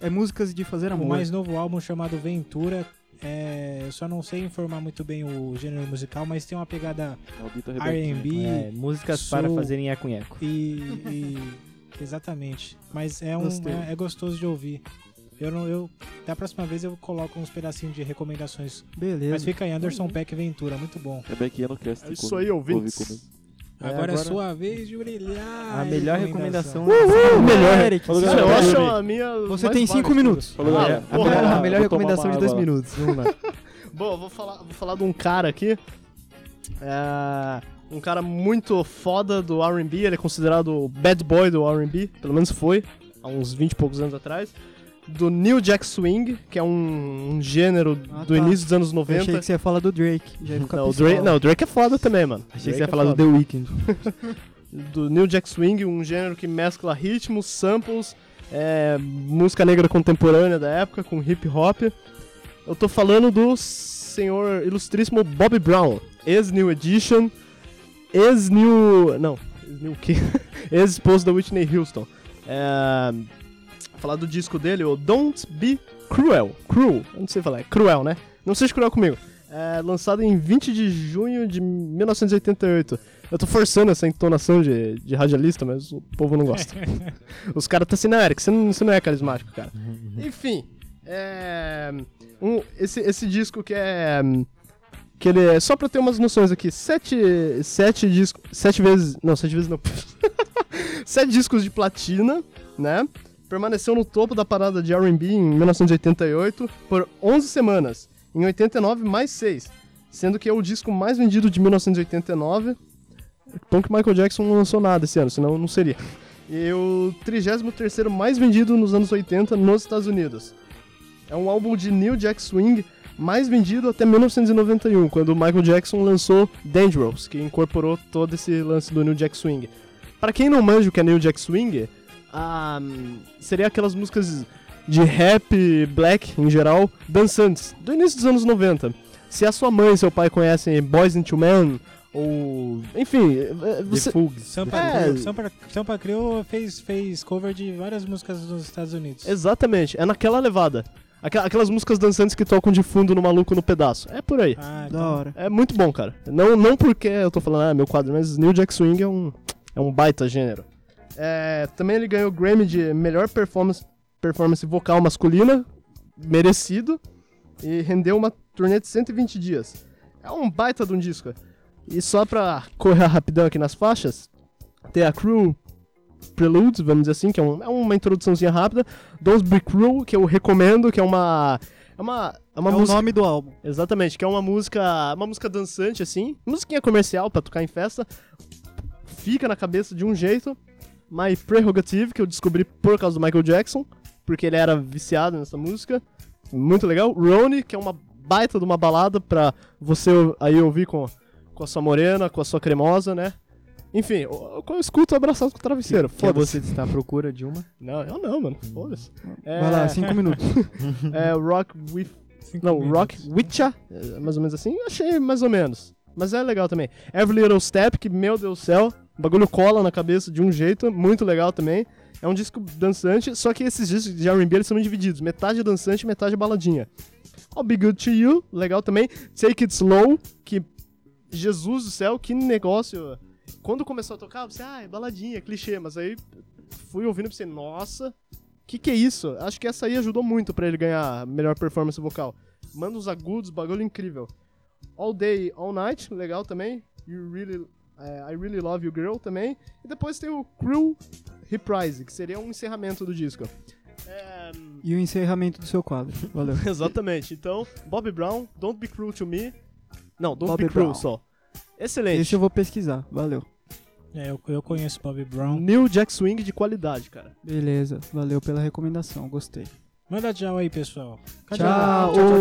[SPEAKER 4] É músicas de fazer
[SPEAKER 2] o
[SPEAKER 4] amor.
[SPEAKER 2] mais novo álbum chamado Ventura. É, eu só não sei informar muito bem o gênero musical, mas tem uma pegada
[SPEAKER 3] Maldita Rebequinha.
[SPEAKER 2] R&B
[SPEAKER 6] É, músicas para
[SPEAKER 2] Sou-
[SPEAKER 6] fazerem eco-eco.
[SPEAKER 2] e, e- exatamente. Mas é um
[SPEAKER 4] Gostei.
[SPEAKER 2] é, é gostoso de ouvir. Eu não eu da próxima vez eu coloco uns pedacinhos de recomendações.
[SPEAKER 4] Beleza.
[SPEAKER 2] Mas fica aí Anderson Peck Ventura, muito bom.
[SPEAKER 3] Rebequinha no cast.
[SPEAKER 5] É isso
[SPEAKER 3] come-
[SPEAKER 5] aí, ouvintes.
[SPEAKER 3] ouve comigo.
[SPEAKER 6] É,
[SPEAKER 2] Agora, é
[SPEAKER 6] agora-
[SPEAKER 2] sua vez de brilhar.
[SPEAKER 6] A melhor recomendação. é
[SPEAKER 4] Uhul, melhor, Eric.
[SPEAKER 3] Falou,
[SPEAKER 4] Você-
[SPEAKER 5] Cara, eu
[SPEAKER 3] Gabriel.
[SPEAKER 5] acho a minha.
[SPEAKER 4] Você
[SPEAKER 5] mais
[SPEAKER 4] tem
[SPEAKER 5] válida.
[SPEAKER 4] cinco minutos.
[SPEAKER 3] Falou,
[SPEAKER 5] Ah,
[SPEAKER 3] galera.
[SPEAKER 5] porra.
[SPEAKER 6] A melhor, a
[SPEAKER 3] Vou
[SPEAKER 6] melhor
[SPEAKER 3] tomar
[SPEAKER 6] recomendação
[SPEAKER 3] uma
[SPEAKER 6] de dois
[SPEAKER 3] água lá.
[SPEAKER 6] minutos. Vamos lá.
[SPEAKER 5] Bom, eu vou falar, vou falar de um cara aqui. É, um cara muito foda do RB. Ele é considerado o bad boy do RB. Pelo menos foi, há uns 20 e poucos anos atrás. Do New Jack Swing, que é um, um gênero
[SPEAKER 4] Ah, tá.
[SPEAKER 5] do início dos anos
[SPEAKER 4] Eu achei
[SPEAKER 5] 90.
[SPEAKER 4] que você ia falar do Drake. Já ia ficar
[SPEAKER 5] Não, o
[SPEAKER 4] pistola.
[SPEAKER 5] Drake, não, o Drake é foda também, mano. Drake
[SPEAKER 6] Achei que você ia
[SPEAKER 5] é
[SPEAKER 6] falar do
[SPEAKER 5] foda.
[SPEAKER 6] The Weeknd.
[SPEAKER 5] do New Jack Swing, um gênero que mescla ritmos, samples, é, música negra contemporânea da época com hip hop. Eu tô falando do senhor ilustríssimo Bob Brown, ex-New Edition, ex-New. Não, ex-New o quê? ex-esposo da Whitney Houston. É, falar do disco dele, o Don't Be Cruel. Cruel, eu não sei falar, é cruel, né? Não seja cruel comigo. É, lançado em 20 de junho de 1988. Eu tô forçando essa entonação de, de radialista, mas o povo não gosta. Os caras tá assim, não, Eric, você não, você não é carismático, cara. Enfim, é, um- esse, esse disco que é... Que ele é, só pra eu ter umas noções aqui, sete, sete discos, sete vezes, não, sete vezes não, sete discos de platina, né? Permaneceu no topo da parada de R&B em 1988 por 11 semanas, em 89 mais 6, sendo que é o disco mais vendido de 1989. Bom que Michael Jackson não lançou nada esse ano, senão não seria. E o 33º mais vendido nos anos 80 nos Estados Unidos. É um álbum de New Jack Swing mais vendido até 1991, quando o Michael Jackson lançou Dangerous, que incorporou todo esse lance do New Jack Swing. Pra quem não manja o que é New Jack Swing, ah, seria aquelas músicas de rap, black em geral, dançantes, do início dos anos 90. Se a sua mãe e seu pai conhecem Boys into Men, ou. Enfim, eh, você.
[SPEAKER 2] Sampa,
[SPEAKER 5] É.
[SPEAKER 2] Crew- Sampa, Sampa Crew fez, fez cover de várias músicas dos Estados Unidos.
[SPEAKER 5] Exatamente, é naquela levada. Aquela- Aquelas músicas dançantes que tocam de fundo no maluco no pedaço. É por aí.
[SPEAKER 2] Ah,
[SPEAKER 4] Da
[SPEAKER 2] então,
[SPEAKER 4] hora.
[SPEAKER 5] É muito bom, cara. Não, não porque eu tô falando, ah, meu quadro, mas New Jack Swing é um, é um baita gênero. É, também ele ganhou o Grammy de melhor performance, performance vocal masculina, merecido, e rendeu uma turnê de 120 dias. É um baita de um disco. E só pra correr rapidão aqui nas faixas, tem a Crew Preludes, vamos dizer assim, que é, um- é uma introduçãozinha rápida. Don't Be Cruel, que eu recomendo, que é uma... É uma, é uma
[SPEAKER 4] é
[SPEAKER 5] música...
[SPEAKER 4] o nome do álbum.
[SPEAKER 5] Exatamente, que é uma música, uma música dançante assim, musiquinha comercial pra tocar em festa. Fica na cabeça de um jeito. My Prerogative, que eu descobri por causa do Michael Jackson, porque ele era viciado nessa música. Muito legal. Rony, que é uma baita de uma balada pra você aí ouvir com, com a sua morena, com a sua cremosa, né? Enfim, eu, eu escuto abraçado com o travesseiro.
[SPEAKER 6] Que é
[SPEAKER 5] Foda-se.
[SPEAKER 6] você está à procura de uma.
[SPEAKER 5] Não, eu não, mano. Foda-se. É,
[SPEAKER 4] Vai lá, cinco minutos.
[SPEAKER 5] é Rock with
[SPEAKER 2] cinco
[SPEAKER 5] não,
[SPEAKER 2] minutos.
[SPEAKER 5] Rock Witcha, é mais ou menos assim. Achei mais ou menos. Mas é legal também. Every Little Step, que, meu Deus do céu, o bagulho cola na cabeça de um jeito, muito legal também. É um disco dançante, só que esses discos de R&B eles são divididos. Metade é dançante, metade é baladinha. I'll Be Good To You, legal também. Take It Slow, que... Jesus do céu, que negócio. Quando começou a tocar, você, ah, é baladinha, clichê. Mas aí fui ouvindo e pensei, nossa, que que é isso? Acho que essa aí ajudou muito pra ele ganhar melhor performance vocal. Manda uns agudos, bagulho incrível. All Day, All Night, legal também. You Really- eh, I Really Love You Girl também. E depois tem o Cruel Reprise, que seria um encerramento do disco. É,
[SPEAKER 4] E o encerramento do seu quadro. Valeu.
[SPEAKER 5] exatamente. Então, Bob Brown, Don't Be Cruel to Me. Não, Don't
[SPEAKER 4] Bobby
[SPEAKER 5] Be Cruel
[SPEAKER 4] Brown.
[SPEAKER 5] só. Excelente.
[SPEAKER 4] Esse eu vou pesquisar. Valeu.
[SPEAKER 2] É, eu, eu conheço Bob
[SPEAKER 4] é
[SPEAKER 2] Brown.
[SPEAKER 5] New Jack Swing de qualidade, cara.
[SPEAKER 4] Beleza. Valeu pela recomendação. Gostei.
[SPEAKER 2] Manda tchau aí, pessoal. Cadê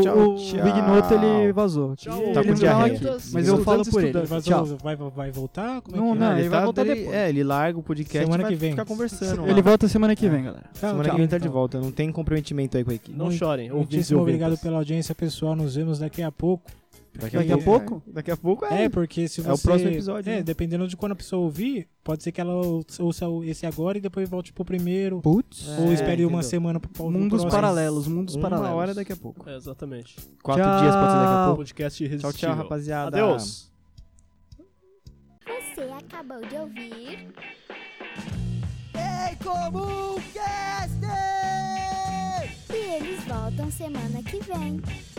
[SPEAKER 4] Tchau. O, o Big Note ele vazou.
[SPEAKER 5] Tchau,
[SPEAKER 4] ele
[SPEAKER 6] Tá com
[SPEAKER 4] não
[SPEAKER 6] diarreia.
[SPEAKER 4] aqui, mas eu falo por ele.
[SPEAKER 2] Ele vazou,
[SPEAKER 4] Tchau.
[SPEAKER 2] vai, vai voltar? Como é
[SPEAKER 4] Não,
[SPEAKER 2] que
[SPEAKER 4] não,
[SPEAKER 2] é?
[SPEAKER 4] ele vai voltar
[SPEAKER 6] dele-
[SPEAKER 4] depois.
[SPEAKER 6] É, ele larga o podcast
[SPEAKER 2] Semana
[SPEAKER 6] e vai
[SPEAKER 2] que vem.
[SPEAKER 6] ficar conversando. lá.
[SPEAKER 4] Ele volta semana que vem, galera.
[SPEAKER 2] Tchau,
[SPEAKER 6] Semana
[SPEAKER 2] tchau,
[SPEAKER 6] que vem tá de
[SPEAKER 2] então.
[SPEAKER 6] volta. Não tem comprometimento aí com a equipe.
[SPEAKER 5] Não
[SPEAKER 2] Muito-
[SPEAKER 5] chorem. ouvintes e
[SPEAKER 2] Muitíssimo obrigado
[SPEAKER 5] ouvintas.
[SPEAKER 2] pela audiência, pessoal. Nos vemos daqui a pouco.
[SPEAKER 4] Daqui a pouco?
[SPEAKER 6] Daqui a pouco é.
[SPEAKER 2] É, porque se você.
[SPEAKER 6] É o próximo episódio,
[SPEAKER 2] É,
[SPEAKER 6] né?
[SPEAKER 2] dependendo de quando a pessoa ouvir, pode ser que ela ouça o- esse agora e depois volte pro primeiro.
[SPEAKER 4] Putz.
[SPEAKER 2] ou espere uma
[SPEAKER 6] entendeu.
[SPEAKER 2] semana pro pro
[SPEAKER 4] Mundos
[SPEAKER 2] próximo.
[SPEAKER 4] paralelos, mundos
[SPEAKER 6] Uma
[SPEAKER 4] paralelos.
[SPEAKER 6] hora daqui a pouco.
[SPEAKER 5] É, exatamente.
[SPEAKER 6] Quatro
[SPEAKER 4] Tchau.
[SPEAKER 6] dias pode ser daqui a pouco.
[SPEAKER 5] Podcast
[SPEAKER 6] Tchau,
[SPEAKER 5] irresistível.
[SPEAKER 6] tchau, rapaziada.
[SPEAKER 5] Adeus.
[SPEAKER 7] Você acabou de ouvir. E eles voltam semana que vem.